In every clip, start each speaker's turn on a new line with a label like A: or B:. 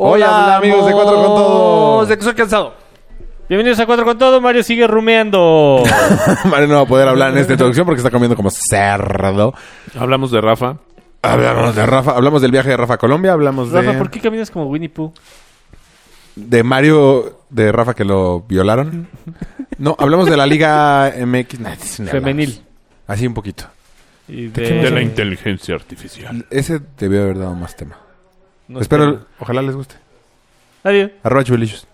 A: Hola, amigos de Cuatro con Todo.
B: De que soy cansado. Bienvenidos a Cuatro con Todo. Mario sigue rumeando.
A: Mario no va a poder hablar en esta introducción porque está comiendo como cerdo.
C: Hablamos de Rafa.
A: Hablamos de Rafa, hablamos del viaje de Rafa a Colombia, hablamos de,
B: Rafa, ¿por qué caminas como Winnie Pooh?
A: de Mario, de Rafa que lo violaron. No, hablamos de la Liga MX nah, ni hablamos.
B: Femenil.
A: Así un poquito.
B: Y
C: De la
B: de...
C: inteligencia artificial.
A: Ese debió haber dado más tema.
B: No
A: Espero,
B: Pues espero.
A: ojalá les guste.
B: Adiós.
A: Arroba Chubilicious.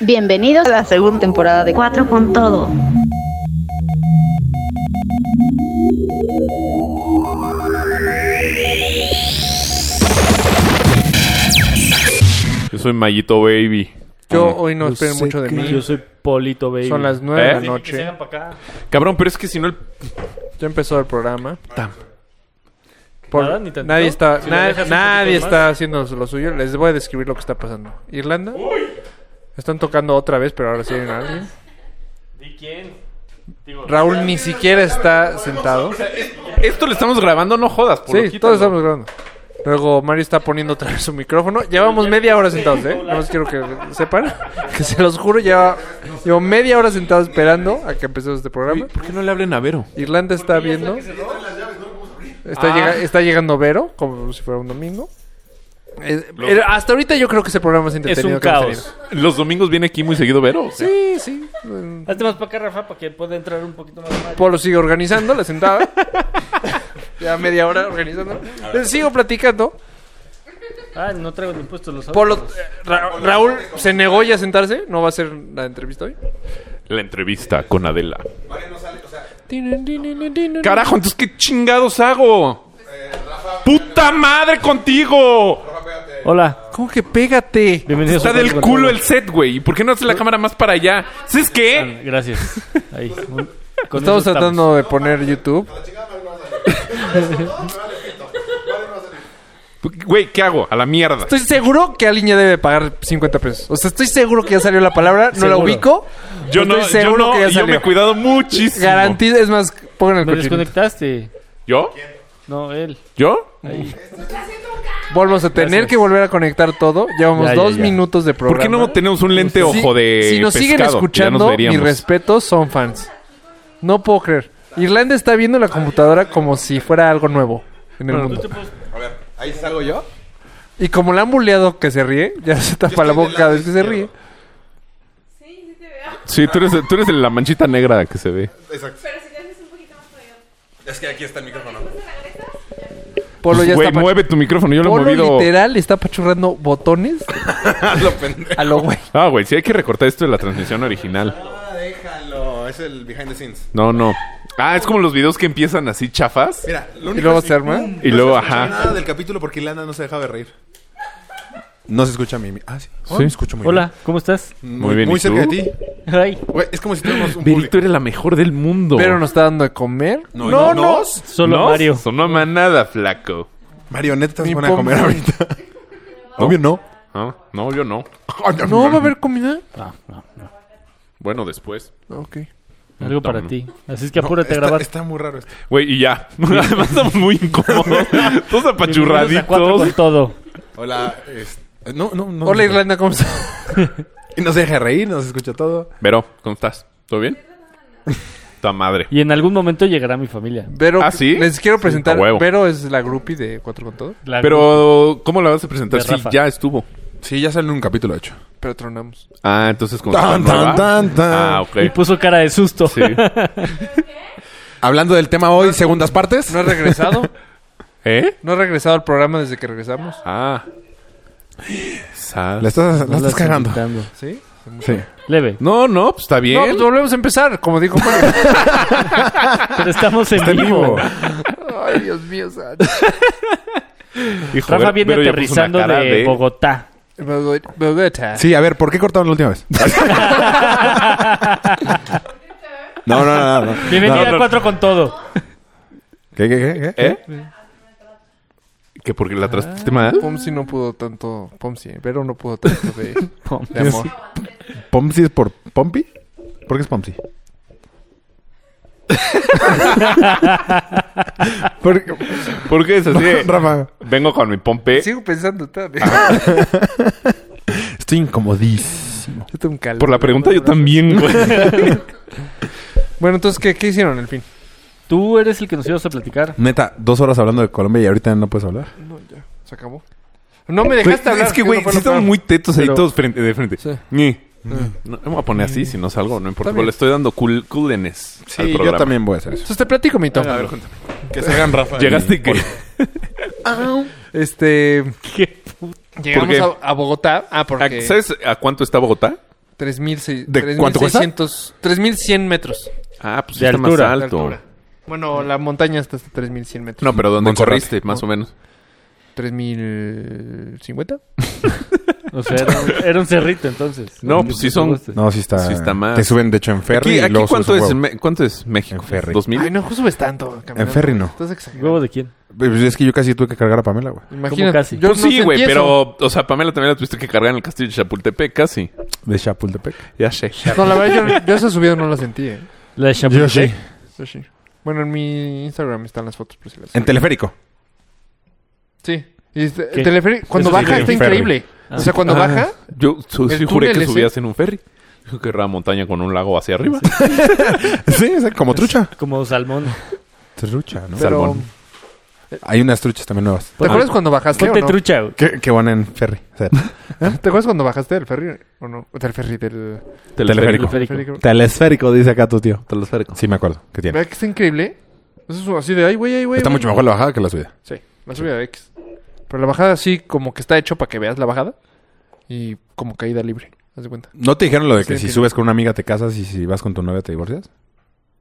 D: Bienvenidos a la segunda temporada de Cuatro con Todo.
C: Yo soy Mayito Baby.
E: Yo hoy no
A: Yo
E: esperen
A: sé
E: mucho de
A: que-
E: mí.
B: Yo soy Polito, baby.
E: Son las nueve de
C: ¿Eh?
E: la noche.
C: Cabrón, pero es que si no el...
E: Ya empezó el programa.
C: Tam.
E: Por-
B: Nada, ni tantito.
E: nadie está,
B: Si
E: na-
B: le dejas un
E: nadie
B: poquito más.
E: está haciendo lo suyo. Les voy a describir lo que está pasando. Irlanda. Están tocando otra vez, pero ahora sí hay alguien.
B: ¿Y quién?
E: Raúl ni siquiera está sentado.
C: Esto lo estamos grabando, no jodas. Polo,
E: Sí,
C: quítalo.
E: todos estamos grabando. Luego Mario está poniendo otra vez su micrófono. Llevamos media hora sentados, ¿eh? Nada más quiero que sepan. Que se los juro, lleva, llevo media hora sentado esperando a que empecemos este programa.
C: Uy, ¿Por qué no le hablen a Vero?
E: Irlanda está viendo. Está, llega- está llegando Vero, como si fuera un domingo. Es- era- hasta ahorita yo creo que ese programa es entretenido.
B: un
E: que hemos
B: caos.
E: tenido.
C: Los domingos viene aquí muy seguido Vero. o sea.
E: Sí, sí. Mm,
B: Hazte más para acá, Rafa, para que pueda entrar un poquito más. Mario.
E: Polo sigue organizando la sentada. ya media hora organizando. Les sigo platicando.
B: Ah, no traigo ni puesto los
E: Polo, eh, Ra- Raúl se negó ya a sentarse. No va a hacer la entrevista hoy.
C: La entrevista con Adela. Carajo, entonces qué chingados hago. ¡Puta madre contigo!
B: Hola.
E: ¿Cómo que pégate?
B: Bienvenidos
C: Está
B: a Cuatro
C: del
B: con
C: culo
B: Todo.
C: el set, güey. ¿Y por qué no hace la cámara más para allá? ¿Sabes qué?
B: Ah, Gracias. Ahí. Un- con
E: Estamos
B: eso
E: tratando de poner YouTube.
C: Güey, ¿qué hago? A la mierda.
E: Estoy seguro que alguien ya debe pagar 50 pesos. O sea, estoy seguro que ya salió la palabra, no la
B: Seguro.
E: ubico.
C: Yo
E: pero
C: no,
E: estoy
C: yo
E: seguro
C: no,
E: que ya
C: yo me
E: salió.
C: he cuidado muchísimo.
E: Garantiz, es más, pongan el
B: Me
E: cochinito.
B: desconectaste.
C: ¿Yo?
B: No, él.
C: ¿Yo?
E: Volvemos a tener
B: Gracias.
E: que volver a conectar todo. Llevamos
B: Ya, ya,
E: dos
B: ya.
E: minutos de programa. Este,
C: ¿Por qué no tenemos un lente
E: Si-
C: ojo de
E: Si nos siguen
C: pescado? Ya
E: escuchando,
C: nos
E: mis
C: veríamos.
E: respetos son fans. No puedo creer. Irlanda está viendo la computadora como si fuera algo nuevo en el mundo.
A: A ver, ahí salgo yo.
E: Y como la han buleado que se ríe, ya se tapa la boca cada vez que se ríe.
C: Sí, tú eres, tú eres la manchita negra que se ve.
A: Exacto.
F: Pero si te haces un poquito más para allá.
A: Es que aquí está el micrófono.
E: Polo
C: Pues,
E: ya
C: güey,
E: está pa-
C: mueve tu micrófono, yo lo he
E: Polo
C: movido.
E: literal está pachurrando botones
A: lo pendejo.
E: a lo güey.
C: Ah, güey, sí hay que recortar esto de la transmisión original.
A: Ah, déjalo. Es el behind the scenes.
C: No, no. Ah, es como los videos que empiezan así chafas.
A: Mira, lo
E: Y
A: único
E: luego
A: es que-
E: se arma.
C: Y luego,
A: escucha
C: ajá.
A: nada del capítulo porque Lana no se dejaba de reír. No se escucha a mí. Ah, sí.
C: Sí.
A: Me escucho muy
B: Hola, ¿cómo estás?
A: bien.
C: Muy bien,
A: Muy
C: ¿y
A: cerca
C: tú?
A: de ti.
B: Ay.
A: Güey, es como si tuviéramos un
C: Verito
A: público.
C: eres la mejor del mundo.
E: Pero nos está dando de comer.
A: No, no, no.
B: Solo
C: ¿No?
B: Mario.
C: Sonó a manada, flaco.
A: Marionetas
E: Ni
A: van a
E: pom-
A: comer ahorita. Obvio no.
C: Ah, no, yo no.
E: No va a haber comida.
C: Bueno, después.
E: Ok.
B: Algo para
C: No.
B: ti. Así es que apúrate a
A: Está,
B: grabar.
A: está muy raro esto.
C: Güey, y ya. Además estamos muy incómodos. Todos
B: Bienvenidos a Cuatro con
C: apachurraditos.
B: todo.
A: Hola. este- No, no, no.
E: Hola Irlanda, ¿cómo estás?
A: Y nos deja reír, nos escucha todo.
C: Vero, ¿cómo estás? ¿Todo bien? Ta madre.
B: Y en algún momento llegará mi familia.
E: Vero,
C: ¿Ah, sí?
E: les quiero presentar.
C: a huevo.
E: Vero es la groupie de Cuatro con Todo,
B: La-
C: Pero, ¿cómo la vas a presentar?
B: De
C: Sí,
B: Rafa.
C: ya estuvo.
A: Sí, ya sale un capítulo hecho.
E: pero tronamos.
C: Ah, entonces con
A: Tan, tan, tan, pues, tan.
C: Ah,
B: Y
C: ok.
B: puso cara de susto.
C: Sí.
A: Hablando del tema hoy, segundas partes.
E: ¿No ha regresado?
C: ¿Eh?
E: ¿No ha regresado al programa desde que regresamos?
C: Ah. Sas.
A: La estás, la
B: No
A: estás cagando.
B: invitando.
E: ¿Sí?
A: Sí.
B: Leve.
C: No, no, pues está bien.
E: No, pues volvemos a empezar, como dijo Mario.
B: Pero estamos en
A: en
B: vivo.
A: vivo.
E: Ay, Dios mío, santo.
C: Hijo,
B: Rafa
C: Vero-
B: viene
C: Vero ya puso una
B: aterrizando
C: cara
B: de, Bogotá.
E: Bogotá. Bogotá.
A: Sí, a ver, ¿por qué cortaron la última vez? no, no, no, no. no.
B: Bienvenida
C: No, no.
B: a Cuatro con todo.
A: ¿Qué, qué, qué? qué?
C: ¿Eh? Que porque la trataste mal.
E: Pomsi no pudo tanto. Pomsi, Vero no pudo tanto de, de amor.
A: ¿Pomsi es por Pompi? ¿Por qué es Pomsi? Porque-
C: ¿Por qué es así? de,
A: Rafa,
C: Vengo con mi pompe.
E: Sigo pensando también.
A: estoy incomodísimo.
E: Yo tengo un calor.
C: Por la pregunta yo también, güey.
E: Bueno, entonces, ¿qué, qué hicieron el fin?
B: Tú eres el que nos ibas a platicar.
A: Neta, dos horas hablando de Colombia y ahorita no puedes hablar.
E: ¿Se acabó? No me dejaste hablar.
C: es que, güey,
E: eso fue
C: sí
E: lo peor.
C: estamos muy tetos ahí
E: Pero-
C: todos frente, de frente.
E: Sí.
C: Ni. No, me voy a poner así si no salgo, no importa.
E: Está bien.
C: Le estoy dando cool, coolness al
A: yo
C: programa.
A: también voy a hacer eso.
E: Entonces te platico mi top.
C: A ver, cuéntame. Que se hagan Rafa. Llegaste y que...
E: Este.
B: ¿Qué?
E: Llegamos
C: qué?
E: a, a Bogotá. Ah,
C: ¿A-
E: porque.
C: ¿Sabes a cuánto está Bogotá?
E: 3,600
A: ¿De cuánto cuesta?
E: 3,600 3,100 metros.
C: Ah, pues
B: De
C: está
B: altura.
C: más
E: de
C: alto.
E: altura. Bueno, la montaña está hasta 3,100 metros.
C: No, pero ¿dónde
A: Monserrate.
C: corriste? Más o menos.
E: 3,050.
B: O sea, era un, era un cerrito entonces.
C: No, pues sí son-
A: No, sí está.
C: Sí está mal.
A: Te suben, de hecho, en ferry.
C: Aquí,
A: y
C: aquí
A: luego
C: ¿cuánto,
A: subes
C: es,
A: un
C: Me- ¿Cuánto es México?
A: En ferry.
C: ¿Dos mil?
E: Ay, no subes tanto. caminando.
A: En ferry no.
E: Estás exagerando.
B: ¿Huevo de quién?
A: Pues Es que yo casi tuve que cargar a Pamela, güey.
E: Imagínate.
B: Como casi.
E: Yo
C: Pues
E: no
C: sí, güey,
E: sentí eso.
C: pero... O sea, Pamela también la tuviste que cargar en el castillo de Chapultepec, casi.
A: De Chapultepec.
C: Ya sé.
E: No, la verdad, yo, yo esa subida no la sentí, eh.
B: La de
A: Yo sí.
B: Chapultepec.
E: Eso sí. Bueno, en mi Instagram están las fotos, por si las-
A: En teleférico.
E: Sí. Y este-
B: ¿Qué?
E: el teleférico, cuando
B: Eso sí,
E: baja
B: en
E: está
A: ferry.
E: increíble. O sea, cuando baja,
C: Yo su-
E: El
C: sí juré
E: túnel
C: que
E: ese.
C: subías en un ferry. Dijo que era una montaña con un lago hacia arriba.
A: sí, es como trucha.
B: Como salmón.
A: Trucha, ¿no?
C: Sí.
E: pero...
C: salmón.
A: Hay unas truchas también nuevas.
E: ¿Te acuerdas cuando bajaste o
B: Ponte
E: no?
B: trucha, güey.
A: Que, que van en ferry. O sea,
E: ¿Te acuerdas cuando bajaste del ferry o no? Del ferry, del...
A: Teleférico.
B: Teleférico.
E: ferry.
A: telesférico, dice acá tu tío.
C: Teleférico.
A: Sí, me acuerdo que tiene.
E: ¿Verdad que está increíble? Eso es así de, ay, güey, ay, güey.
A: Está
E: güey".
A: mucho mejor la bajada que la subida.
E: Sí, la subida de X. Pero la bajada sí, como que está hecho para que veas la bajada. Y como caída libre, haz de cuenta.
A: ¿No te dijeron lo de que
E: Sí,
A: si
E: tiene.
A: subes con una amiga te casas y si vas con tu novia te divorcias?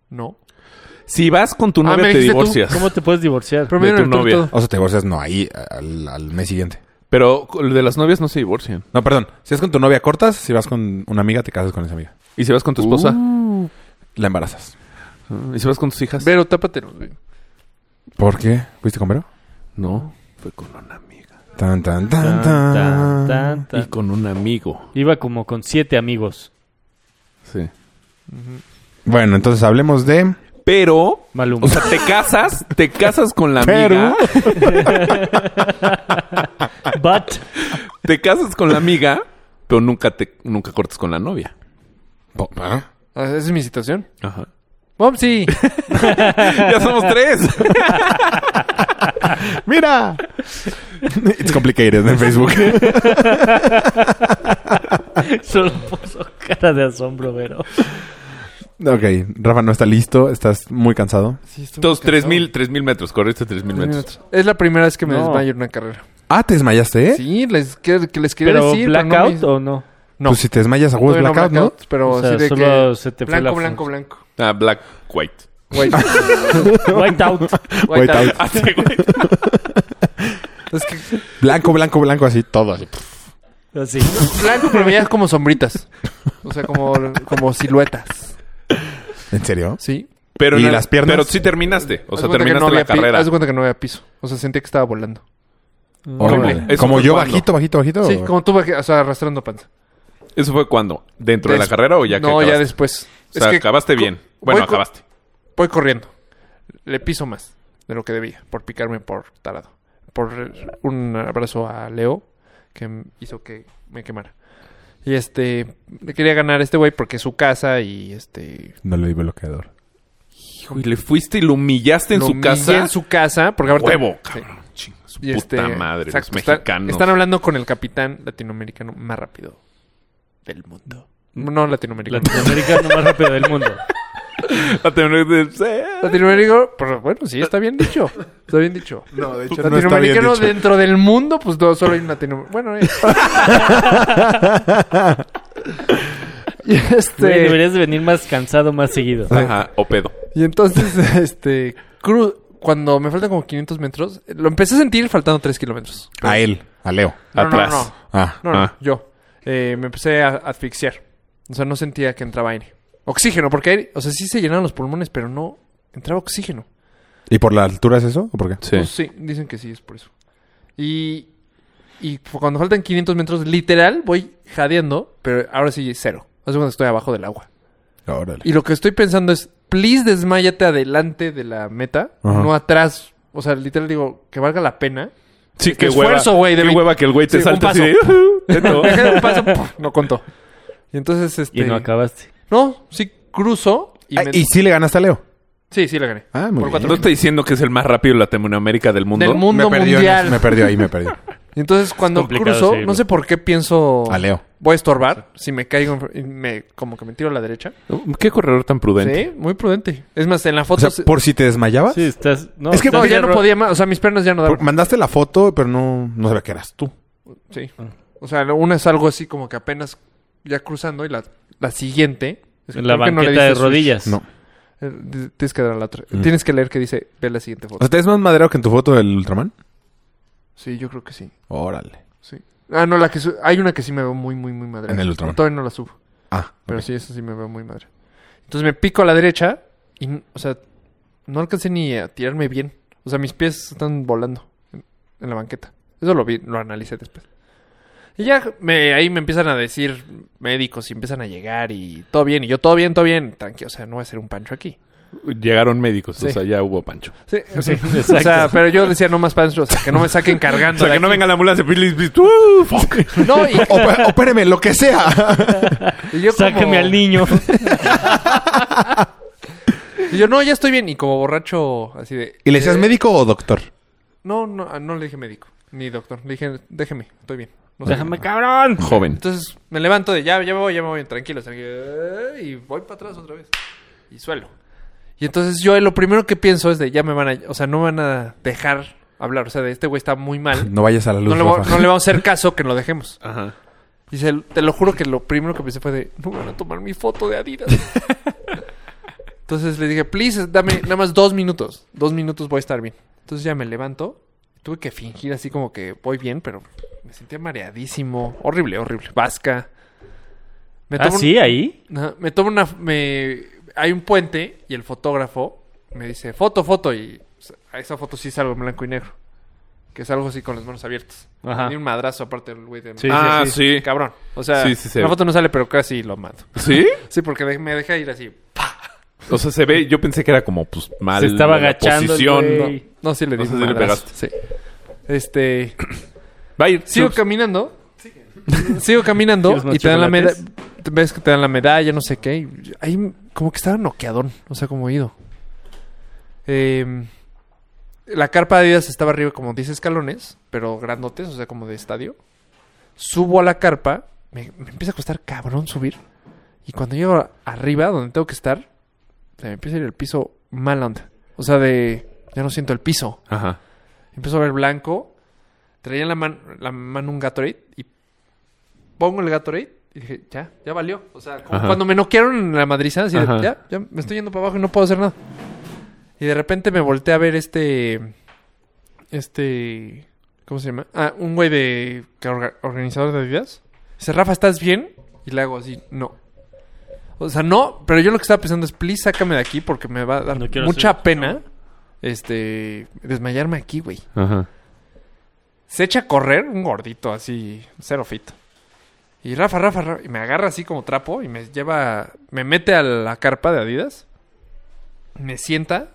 E: No.
C: Si vas con tu
E: Ah,
C: novia
E: me
C: te
E: dijiste tú.
C: divorcias.
B: ¿Cómo te puedes divorciar?
E: Pero
C: De
E: mira
C: tu
E: el tour
C: novia.
E: todo.
A: O sea, te divorcias no ahí al, al mes siguiente.
C: Pero con- de las novias no se divorcian.
A: No, perdón. Si vas con tu novia cortas, si vas con una amiga te casas con esa amiga.
C: ¿Y si vas con tu esposa?
A: La embarazas.
C: ¿Y si vas con tus hijas?
E: Pero tápatelo, güey.
A: ¿Por qué? ¿Fuiste con Vero?
C: No, fue con una amiga.
A: Tan, tan,
B: Tan,
A: tan,
B: tan, tan,
C: Y
B: tan.
C: con un amigo.
B: Iba como con siete amigos.
C: Sí.
A: Bueno, entonces hablemos de...
C: Pero,
B: Maluma.
C: o sea, te casas, te casas con la amiga.
B: But.
C: Te casas con la amiga, pero nunca te nunca cortas con la novia.
A: Po- ¿Ah?
E: Ah, Esa es mi situación.
C: Ajá.
E: Mom, sí.
C: Ya somos tres.
A: ¡Mira! It's complicated en Facebook.
B: Solo puso cara de asombro, pero.
A: ok, Rafa no está listo, estás muy cansado.
E: sí estoy muy
C: Entonces, tres
E: cansado.
C: mil, tres mil metros, corriste tres mil
E: Tres mil
C: metros.
E: metros. Es la primera vez que me
B: No.
E: desmayo en una carrera.
A: Ah, ¿te desmayaste, eh?
E: Sí, les, que, que les quería
B: ¿Pero
E: decir. pero no me-
B: blackout o no?
E: No.
A: Pues si te desmayas a huevos
E: Todavía no
A: blackout, ¿no?
E: blackout, Pero
B: O sea,
E: así de
B: solo
E: que...
B: se te fue la
E: blanco, blanco, blanco,
C: Ah, black, white.
E: White,
B: White out.
E: white
A: White
E: out.
A: out.
C: Ah, sí, güey.
E: Es que
A: Blanco, blanco, blanco, así, todo así.
B: Así.
E: blanco, pero veías como sombritas. O sea, como, como siluetas.
A: ¿En serio?
E: Sí.
C: Pero
A: ¿Y
C: en el-
A: las piernas?
C: Pero sí terminaste. O
E: Haz
C: sea,
E: de cuenta que
C: terminaste
E: no
C: la
E: había pi-
C: carrera.
E: Haz de cuenta que no había piso. O sea, sentía que estaba volando.
C: Horrible.
A: Órale.
C: ¿Eso
A: Como
C: fue
A: yo
C: cuándo?
A: bajito, bajito, bajito.
E: Sí, como tú, baje- o sea, arrastrando panza.
C: ¿Eso fue cuándo? ¿Dentro de la
E: Des-
C: carrera o ya que
E: No, ya
C: acabaste?
E: después.
C: O sea,
E: Es que
C: acabaste
E: co-
C: bien.
E: voy
C: Bueno,
E: co-
C: acabaste.
E: Voy corriendo. Le piso más de lo que debía por picarme por tarado. Por un abrazo a Leo que m- hizo que me quemara. Y este, le quería ganar a este güey porque es su casa y este...
A: No le di bloqueador.
C: Hijo, y le fuiste y lo humillaste en
E: lo
C: su
E: humillé
C: casa.
E: En su casa. Porque ahorita...
C: Huevo,
E: Sí.
C: cabrón. Chinga su
E: Y
C: puta
E: este,
C: madre,
E: exacto,
C: los
E: están-
C: mexicanos.
E: Están hablando con el capitán latinoamericano más rápido del mundo. No latinoamericano.
B: Latinoamericano más rápido del mundo.
E: Latinoamericano, pero bueno, sí, está bien dicho. Está bien dicho.
A: No, de
E: Pues, latinoamericano dentro del mundo, pues no, solo hay un latinoamericano. Bueno, eh. y
B: Güey,
E: este.
B: deberías de venir más cansado, más seguido.
C: Ajá, o pedo.
E: Y entonces, este. cru- cuando me faltan como 500 metros, lo empecé a sentir faltando 3 kilómetros.
A: A él, a Leo.
E: No, no,
C: Atrás.
E: no.
A: Ah,
E: No, no,
C: Ah.
E: yo. Eh, me empecé a asfixiar. O sea, no sentía que entraba aire. Oxígeno, porque aire, o sea, sí se llenaron los pulmones, pero no entraba oxígeno.
A: ¿y por la altura es eso o por qué?
C: Sí.
E: Pues sí, dicen que sí, es por eso. Y, y fu- cuando faltan 500 metros, literal, voy jadeando, pero ahora sí cero. Hace cuando estoy abajo del agua.
A: Órale.
E: Y lo que estoy pensando es, please desmáyate adelante de la meta,
A: Ajá.
E: no atrás. O sea, literal digo, que valga la pena. Este
C: Sí, qué
E: esfuerzo,
C: hueva.
E: güey, de
C: Qué
E: mi-
C: hueva que el güey te
E: Sí, un
C: salta así. de,
E: paso.
C: "Ujú, teto".
E: Dejé de un paso, ¡puf! no contó. Y entonces, este...
B: Y no acabaste.
E: No, sí cruzo y,
A: Ah,
E: me-
A: y sí le ganaste a Leo.
E: Sí, sí la gané.
A: Ah, muy
E: Por
A: bien.
E: cuatro
C: No estoy diciendo que es el más rápido de Latinoamérica del mundo.
E: Del mundo
A: me perdió, en
E: mundial.
A: eso, me perdió ahí, me perdió.
E: Y Entonces, cuando
B: complicado
E: cruzo,
B: seguirlo.
E: no sé por qué pienso...
A: A Leo.
E: Voy a estorbar. Si me caigo, en- y me, como que me tiro a la derecha.
C: Qué corredor tan prudente.
E: Sí, muy prudente. Es más, en la
A: O
E: foto...
A: sea,
E: se-
A: por si te desmayabas.
B: Sí, estás. No,
A: Es que
E: No,
B: estás
E: ya no
B: ro-
E: podía más. O sea, mis piernas ya no daban.
A: Por- mandaste la foto, pero no, no sabía que eras tú.
E: Sí.
B: Ah.
E: O sea, lo- una es algo así como que apenas ya cruzando y la, la siguiente... es que
B: En la
E: creo que
B: banqueta
E: no le
B: de
E: diste switch.
B: rodillas.
A: No.
E: Eh, t- Tienes que dar a la otra. Tienes que leer que dice, ve la siguiente
A: O
E: foto.
A: sea, ¿te ves más maderado que en tu foto del Ultraman?
E: Sí, yo creo que sí.
A: Órale.
E: Sí. Ah, no, la que su- hay una que sí me veo muy, muy, muy madre.
A: En el Ultraman.
E: Todavía no la subo.
A: Ah,
E: Pero sí, esa sí me veo muy madre. Entonces me pico a la derecha y, n- o sea, no alcancé ni a tirarme bien. O sea, mis pies están volando en, en la banqueta. Eso lo vi, lo analicé después. Y ya me, ahí me empiezan a decir médicos y empiezan a llegar y todo bien. Y yo, todo bien, todo bien. Tranqui, o sea, no voy a ser un pancho aquí.
C: Llegaron médicos,
E: Sí.
C: o sea, ya hubo pancho.
E: Sí, sí. o sea, pero yo decía, no más pancho, o sea, que no me saquen cargando.
C: O sea,
E: de
C: que no
E: aquí.
C: venga la ambulancia. please, please, uh, fuck.
E: No, y,
A: Opé- opéreme, lo que sea.
E: y yo como-
B: Sáqueme al niño.
E: Y Pues yo, no, ya estoy bien. Y como borracho, así de.
A: ¿Y le decías
E: eh,
A: médico o doctor?
E: No, no, ah, no le dije médico, ni doctor. Le dije, déjeme, estoy bien. No sé.
B: Déjame, cabrón.
C: Joven.
E: Entonces me levanto de ya, ya me voy, ya me voy, tranquilo, tranquilo. Y voy para atrás otra vez. Y suelo. Y entonces yo lo primero que pienso es de ya me van a. O sea, no me van a dejar hablar. O sea, de este güey está muy mal.
A: No vayas a la luz,
E: No le, va-
A: Rafa.
E: no le vamos a hacer caso que lo dejemos.
C: Ajá.
E: Y se- te lo juro que lo primero que pensé fue de, no me van a tomar mi foto de Adidas. Entonces le dije, please, dame nada más dos minutos. Dos minutos voy a estar bien. Entonces ya me levanto. Tuve que fingir así como que voy bien, pero me sentía mareadísimo. Horrible, horrible. Vasca. Me
B: ¿Ah,
E: tomo un-
B: sí? ¿Ahí?
E: Ajá, me tomo una... Me, hay un puente y el fotógrafo me dice, foto, foto. Y s- a esa foto sí salgo en blanco y negro. Que salgo así con las manos abiertas.
B: Ajá.
E: Ni un madrazo aparte del güey de...
B: Sí,
C: Ah,
B: sí,
C: sí.
E: Cabrón. O sea,
C: Sí, sí, sí.
E: la foto no sale, pero casi lo mato.
C: ¿Sí?
E: Sí, porque de- me deja ir así.
C: O sea, se ve, yo pensé que era como, pues, mal.
B: Se estaba
C: la
B: agachando el
C: Posición.
B: güey.
C: ¿no?
E: No, sí le di.
C: O sea, sí le
E: madrazo. Sí. Este.
C: Va a ir.
E: Sigo
C: subs.
E: caminando. Sigo caminando
B: ¿Quieres unos
E: y te dan la medalla.
B: chocolates?
E: Ves que te dan la medalla, no sé qué. y Ahí como que estaba noqueadón, o sea, como ido. Eh, la carpa de Adidas estaba arriba como 10 escalones, pero grandotes, o sea, como de estadio. Subo a la carpa, me, me empieza a costar cabrón subir. Y cuando llego a- arriba, donde tengo que estar, se me empieza a ir el piso mal onda. O sea, de ya no siento el piso.
C: Ajá.
E: Empiezo a ver blanco. Traía en la, man- la mano un Gatorade y pongo el Gatorade y dije, ya, ya valió. O sea, como
C: Ajá.
E: cuando me noquearon en la madriza, así de,
C: Ajá.
E: ya, ya me estoy yendo para abajo y no puedo hacer nada. Y de repente me volteé a ver este. Este. ¿Cómo se llama? Ah, un güey de. que orga- organizador de Adidas. Dice, Rafa, ¿estás bien? Y le hago así, no. O sea, no, pero yo lo que estaba pensando es, please, sácame de aquí porque me va a dar
B: No quiero
E: mucha
B: hacer-
E: pena. Este. desmayarme aquí, güey.
C: Ajá.
E: Se echa a correr un gordito así, cero fit. Y Rafa, Rafa, Rafa, y me agarra así como trapo y me lleva, me mete a la carpa de Adidas. Me sienta.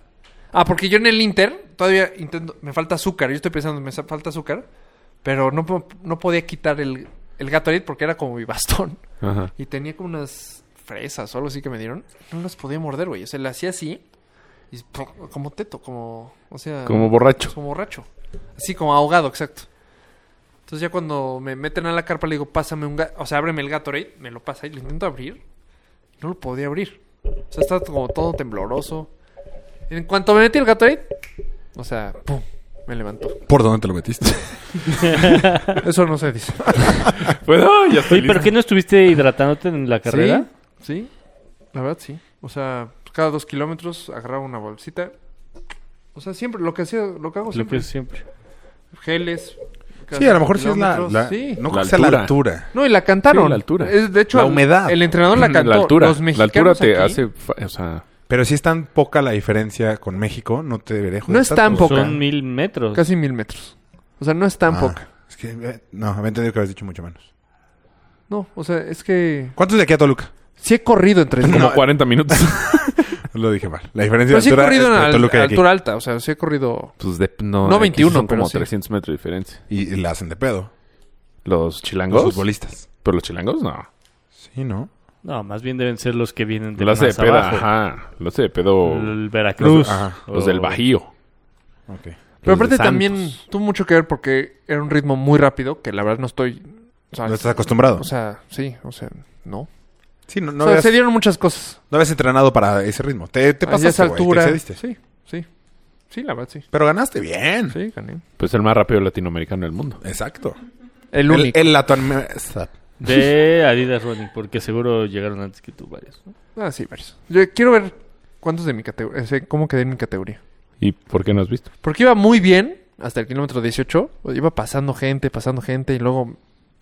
E: Ah, porque yo en el Inter todavía intento, me falta azúcar. Yo estoy pensando, me sa- falta azúcar. Pero no, po- no podía quitar el, el Gatorade porque era como mi bastón.
C: Ajá.
E: Y tenía como unas fresas o algo así que me dieron. No las podía morder, güey. O sea, le hacía así. Y ¡pum! como teto, como, o sea...
C: Como borracho.
E: Como borracho. Así como ahogado, exacto. Entonces ya cuando me meten a la carpa le digo, pásame un gato, o sea, ábreme el Gatorade, me lo pasa y lo intento abrir. No lo podía abrir. O sea, estaba como todo tembloroso. En cuanto me metí el Gatorade, o sea, pum, me levantó.
A: ¿Por dónde te lo metiste?
E: Eso no se dice.
C: Bueno, ya estoy
B: Oye, ¿pero
C: listo.
B: qué no estuviste hidratándote en la carrera?
E: ¿Sí? ¿Sí? La verdad, sí. O sea, cada dos kilómetros agarraba una bolsita. O sea, siempre, lo que hacía, lo que hago
B: Lo
E: siempre.
B: que siempre.
E: Geles. cada
A: Sí, a lo
E: cinco
A: mejor sí es la...
E: kilómetros.
A: la-
E: Sí.
A: No
C: La
A: creo que sea la
C: altura.
A: altura.
E: No, y la cantaron.
C: Sí, la altura.
E: Es, de hecho,
A: La
E: el-
A: humedad.
E: El entrenador la cantó.
C: La altura.
E: Los
C: la
E: mexicanos
C: altura te
E: aquí-
C: hace. fa- O sea.
A: Pero si es tan poca la diferencia con México, no te debería joder
E: No es tan
A: tanto.
E: poca.
B: Pues Son mil metros.
E: Casi mil metros. O sea, no es tan
A: Ah,
E: poca.
A: Es que, eh, no, había entendido que habías dicho mucho menos.
E: No, o sea, es que...
A: ¿Cuántos de aquí a Toluca?
E: Sí he corrido en tres
C: Como
E: días.
C: 40 minutos.
A: Lo dije mal. La diferencia
E: Pero Pues sí
A: de
E: he
A: altura
E: corrido en
A: entre
E: al-
A: Toluca y aquí.
E: altura alta. O sea, sí he corrido...
C: pues de, no,
E: No,
C: aquí
E: 21,
C: son
E: pero
C: como
E: sí.
C: 300 metros de diferencia.
A: Y, y la hacen de pedo.
C: Los
A: Los
C: chilangos.
A: futbolistas.
C: Pero los chilangos no.
A: Sí, ¿no?
B: No, más bien deben ser los que vienen de
C: Lo hace de
B: más
C: pedo.
B: abajo.
C: Ajá. Lo hace de pedo.
B: El Veracruz.
A: Ajá.
C: Los del
B: O-
C: Bajío.
A: Ok.
E: Pero
C: Los de
E: aparte
C: Santos.
E: también tuvo mucho que ver porque era un ritmo muy rápido que la verdad no estoy... O sea,
A: No estás acostumbrado.
E: o sea sí, o sea, no.
A: sí, no,
E: O
A: no,
E: sea,
A: habías,
E: se dieron muchas cosas.
A: no habías entrenado para ese ritmo. Te, te
E: A
A: pasaste,
E: esa
A: güey, te
E: altura.
A: excediste.
E: sí, sí. Sí, la verdad, sí.
A: Pero ganaste bien.
E: Sí, gané.
C: Pues el más rápido latinoamericano del mundo.
A: Exacto.
E: El
A: El,
E: único.
A: el latinoam-
B: De Adidas Running, porque seguro llegaron antes que tú varios. ¿no?
E: Ah, sí, varios. Yo quiero ver cuántos de mi categoría... eh, ¿Cómo quedé en mi categoría?
C: ¿Y por qué no has visto?
E: Porque iba muy bien hasta el kilómetro 18. Iba pasando gente, pasando gente. Y luego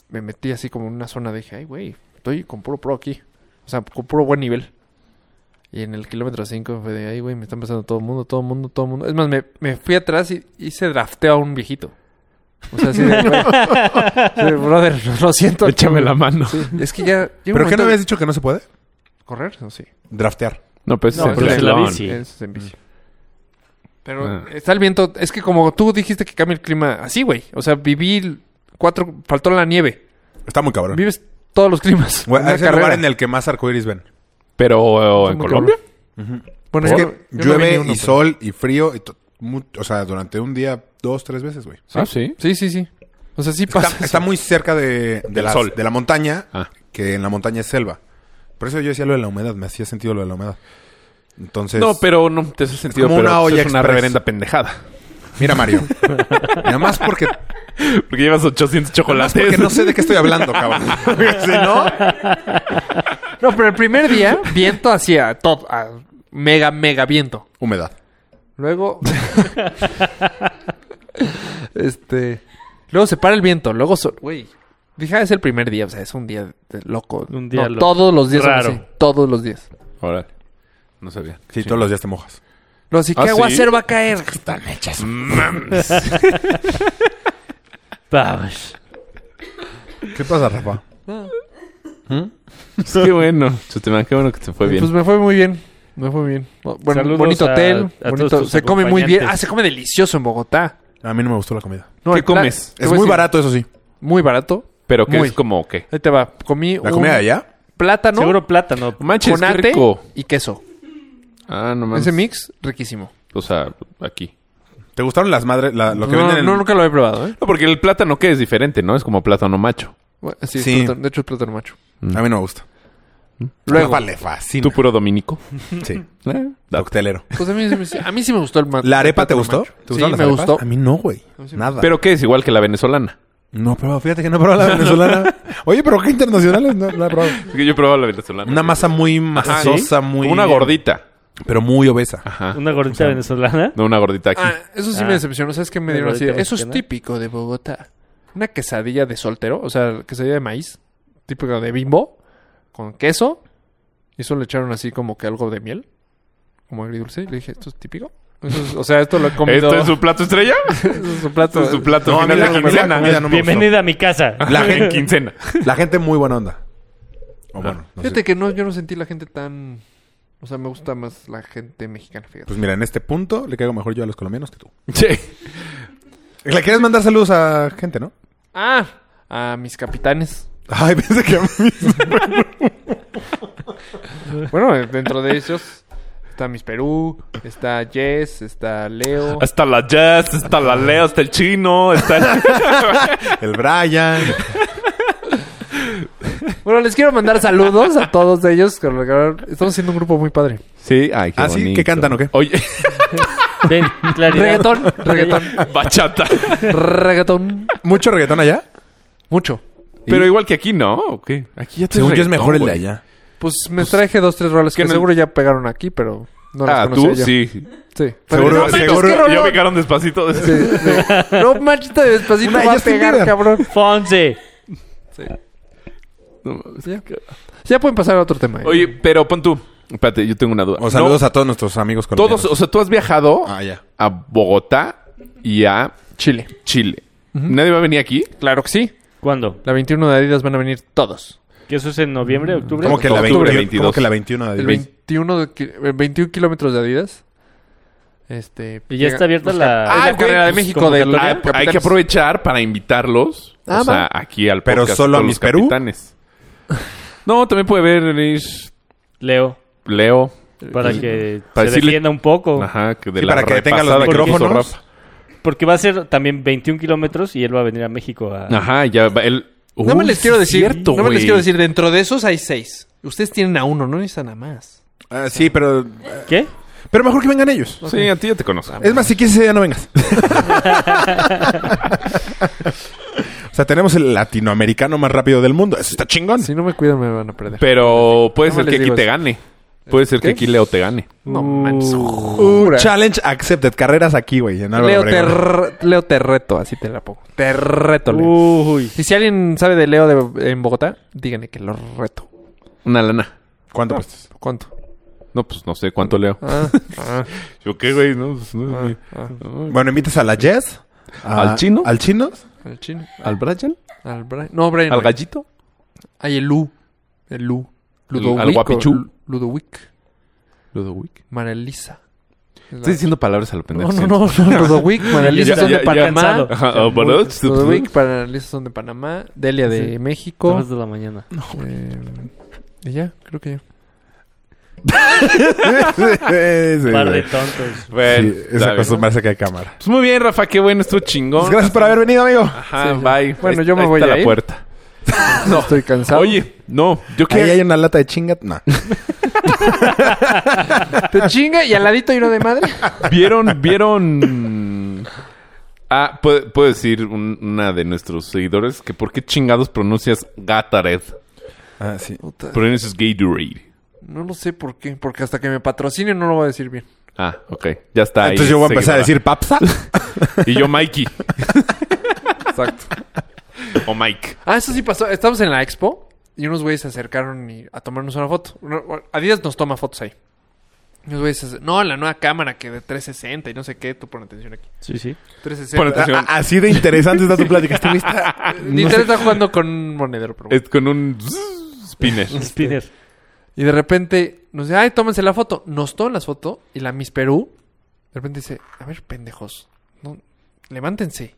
E: me metí así como en una zona. Dije, ay, güey, estoy con puro pro aquí. O sea, con puro buen nivel. Y en el kilómetro 5 fue de, ay, güey, me están pasando todo el mundo, todo el mundo, todo el mundo. Es más, me, me fui atrás y hice drafteo a un viejito. O sea, así de, güey, así de, brother, lo siento.
C: Échame la mano.
E: Sí, es que ya... llega un
A: ¿Pero qué no
E: momento-
A: habías dicho que no se puede?
E: ¿Correr? No, sí.
A: Draftear.
C: No, pues
B: No,
C: es el
E: pero es
B: la
C: triatlón.
B: bici. Sí.
E: Es en bici. Mm. Pero
C: Ah.
E: está el viento. Es que como tú dijiste que cambia el clima así, güey. O sea, viví el- cuatro. Faltó la nieve.
A: Está muy cabrón.
E: Vives todos los climas.
A: Ah. Güey,
E: Una
A: es el lugar
E: carrera.
A: en el que más arcoíris ven.
C: Pero eh, en
E: Muy
C: Colombia.
E: cabrón. Bueno,
A: Es
E: yo-
A: que
E: yo no vi
A: llueve
E: ni uno,
A: y
E: pero-
A: sol y frío. y to- mu- o sea, durante un día, dos, tres veces, güey.
C: Ah, sí.
E: Sí, sí, sí. O sea, sí
A: Está,
E: pasa.
A: está muy cerca de, de,
C: Del
A: las-
C: sol.
A: de la montaña,
C: Ah.
A: que en la montaña es selva. Por eso yo decía lo de la humedad, me hacía sentido lo de la humedad. Entonces,
C: No, pero no te hace sentido.
A: como
C: pero,
A: una
C: pues,
A: olla
C: es una
A: express.
C: reverenda pendejada.
A: mira Mario, nada más porque,
C: Porque llevas 800
A: nada más
C: chocolates.
A: porque no sé de qué estoy hablando, cabrón. si no,
E: No, pero el primer día, viento hacia top. a mega, mega viento.
A: humedad.
E: Luego. este. Luego se para el viento. Luego sol. Güey. Fija, es el primer día. O sea, es un día de- loco.
B: Un día
E: No,
B: loco.
E: Todos los días. son
B: Raro.
E: así, Todos los días.
C: Órale. No sabía.
A: Sí, todos los días te mojas.
E: No, así
C: ¿Ah,
E: que
C: sí?
E: aguacero va a caer. Mm,
B: Vamos.
A: ¿Qué pasa, Rafa?
C: Pues qué bueno. Chustemán, qué bueno que te fue bien.
E: Pues me fue muy bien. Me fue muy bien. Bo- Bueno,
B: Saludos
E: bonito
B: a-
E: hotel.
B: a
E: bonito-
B: todos tus
E: se come muy bien.
B: acompañantes.
E: Ah, se come delicioso en Bogotá.
A: A mí no me gustó la comida.
E: No,
C: ¿Qué
E: el pla-
C: comes?
E: te
A: Es
E: voy a
A: muy
E: decir,
A: barato, eso sí.
E: Muy barato.
C: Pero que
E: Muy.
C: es como que.
E: Ahí te va. Comí
A: ¿La
E: un
A: comida de allá?
E: plátano
B: Seguro plátano.
C: Manches,
E: con
C: qué
E: ate
C: rico.
E: y queso.
C: Ah, no mames.
E: Ese mix, riquísimo.
C: O sea, aquí.
A: ¿Te gustaron las madres? la- lo que
E: no,
A: venden en...
E: no, nunca lo he probado, ¿eh?
C: No, porque el plátano que es diferente, ¿no? Es como plátano macho.
E: Bueno, sí, es
A: Sí.
E: plátano- de hecho es plátano macho.
A: A mí no me gusta.
E: Luego.
A: Mm. Rafa le fascina.
C: Tú puro dominico.
A: Sí,
C: Eh, da-
A: coctelero.
E: Pues a mí, sí me- sí- a mí sí me gustó el ma-
A: ¿La arepa
E: el
A: te
E: plátano
A: gustó?
E: macho.
A: ¿Te
E: sí,
A: gustaron las
E: me
A: arepas?
E: gustó.
A: A mí no, güey.
E: mí sí me
A: Nada.
C: Pero que es igual que la venezolana.
A: No, pero fíjate que no he probado la venezolana. Oye, pero qué internacionales no la he probado.
C: Es que yo he probado la venezolana.
A: Una masa muy
C: Ajá,
A: masosa,
C: ¿sí?
A: muy.
C: Como una gordita.
A: Pero muy obesa.
C: Ajá.
B: Una gordita venezolana.
C: Ah, No, una gordita aquí.
E: Ah, eso sí
B: Ah.
E: me decepcionó. ¿Sabes qué me
B: Una
E: dieron así?
B: gordita
E: Eso es
B: mexicana.
E: típico de Bogotá. Una quesadilla de soltero, o sea, quesadilla de maíz, típico de bimbo, con queso. Y eso le echaron así como que algo de miel, como agridulce. Y le dije, ¿esto es típico? Eso es- o sea, esto lo he comido.
C: ¿Esto es su plato estrella?
E: Eso es un plato.
C: Esto es su plato
A: No, a mí
C: final
A: la
C: de
A: comida-
C: quincena.
A: comida no me gustó.
B: Bienvenida a mi casa.
A: La
C: en
A: gente,
C: quincena.
A: la gente muy buena onda.
C: Ah,
A: O bueno, no sé.
E: Fíjate que no, yo no sentí la gente tan... O sea, me gusta más la gente mexicana, fíjate.
A: Pues mira, en este punto le caigo mejor yo a los colombianos que tú.
C: Che.
A: Le quieres mandar saludos a gente, ¿no?
E: Ah, a mis capitanes.
A: Ay, pensé que a mí.
E: Bueno, eh, dentro de ellos está Miss Perú, está Jess, está Leo.
C: Está la Jazz, está la Leo, está el chino, está el...
A: El Brian.
E: Bueno, les quiero mandar saludos a todos ellos. que regalar- Estamos siendo un grupo muy padre.
C: Sí, ay, qué
A: Ah, sí,
C: bonito.
A: ¿qué cantan o qué?
C: Oye,
B: Ven, claridad.
E: Reggaetón, reggaetón,
C: bachata.
E: reggaetón.
A: ¿Mucho reggaetón allá?
E: Mucho.
C: Pero igual que aquí, ¿no? ¿O qué? Aquí ya te
A: Según yo es mejor el de allá.
E: Pues me traje dos, tres rolas que,
C: que no-
E: seguro ya pegaron aquí, pero no las
C: Ah,
E: conocía
C: tú
E: yo.
C: sí.
E: Sí.
A: Seguro-
E: Pero-
A: seguro-
E: ¿Qué rolón?
C: Ya pegaron despacito.
E: Sí, sí. No manches, de despacito
A: Una de
E: va a
A: Justin
E: pegar,
A: Bieber.
E: cabrón.
B: Fonse.
C: No, es
E: Ya.
C: que-
E: Ya pueden pasar a otro tema. eh.
C: Oye, pero pon tú. Espérate, yo tengo una duda.
A: O saludos
C: No,
A: a todos nuestros amigos colombianos.
C: todos. O sea, tú has viajado
A: Ah, ya.
C: a Bogotá y a
E: Chile.
C: Chile. ¿Nadie va a venir aquí?
E: Claro que sí.
B: ¿Cuándo?
E: La 21 de Adidas van a venir todos.
B: Que eso es en noviembre, octubre.
A: Como que, la
C: Octubre
A: 21,
C: 22.
A: como que la 21 de
E: El 21, de ki- el 21 kilómetros de Adidas. Este,
B: Y ya está abierta
E: busca-
B: la-
E: Ah,
B: la
E: es la carrera de México del
C: Ah,
E: ah,
C: hay que aprovechar para invitarlos.
E: Ah,
C: o sea, aquí al
A: Pero
C: podcast
A: solo
C: todos
A: a
C: los
A: mis Perú.
C: capitanes. No, también puede ver
B: Leo.
C: Leo.
B: Para
C: Sí.
B: que
C: eh, Para
B: se
C: decirle-
B: defienda un
E: Oh.
B: poco.
C: Ajá, que de
A: Sí,
C: la
A: para que tenga los
C: repasada que hizo
A: micrófonos.
C: Rafa.
B: Porque va a ser también 21 kilómetros y él va a venir a México a...
C: Ajá, ya va- él.
E: No me
C: Uy,
E: les quiero
C: sí,
E: decir,
C: cierto,
E: no me les
C: güey.
E: quiero decir, dentro de esos hay seis. Ustedes tienen a uno, no necesitan a más.
A: Ah, sí, pero.
B: ¿Qué?
A: Pero mejor que vengan ellos.
C: Sí, a ti ya te conozco.
A: Es más, si quieres ese día no vengas. o sea, tenemos el latinoamericano más rápido del mundo. Eso está chingón.
E: Si no me cuidan me van a perder.
C: Pero puede
E: No
C: ser
E: les
C: que aquí
E: digo
C: te
E: eso.
C: gane. Puede ser que
E: ¿Qué?
C: aquí Leo te gane.
E: No manches.
A: Uh, challenge accepted. Carreras aquí, güey. en Álvaro
E: Leo te,
A: Obregón.
E: re- Uh. Leo te reto, así te la pongo. Te reto, Leo.
B: Uy.
E: Y si alguien sabe de Leo de- en Bogotá, díganle que lo reto.
C: Una lana.
A: ¿Cuánto prestas?
E: ¿Cuánto?
C: No, pues no sé cuánto Leo.
E: Ah, ah,
C: Yo qué, güey. No, pues, no,
E: ah,
C: güey.
E: ah.
A: Bueno, invitas a la Jess. a-
C: ¿Al chino?
A: ¿Al chino?
E: Al chino.
C: ¿Al Brian?
E: Al Brian. No, Brian.
C: ¿Al
E: no.
C: gallito?
E: Ay, el Lu. El Lu. Ludovic.
C: al guapichú.
E: o Lu- Ludovic.
C: Ludovic.
E: Marelisa.
C: Estoy diciendo palabras a lo pendejo.
E: No, no, no, no. Ludovic, Marelisa
C: Ya,
E: son
C: ya,
E: de
C: ya.
E: Panamá.
B: Cansado.
C: Ajá, ah, bueno,
E: Ludovic, Marelisa son de Panamá. Delia de
B: Sí.
E: México.
B: Dos de la mañana.
E: Eh, y ya, creo que ya.
A: Sí, sí,
B: Par de
A: güey.
B: tontos.
C: Bueno,
A: Sí, es
C: está bien.
A: acostumbrarse que hay cámara.
C: Pues muy bien, Rafa, qué bueno, estuvo chingón.
A: Pues gracias por haber venido, amigo.
C: Ajá,
E: Sí, ya.
C: bye.
E: Bueno,
C: Ahí-
E: yo me
C: ahí
E: voy
C: está
E: a
C: la
E: ir.
C: puerta.
E: Estoy cansado.
C: Oye, no, yo
A: Ahí
C: quería...
A: hay una lata de chinga. No.
E: Te chinga y al ladito hay uno de madre.
C: Vieron, vieron... Ah, puedo, puedo decir un- una de nuestros seguidores que por qué chingados pronuncias Gatorade.
A: Ah, sí.
E: Puta,
C: Pronuncias Gatorade.
E: no lo sé por qué. Porque hasta que me patrocine no lo voy a decir bien.
C: Ah, ok. Ya está ahí.
A: Entonces yo voy a empezar a
C: seguidora.
A: decir papsa.
C: Y yo Mikey.
E: Exacto.
C: o Mike.
E: Ah, eso sí pasó. Estamos en la expo y unos güeyes se acercaron y- a tomarnos una foto. Una- Adidas nos toma fotos ahí. Y unos güeyes se acer- No, la nueva cámara que de 360 y no sé qué. Tú pon atención aquí.
B: Sí, sí.
E: 360.
C: Pon atención.
A: A- a- Así de interesante está tu plática. Este güey está-
E: Ah, Nintendo está jugando con un monedero. Pero bueno.
C: Es con un spinner.
B: Spinner.
E: Y de repente nos dice, ay, tómense la foto. Nos toman las fotos y la Miss Perú de repente dice, a ver, pendejos, no, levántense.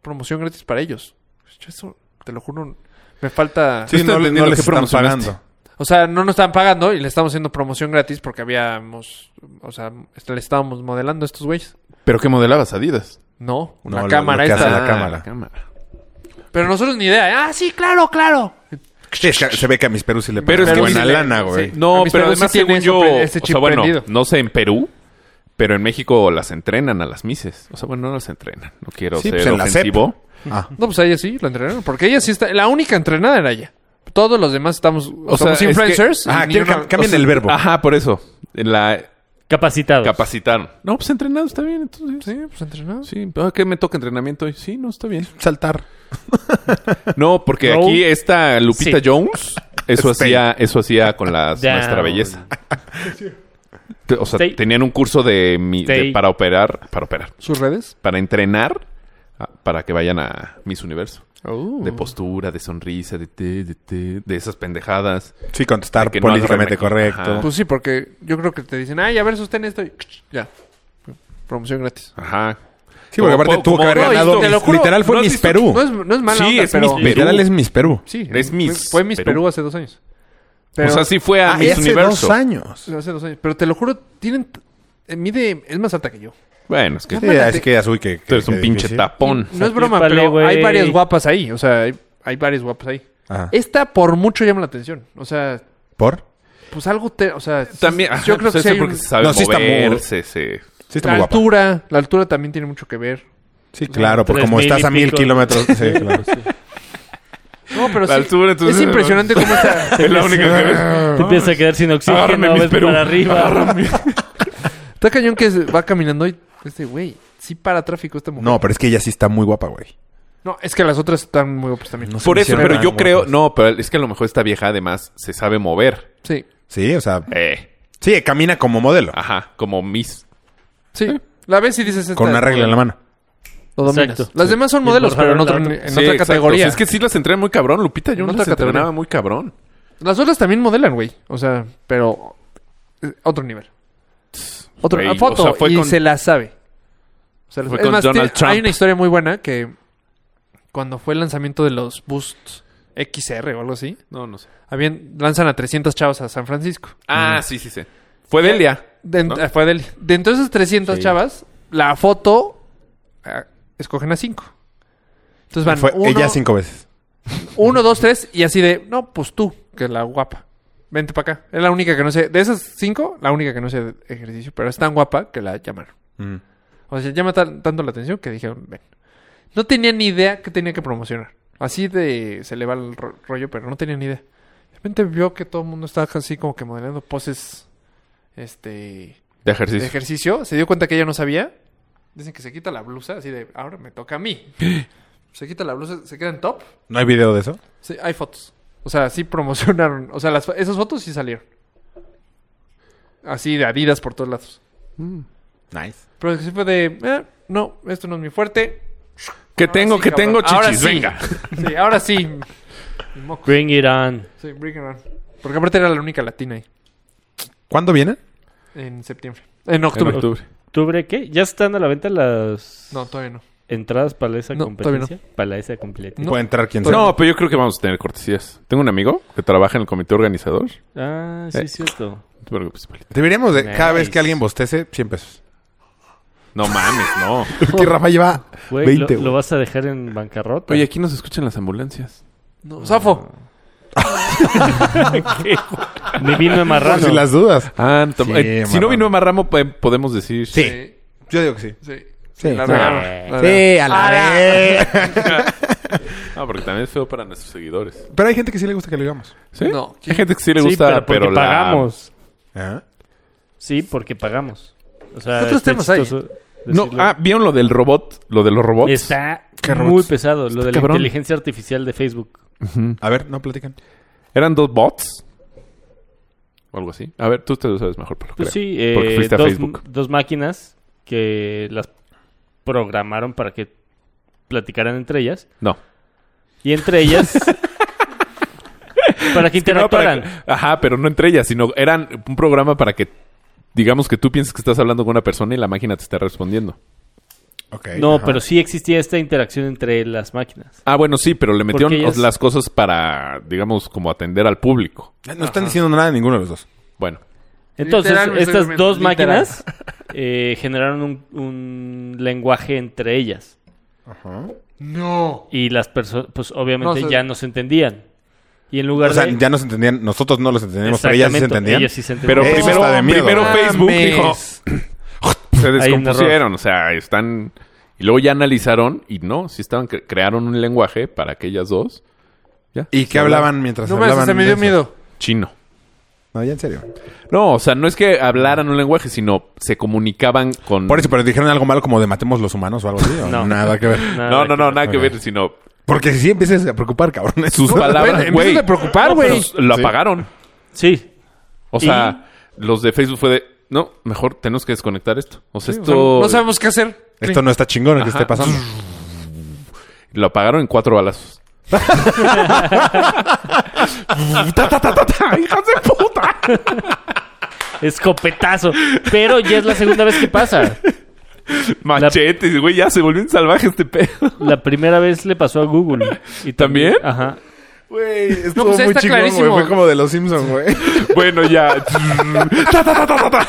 E: Promoción gratis para ellos. Yo eso, te lo juro, me falta...
A: Sí,
C: Estoy
A: no,
C: entendiendo
A: no les
C: qué
A: están
C: promocionaste.
A: pagando.
E: O sea, no nos estaban pagando y le estamos haciendo promoción gratis porque habíamos... O sea, est- le estábamos modelando a estos güeyes.
C: ¿Pero qué modelabas, Adidas?
E: No,
A: No,
E: una
A: lo- lo
E: cámara
C: Ah,
A: que hace
E: esta.
A: la cámara.
E: Pero nosotros ni idea. ¿eh? Ah, sí, claro, claro.
A: Sí, es que se ve que a mis perus sí le
C: Pero
A: pero
C: es que
A: buena
C: sí le-
A: lana, güey.
E: sí.
C: No,
E: A mis
C: pero
E: perros sí
C: además según
E: tienen
C: yo...
E: eso pre- ese
C: o
E: chip
C: sea, bueno,
E: prendido.
C: no sé en Perú, pero en México las entrenan a las mises. O sea, bueno, no las entrenan. No quiero
A: Sí,
C: ser
A: pues, en la SEP.
C: ofensivo.
A: Ah.
E: No, pues a ella sí la entrenaron. Porque ella sí está... La única entrenada era ella. Todos los demás estamos... O
C: sea,
E: somos
C: es que-
E: influencers. y
A: Ah,
E: ni
A: quieren
E: una-
A: cam- cambien el verbo.
C: Ajá, por eso. La
B: Capacitados.
C: capacitaron. No, pues entrenado está bien, entonces.
E: Sí, pues entrenados.
C: Sí, ah, ¿qué me toca entrenamiento hoy? Sí, no, está bien.
A: Saltar.
C: No, porque
B: Roll.
C: aquí esta Lupita
B: Sí.
C: Jones, eso
A: Stay.
C: hacía, eso hacía con las
B: Down.
C: nuestra belleza. Te- O sea,
B: Stay.
C: tenían un curso de, mi- de-
B: Stay.
C: para operar, para operar,
E: ¿Sus redes?
C: para entrenar, a- para que vayan a Miss Universo.
E: Oh.
C: De postura, de sonrisa, de, te- de te- de esas pendejadas.
A: Sí, contestar
C: Que no
A: políticamente
C: agarren aquí.
A: correcto.
C: Ajá.
E: Pues sí, porque yo creo que te dicen, ay, a ver, sostén esto y ya. Promoción gratis.
C: Ajá.
A: Sí, porque
C: Como-
A: aparte tuvo que
C: como-
A: haber
E: no, y
A: ganado.
E: te lo juro,
A: literal fue
C: ¿no has
A: Miss
C: visto-
A: Perú.
E: No es, no es mala
C: Sí,
E: onda,
C: es
E: pero...
C: mis-
A: Literal
C: Perú.
A: es Miss Perú.
E: Sí,
C: Es Miss
E: Fue Miss
C: Perú.
E: Perú. hace dos años. Pero,
C: o sea, sí fue a
A: Ah,
C: Miss
A: hace
C: Universo.
A: dos años.
E: Hace dos años. Pero te lo juro, tienen... eh, Mide... Es más alta que yo.
C: Bueno, es que
A: Sí,
C: tú
E: Cálmate.
A: así que ya subí que. que-
C: eres un
A: que
C: pinche
A: difícil.
C: tapón.
E: No es broma,
B: Épale,
E: pero hay
B: güey.
E: varias guapas ahí. O sea, hay, hay varias guapas ahí.
A: Ajá.
E: Esta por mucho llama la atención. O sea,
A: ¿Por?
E: pues algo... Te, o sea,
C: También,
E: yo creo que sí hay
C: porque
E: un-
C: se sabe
A: No, sí está muy-
C: moverse, se-
A: Sí, está
E: La
A: muy guapa.
E: altura, la altura también tiene mucho que ver.
A: Sí, claro, porque
B: Tres
A: como
B: mil y
A: estás a mil
B: pico.
A: kilómetros. Sí, claro.
E: No, pero
C: La
E: sí.
C: altura, entonces-
E: es impresionante cómo está.
C: Es la única que ves.
B: Te empiezas a quedar sin
C: Agárrame,
B: oxígeno,
C: Miss
B: ves
C: Perú.
B: para arriba.
E: Está cañón que se va caminando y este güey, sí para tráfico esta mujer.
A: No, pero es que ella sí está muy guapa, güey.
E: No, es que las otras están muy guapas también.
A: No sé.
C: Por
A: me
C: eso,
A: hicieron
C: pero
A: tan
C: yo
A: guapas.
C: creo, no, pero es que a lo mejor esta vieja además se sabe mover.
E: Sí,
A: Sí, o sea.
C: Eh,
A: Sí, camina
C: Ah.
A: como modelo.
C: ajá, como Miss.
E: sí. La ves y dices esta
A: Con una regla en la mano.
E: Lo dominas.
B: Exacto.
E: Las demás son
B: Y
E: modelos,
B: los
E: pero en,
B: Harvard
E: otro- en
B: Art.
E: otra
C: Sí, exacto.
E: categoría.
C: O sea, es que sí las entrena muy cabrón. Lupita yo
E: En
C: no
E: otra
C: las entrenaba
E: categoría.
C: muy cabrón.
E: Las otras también modelan, güey. O sea, pero eh, otro nivel. Otro,
C: Güey,
E: a foto
C: o sea, fue
E: y
C: con-
E: se la sabe. Se la-
C: Fue
E: es
C: con
E: más,
C: Donald
E: tiene-
C: Trump.
E: hay una historia muy buena que cuando fue el lanzamiento de los Boost XR o algo así,
C: No, no sé.
E: habían, lanzan a 300 chavas a San Francisco. Eh,
C: Ah, sí, sí, sí. Fue Delia.
E: De,
C: ¿No?
E: eh, fue del- de entre esas 300
C: Sí.
E: chavas, la foto ah, escogen a 5. Entonces van
A: Fue
E: uno,
A: ella cinco veces.
E: uno, dos, tres, y así de, no, pues tú, que es la guapa. Vente para acá. Es la única que no sé. De esas cinco, la única que no sé de ejercicio, pero es tan guapa que la llamaron.
A: Mm.
E: O sea, llama tan- tanto la atención que dijeron, ven. No tenía ni idea que tenía que promocionar. Así de se le va el ro- rollo, pero no tenía ni idea. De repente vio que todo el mundo estaba así como que modelando poses. Este
C: De
E: de
C: ejercicio.
E: ejercicio, se dio cuenta que ella no sabía. Dicen que se quita la blusa, así de, ahora me toca a mí. Se quita la blusa, se queda en top.
A: ¿No hay video de eso?
E: Sí, hay fotos. O sea, sí promocionaron. O sea, las, fo- esas fotos sí salieron. Así de adidas por todos lados.
A: Nice.
E: Pero sí fue de, "Eh, no, esto no es mi fuerte.
C: Que
E: Ahora
C: tengo,
E: sí,
C: que
E: cabrón.
C: tengo
E: Ahora
C: chichis.
E: sí.
C: Venga.
E: Sí, ahora sí. Mi moco.
B: Bring it on.
E: Sí, bring it on. Porque aparte era la única latina ahí.
A: ¿Cuándo vienen?
E: En septiembre. En
C: En
E: octubre.
C: octubre.
B: ¿Octubre qué? ¿Ya están a la venta las
E: No, todavía no.
B: entradas para esa
E: No, todavía
B: competencia? Para esa competencia.
E: No.
A: Puede entrar quien sea.
C: No, pero yo creo que vamos a tener cortesías. Tengo un amigo que trabaja en el comité organizador.
B: Ah, sí,
C: Eh.
B: es cierto.
C: Pero, pues, vale.
A: Deberíamos de, cada
B: Nice.
A: vez que alguien bostece, 100 pesos.
C: No mames, no.
A: que Rafa lleva
B: Güey,
A: 20,
B: lo,
A: güey.
B: lo vas a dejar en bancarrota.
C: Oye, aquí nos escuchan las ambulancias.
E: No, Zafo.
A: Ah.
B: Ni vino de
A: Por
B: marrano.
A: si las dudas.
C: Ah, no, tam-
A: Sí,
C: eh, si no
A: marrano.
C: vino a Marramo, pe- podemos decir.
E: Sí.
A: Yo digo que sí.
E: Sí.
A: Sí.
E: la
A: Sí.
E: regaron. La regaron.
A: Sí, a la vez.
C: Ah, porque también es feo para nuestros seguidores.
A: Pero hay gente que sí le gusta que lo digamos.
C: ¿Sí?
E: No.
C: Hay gente que sí le
B: Sí,
C: gusta,
B: pero porque
C: pero, la-
B: pagamos.
A: ¿Ah?
B: Sí, porque pagamos. O sea,
E: Otros
B: está
E: temas hay.
B: chistoso
C: No,
B: decirlo.
C: ah, ¿vieron lo del robot? Lo de los robots.
B: Está
A: ¿Qué
B: muy
A: robots?
B: pesado lo de la
C: cabrón.
B: inteligencia artificial de Facebook.
A: A ver, no platican.
C: ¿Eran dos bots? O algo así. A ver, tú te lo sabes mejor, Pablo,
B: Pues
C: creo.
B: sí, eh,
C: Porque fuiste a
B: dos,
C: Facebook.
B: dos máquinas que las programaron para que platicaran entre ellas
C: No.
B: y entre ellas para que
C: No, para-
B: interactuaran.
C: Ajá, pero no entre ellas, sino eran un programa para que, digamos que tú piensas que estás hablando con una persona y la máquina te está respondiendo.
A: Ok.
B: No,
A: ajá.
B: pero sí existía esta interacción entre las máquinas.
C: Ah, bueno, sí, pero le metieron
B: ellas-
C: las cosas para, digamos, como atender al público.
A: No están diciendo nada de ninguno de los dos.
C: Bueno,
B: Entonces,
E: Literal, me
B: estas
E: estoy
B: dos
E: durmiendo.
B: máquinas eh, generaron un, un lenguaje entre ellas.
E: No.
B: Y las personas, pues obviamente
E: No sé.
B: ya no se entendían. Y en lugar
A: O sea,
B: de...
A: ya nos entendían. Nosotros no los entendíamos, pero ellas sí se
B: Exactamente,
A: entendían.
B: ellas sí se entendían.
C: pero
A: Eso
C: primero,
A: está de miedo.
C: primero
A: No
C: Facebook
E: mames.
C: dijo, se
B: Hay un
C: descompusieron, o sea, están... Y luego ya analizaron y no, sí estaban, cre- crearon un lenguaje para aquellas dos. Ya,
A: ¿Y qué hablaban mientras
E: No me
A: hablaban?
E: se me dio
A: de eso?
E: miedo.
C: chino.
A: No, ya en serio.
C: No, o sea, no es que hablaran un lenguaje, sino se comunicaban con...
A: Por eso, pero dijeron algo malo como de matemos los humanos o algo así. ¿o
B: No.
A: Nada que ver.
B: Eh, Nada
C: No,
B: que
C: no, no,
B: ver.
C: nada que
A: Ok.
C: ver, sino
A: Porque si sí empiezas a preocupar, cabrón.
C: sus
E: Bueno,
C: palabras,
E: empiezas
C: güey.
E: a preocupar,
C: No,
E: güey.
C: pero Lo
A: Sí.
C: apagaron.
B: Sí,
C: O sea, los de Facebook fue de, no, mejor tenemos que desconectar esto. O sea,
E: O
C: esto
E: sea,
A: Oh.
E: no sabemos qué hacer.
A: Esto no está chingón, que
C: Ajá.
A: esté pasando.
C: lo apagaron en cuatro balazos. Ta, ta, ta, ta, ta, ¡Hijas de puta!
B: escopetazo. Pero ya es la segunda vez que pasa.
C: Machetes, güey, ya se volvió un salvaje este pedo.
B: La primera vez le pasó a Google. Y
C: ¿También?
B: Ajá.
A: Güey, estuvo
E: pues,
A: muy
E: está
A: chingón, güey.
E: clarísimo.
A: Fue como de los Simpsons, güey.
C: Bueno, ya. Ta, ta, ta, ta, ta, ta.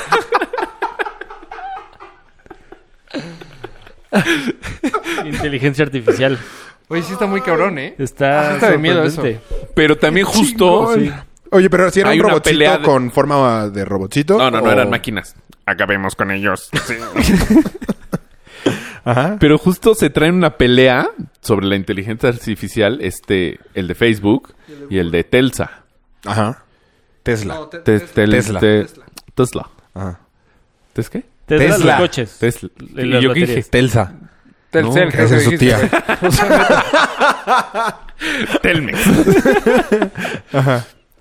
B: Inteligencia artificial.
E: Oye, sí está muy cabrón, ¿eh?
B: Está,
E: está de miedo
B: sorprendente.
C: Pero también justo.
A: Chingón. Oye, pero si era
C: Hay
A: un
C: una pelea
A: robotcito
C: de-
A: con forma de robotcito.
C: No, no, no,
A: o-
C: eran máquinas. Acabemos con ellos.
A: Ajá.
C: Pero justo se traen una pelea sobre la inteligencia artificial, este, el de Facebook y el de Telsa.
A: Ajá. Tesla.
C: Te- tel-
A: Tesla.
C: te- Tesla.
A: Ajá.
C: ¿Tes qué?
B: Tesla, los
A: Tesla.
B: coches.
C: Tesla.
B: Y las
C: ¿Y yo qué dije?
B: baterías.
A: Telsa.
E: Telcel, creo
A: Esa
E: que
A: es su
E: dijiste,
A: tía.
E: güey.
C: Telmex.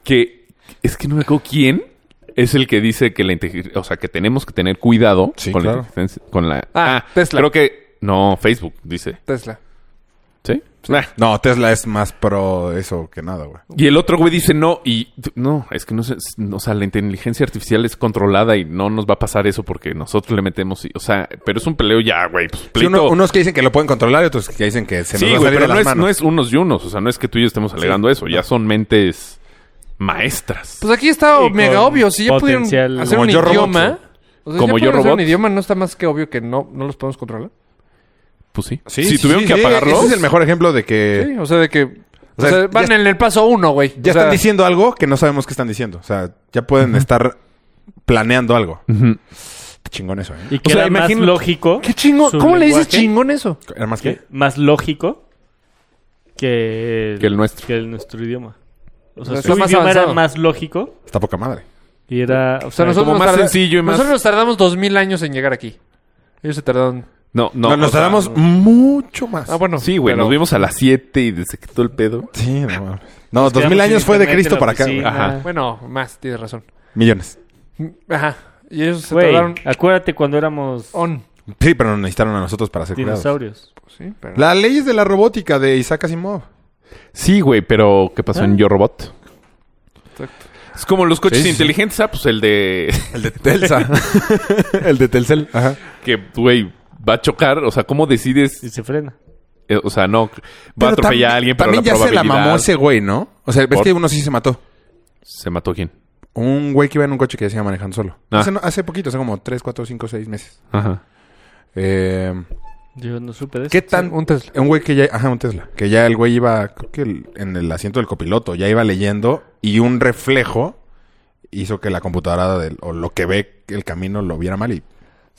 C: Que es que no me acuerdo quién es el que dice que la inteligencia, o sea, que tenemos que tener cuidado
A: Sí,
C: con,
A: claro.
C: la inteligencia- con la
E: Ah, Tesla.
C: Creo que No, Facebook, dice.
E: Tesla.
C: ¿Sí? Nah.
A: No, Tesla es más pro eso que nada, güey.
C: Y el otro güey dice no y no, es que no sé, es- no, o sea, la inteligencia artificial es controlada y no nos va a pasar eso porque nosotros le metemos, y- o sea, pero es un peleo ya, güey, pues,
A: Sí,
C: pleito.
A: uno- unos que dicen que lo pueden controlar y otros que dicen que se nos
C: sí,
A: va a
C: güey,
A: salir de
C: pero
A: las
C: no es,
A: manos.
C: no es unos y unos, o sea, no es que tú y yo estemos alegando eso, ya son mentes maestras.
E: Pues aquí está
B: Y
E: mega
B: con
E: obvio. Si ya pudieron
B: potencial-
E: hacer
A: Como
E: un
A: Yo Robot,
E: idioma.
A: güey.
E: o sea,
C: Como
E: si ya
C: Yo
E: pudieron hacer un
C: Robot.
E: idioma, ¿no está más que obvio que no, no los podemos controlar?
C: Pues sí.
A: Sí,
C: si
A: sí,
C: tuvieron
A: sí,
C: que
A: sí,
C: apagarlo.
A: Ese es el mejor ejemplo de que
E: Sí, o sea, de que... O sea,
A: sea, ya-
E: van en el paso uno, güey.
A: ya
E: O sea,
A: están diciendo algo que no sabemos qué están diciendo. O sea, ya pueden estar planeando algo. Está chingón eso, ¿eh?
B: Y que
C: sea,
B: era más
C: imagínate-
B: lógico.
E: ¿Qué chingón?
B: su
E: ¿Cómo le dices
B: lenguaje,
E: chingón eso?
A: Era más
B: ¿Qué?
A: que...
B: Más lógico que
C: Que el nuestro.
B: que el nuestro idioma. O sea,
E: O sea,
B: su
E: está más
B: idioma era
E: avanzado.
B: más lógico
A: Está poca madre.
B: y era.
E: O sea, nosotros
C: como
E: nos
C: más sencillo y más-
E: Nosotros nos tardamos dos mil años en llegar aquí. Ellos se tardaron...
C: No, no.
A: No, nos
C: o sea,
A: tardamos mucho más.
E: Ah, bueno.
C: Sí, güey,
E: pero-
C: nos vimos a las 7 y desde que todo el pedo.
A: Sí, no mames. No, dos
B: quedamos
A: mil
B: sin
A: años fue de
B: internet en
A: Cristo
B: la
A: para acá. güey.
B: oficina.
A: Ajá.
C: Ajá.
E: Bueno, más, tienes razón.
A: Millones.
E: Ajá. Y ellos se
B: Güey,
E: tardaron
B: acuérdate cuando éramos
A: Oh,
E: on.
A: Sí, pero nos necesitaron a nosotros para ser curados.
B: dinosaurios.
E: Sí, pero...
A: Las leyes de la robótica de Isaac Asimov.
C: Sí, güey, pero ¿qué pasó en Yo Robot?
E: Exacto.
C: Ah. Es como los coches
A: Sí, sí, sí.
C: inteligentes, ah, pues el de
A: El de Telsa. el de Telcel. Ajá.
C: que, güey, va a chocar, o sea, ¿cómo
B: Y
C: decides?
B: se frena.
C: Eh, O sea, no, va a
A: Pero
C: atropellar
A: tam-
C: a alguien, pero
A: También
C: la
A: ya se la
C: probabilidad-
A: mamó ese güey, ¿no? O sea, ves
C: Por-
A: que uno sí se mató.
C: ¿Se mató quién?
A: Un güey que iba en un coche que decía manejando solo.
C: Ah.
A: Hace, no- hace poquito, hace como 3, 4, 5, 6 meses.
C: Ajá.
A: Eh,
B: Yo no supe de eso.
A: ¿Qué tan...?
E: Un Tesla.
A: Un güey que ya... Ajá, un Tesla. Que ya el güey iba... Creo que el- en el asiento del copiloto. Ya iba leyendo y un reflejo hizo que la computadora del- o lo que ve el camino lo viera mal y...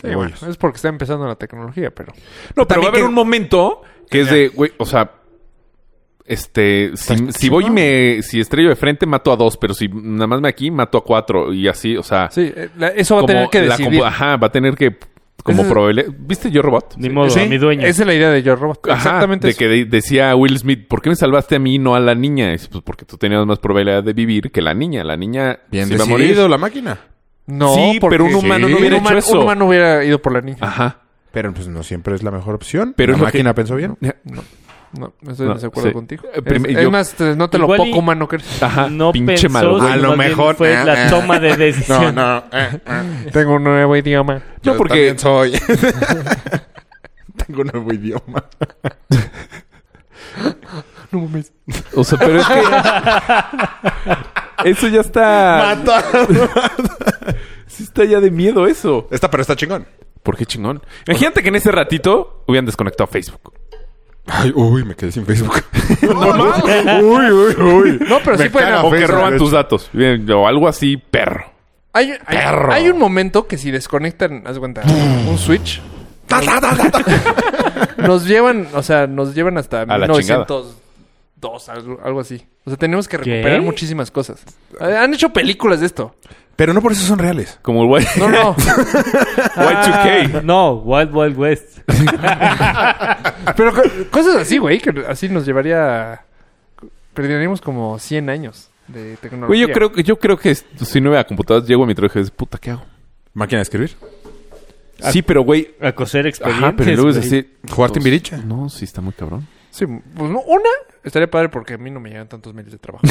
E: Sí,
A: y
E: bueno,
A: bollos.
E: es porque está empezando la tecnología, pero...
C: No, pero va
A: También
C: a haber
A: que-
C: un momento que es de, güey, o sea, este, si, si voy y me, si estrello de frente, mato a dos, pero si nada más me aquí, mato a cuatro y así, o sea,
E: Sí, eh, la- eso va a
C: como
E: tener que
C: la
E: decidir.
C: compu- Ajá, va a tener que, como
E: Ese es-
C: probabilidad. ¿Viste Yo Robot?
B: Ni modo,
A: Sí,
B: a mi dueño.
E: Esa es la idea de Yo Robot.
C: Ajá,
E: Exactamente
C: de
E: eso.
C: que de- decía Will Smith, ¿por qué me salvaste a mí y no a la niña? Y dice, pues porque tú tenías más probabilidad de vivir que la niña. La niña
A: Bien
C: se iba a
A: decidido
C: morir.
A: la máquina.
E: No,
C: Sí,
E: porque-
C: pero un humano
A: no
E: un
A: hubiera
C: hecho
E: humano-
C: eso. Ah,
E: Un humano hubiera ido por la niña.
C: Ajá.
A: Pero pues no siempre es la mejor opción.
C: Pero
A: Pero
C: es
A: la
C: lo que-
A: máquina pensó bien.
E: No, no, estoy
C: No,
E: en desacuerdo
C: sí.
E: contigo.
C: Eh, prim-
E: es,
C: yo- Ah.
E: es más, te- no te lo
B: Igual y-
E: poco humano que eres.
C: Ajá.
B: No
C: Pinche
B: pensó,
C: malo, güey.
B: A lo mejor fue la toma de decisión.
A: eh, No, no. eh, eh.
E: Tengo un nuevo idioma.
A: Yo
C: No, porque-
A: también soy. Tengo un nuevo idioma.
E: No mames.
C: O sea, pero es que... eso ya está... Sí está ya de miedo eso.
A: Está, pero está chingón.
C: ¿Por qué chingón? Imagínate que en ese ratito hubieran desconectado Facebook.
A: Ay, uy, me quedé sin Facebook. uy, uy, uy.
E: No, pero
A: Me
E: sí pueden
A: caga
C: O que
A: Facebook.
C: roban tus datos. Bien, O algo así, perro.
E: Hay, hay, hay un momento que si desconectan, haz de cuenta, un switch,
A: Ta, ta, ta, ta, ta.
E: nos llevan, o sea, nos llevan hasta
C: la
E: 1902, algo, algo así. O sea, tenemos que recuperar
B: ¿Qué?
E: muchísimas cosas. Eh, Han hecho películas de esto.
A: Pero no por eso son reales.
C: Como el güey.
E: No, no.
A: Ah.
C: Y2K.
B: Ah, No, Wild Wild West.
E: Ah, Pero co- cosas así, güey, que así nos llevaría... Perderíamos como 100 años de tecnología.
C: Güey, yo creo, que- yo creo que si no hubiera computadoras, llego a mi trabajo y digo, puta, ¿qué hago?
A: Máquina de escribir.
C: Sí, pero güey.
B: A coser expedientes.
C: Ajá, pero luego es
B: güey.
C: así.
A: Jugar timbiriche.
C: No, sí, está muy cabrón.
E: Sí, pues no, una estaría padre porque a mí no me llegan tantos mails de trabajo.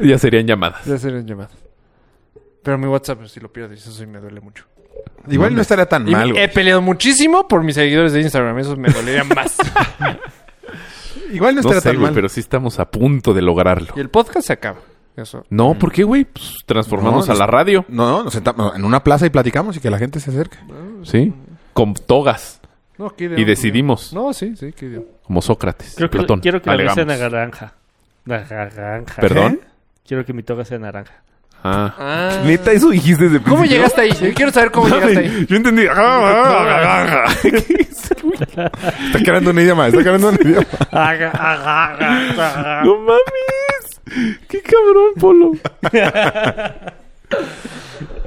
C: Ya serían llamadas.
E: De hacer en llamadas. Pero mi WhatsApp si lo pierdo y eso sí me duele mucho.
A: Igual no estaría tan
E: Y
A: mal.
E: he
A: güey.
E: peleado muchísimo por mis seguidores de Instagram, esos me dolerían más.
A: Igual no
C: No,
A: estaría
C: sé,
A: tan
C: güey,
A: mal.
C: pero sí estamos a punto de lograrlo.
E: y el podcast se acaba. Eso.
C: No, ¿por qué, güey? Pues, transformarnos
A: No,
C: a la radio,
A: No, nos sentamos en una plaza y platicamos y que la gente se acerque.
C: ¿sí? Con togas,
E: No, qué
C: Y decidimos.
E: No, sí, sí, qué idea.
C: como Sócrates,
B: Creo que
C: Platón.
B: quiero que
C: Alegamos.
B: la mesa sea naranja. Naranja. ¿Eh?
C: ¿Perdón?
B: Quiero que mi toga sea naranja.
C: Ah.
E: Ah.
C: Neta, eso dijiste desde el
E: ¿Cómo
C: principio?
E: llegaste ahí? Yo quiero saber cómo llegaste ahí.
C: Yo entendí. Ah, ¿Qué es, güey?
A: Está creando un idioma. Está creando un idioma.
C: no mames. Qué cabrón, Polo.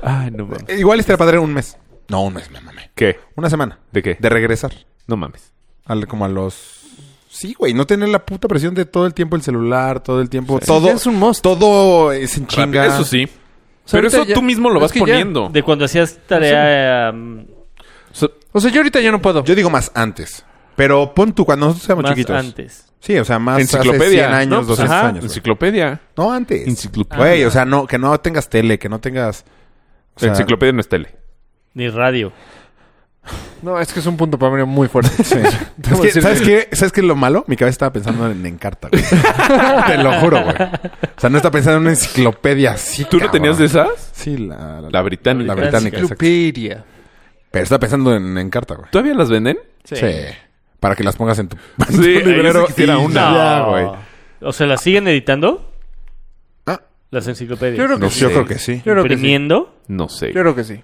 C: Ay, no mames.
A: Igual estaría padre un mes. No, un mes, me mamé.
C: ¿Qué?
A: Una semana.
C: ¿De qué?
A: De regresar.
C: No mames.
A: Al- como a los... Sí, güey. No tener la puta presión de todo el tiempo el celular, todo el tiempo... Todo
E: Ya es un must.
A: todo es en chinga.
C: Eso sí.
E: sea,
C: Pero
E: ahorita
C: eso
E: ya-
C: tú mismo lo
E: es
C: vas
E: que ya-
C: poniendo.
B: De cuando hacías tarea. um,
C: So-
E: O sea, yo ahorita ya no puedo.
A: Yo digo más antes. Pero pon tú, cuando nosotros éramos
B: Más
A: chiquitos.
B: antes.
A: Sí, o sea, más
C: Enciclopedia,
A: hace 100 años,
C: ¿no?
A: 200
B: Ajá,
A: años. güey.
C: Enciclopedia.
A: No, antes.
C: Enciclopedia.
A: Güey, o sea, no, que no tengas tele, que no tengas... o sea,
C: Enciclopedia este no es tele.
B: Ni radio.
E: No, es que es un punto para mí muy fuerte.
A: sí. Es
E: Debo
A: que,
E: decir-
A: ¿sabes, qué, ¿Sabes qué es lo malo? Mi cabeza estaba pensando en Encarta, güey. Te lo juro, güey. O sea, no estaba pensando en una enciclopedia así,
C: ¿Tú no
A: cabrón.
C: tenías de esas?
A: Sí, la...
C: La británica.
A: La británica, exacto.
E: Enciclopedia.
A: Pero estaba pensando en Encarta, güey.
C: ¿Todavía las venden?
A: Sí. Para que las pongas en tu, en tu
C: Sí,
A: librero
C: yo sí quisiera
A: y
C: una.
A: ya, güey.
B: O sea, ¿las siguen editando?
A: Ah.
B: Las enciclopedias.
E: Yo creo que
A: No,
E: sí.
A: yo creo que sí.
E: Yo creo que sí.
B: ¿Imprimiendo?
C: No sé.
E: Yo creo que sí.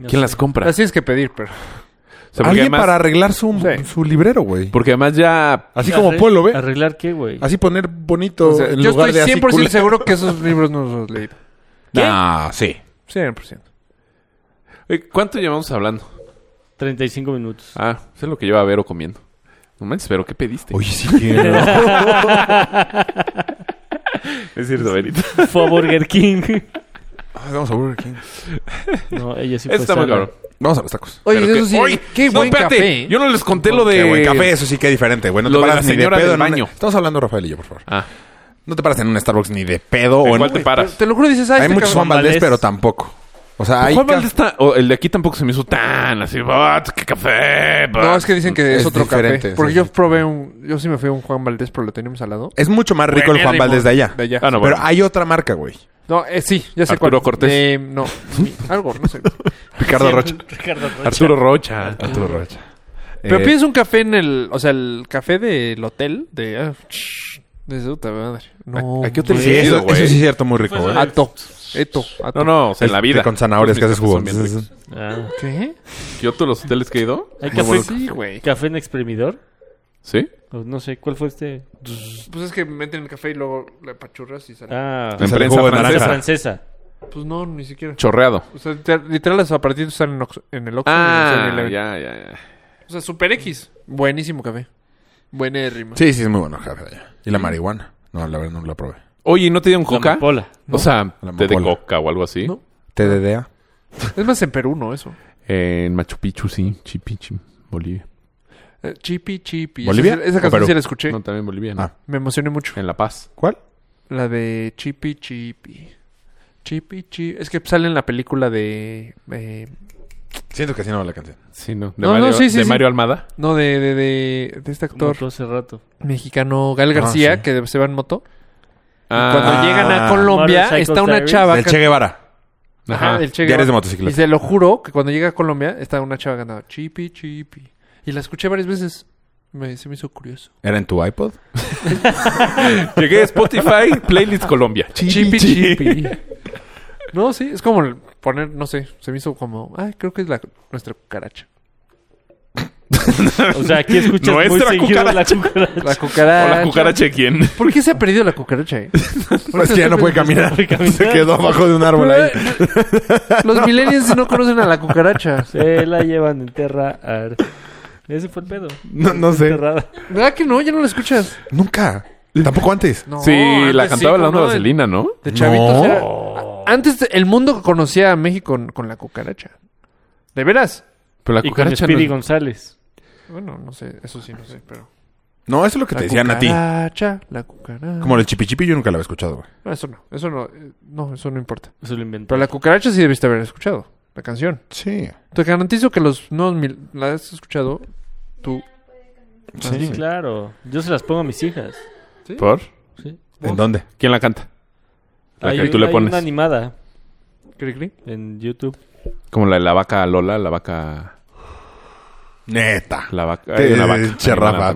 B: No
C: ¿Quién
B: sé.
C: las compra?
E: Así es que pedir, pero.
C: O sea, porque,
A: Alguien
C: además,
A: para arreglar su,
E: Sí.
A: su librero, güey.
C: porque además ya...
A: Así como
B: Arre-
A: Polo, ¿ve?
B: ¿Arreglar qué, güey?
A: Así poner bonito
E: O sea,
A: en
E: yo
A: lugar
E: estoy
A: de
E: 100%
A: así.
E: seguro que esos libros no los he leído.
A: Ah, sí.
E: 100%.
C: Eh, ¿Cuánto llevamos hablando?
B: 35 minutos.
C: Ah, sé lo que lleva Vero comiendo. No manches, pero ¿qué pediste?
A: Oye, sí quiero.
C: Es
E: Pues,
C: cierto, Verita.
B: Fue a Burger King.
A: Ay, vamos a Burger King.
B: No, ella sí fue
C: Está muy
B: sana.
C: cabrón.
A: Vamos a los tacos.
E: pues, Oye,
C: Pero
E: eso
C: que-
E: sí.
C: ¡Oye!
E: qué
C: No,
E: buen
C: espérate,
E: café. ¿eh?
C: Yo no les conté lo de...
A: Qué buen café, eso sí que es diferente, güey. No
C: Lo
A: te
C: de la
A: paras ni de
C: señora
A: pedo.
C: del
A: en un-
C: baño.
A: Estamos hablando, Rafael y yo, por favor.
C: Ah,
A: No te paras en un Starbucks ni de pedo.
C: ¿en
A: O en...
C: cuál te paras?
E: Te lo juro, dices, ay, este
A: Hay muchos Juan Valdés,
B: Valdés.
A: pero tampoco. O sea, hay...
C: Juan
A: ca-
C: Valdés está- o el de aquí tampoco se me hizo tan así. "Ah, ¡Qué café! bah".
E: No, es que dicen que es,
A: Es
E: otro
A: diferente,
E: café. Porque
A: sí,
E: yo
A: sí.
E: probé un. Yo sí me fui a un Juan Valdés, pero lo teníamos al lado.
A: Es mucho más rico el Juan
E: Buenérrimo.
A: Valdés de allá.
E: De allá.
C: Ah, no,
A: Pero
C: bueno.
A: hay otra marca, güey.
E: No, eh, sí, ya sé
C: Arturo
E: cuál.
C: Cortés.
E: Eh, no, algo, no sé.
A: Ricardo Rocha.
B: Ricardo Rocha.
C: Arturo Rocha.
A: Arturo Rocha.
E: Pero
A: Eh,
E: pides un café en el. O sea, el café del hotel. De. ah, shh, de su puta madre. No.
C: ¿A- a qué hotel
E: güey.
A: Sí,
C: fuiste?
A: eso,
C: güey.
A: eso sí es cierto, muy rico, güey.
E: Ato. Eto. Ato.
C: No, no, o sea, en la
A: Este,
C: vida. Pues,
A: Con zanahorias que haces
C: Son
A: jugo.
C: bien ricos.
B: Ah.
E: ¿Qué?
C: Yo todos los hoteles que he ido.
B: ¿Hay
E: Café.
B: café,
E: Sí, güey.
B: café en exprimidor?
C: ¿Sí?
B: O No sé, ¿cuál fue este?
E: Pues es que meten el café y luego le apachurras y sale.
B: Ah,
A: Sale
C: prensa
A: jugo de
B: francesa.
A: naranja.
B: francesa.
E: Pues no, ni siquiera.
C: Chorreado.
E: O sea, literal- literal, los aparatitos están en, Ox- en el Oxxo. y en
C: Ah,
E: el 7-Eleven.
C: ya, ya, ya.
E: O sea, Super X. Buenísimo café. Buenérrimo.
A: Sí, sí, es muy bueno el café de allá. ¿Y la marihuana? No, la verdad no la probé.
C: Oye, ¿y ¿no te dieron
B: La
C: coca?
B: amapola.
C: O sea,
A: La
C: té de
A: amapola.
C: coca o algo así.
E: No.
A: ¿TDDA?
E: Es más en Perú, ¿no? Eso.
C: En Machu Picchu, sí. Chipichi, Bolivia.
E: Eh, Chipi, chipi.
A: ¿Bolivia
E: Esa, esa
A: o
E: canción
A: Perú?
E: sí la escuché.
C: No, también Bolivia, ¿no?
A: Ah.
E: Me emocioné mucho.
C: En La Paz.
A: ¿Cuál?
E: La de Chipi Chipi. Chipi Chipi. Es que sale en la película de. eh,
A: Siento que así no va la canción.
C: Sí, no. De
E: No, no,
C: Mario,
E: sí, sí,
C: de
E: sí.
C: Mario Almada.
E: no, de, de, de, de este
B: Como
E: actor
B: tú hace rato.
E: mexicano Gal
A: Ah,
E: García
A: sí.
E: que se va en moto. Y
C: Ah,
E: cuando llegan a Colombia,
B: Motorcycle
E: está una
B: Diaries.
E: chava.
A: Del
E: can-
A: Che Guevara.
E: Ajá, del Che
A: Ya eres de
E: Guevara.
A: motocicleta.
E: Y se lo juro que cuando llega a Colombia está una chava cantando Chipi Chipi. Y la escuché varias veces. Me, se me hizo curioso.
A: ¿Era en tu iPod?
C: Llegué a Spotify, Playlist Colombia.
E: Chipi Chipi. No, sí, es como el poner, no sé, se me hizo como, ay, creo que es la, nuestra cucaracha.
B: O sea, aquí escuchas muy
C: Nuestra
B: seguido la cucaracha.
E: La
C: O
E: cucaracha.
C: la cucaracha, ¿quién?
E: ¿Por qué se ha perdido la cucaracha, eh?
A: No, Pues es que ya no puede caminar.
B: puede caminar.
A: Se quedó abajo de un árbol ahí.
E: Los millennials no conocen a la cucaracha.
B: Se la llevan en tierra. ar- Ese fue el pedo.
A: No, no sé.
B: Enterrada.
E: ¿Verdad que no? Ya no la escuchas.
A: Nunca. Tampoco antes.
E: No,
C: Sí, la
E: antes
C: cantaba la
E: ¿cómo
C: onda
E: no?
C: vaselina, ¿no?
E: De, de chavitos.
A: No.
E: era- Antes el mundo conocía a México con, con la cucaracha. ¿De veras?
C: Pero la
B: Y con
C: cucaracha
B: Speedy
C: no.
B: González.
E: Bueno, no sé, eso sí, no sé, pero.
A: No, eso es lo que
E: La
A: te decían a ti.
E: cucaracha, la cucaracha.
A: Como el chipichipi yo nunca lo había escuchado, güey.
E: No, eso no, eso no, eh, no, eso no importa.
B: Se lo inventó.
E: Pero la cucaracha sí debiste haber escuchado, la canción.
A: Sí.
E: Te garantizo que los nuevos mil... ¿La has escuchado? Tú.
A: Sí.
B: Claro. Yo se las pongo a mis hijas.
C: ¿Por?
B: ¿sí?
A: ¿En dónde?
C: ¿Quién la canta? La que tú le
B: una-
C: pones.
B: una animada
E: ¿Cri, cri?
B: en YouTube.
C: Como la de la vaca Lola, la vaca...
A: Neta.
C: La vaca...
A: Te-
C: hay una vaca
A: che,
C: animada
A: Rafa.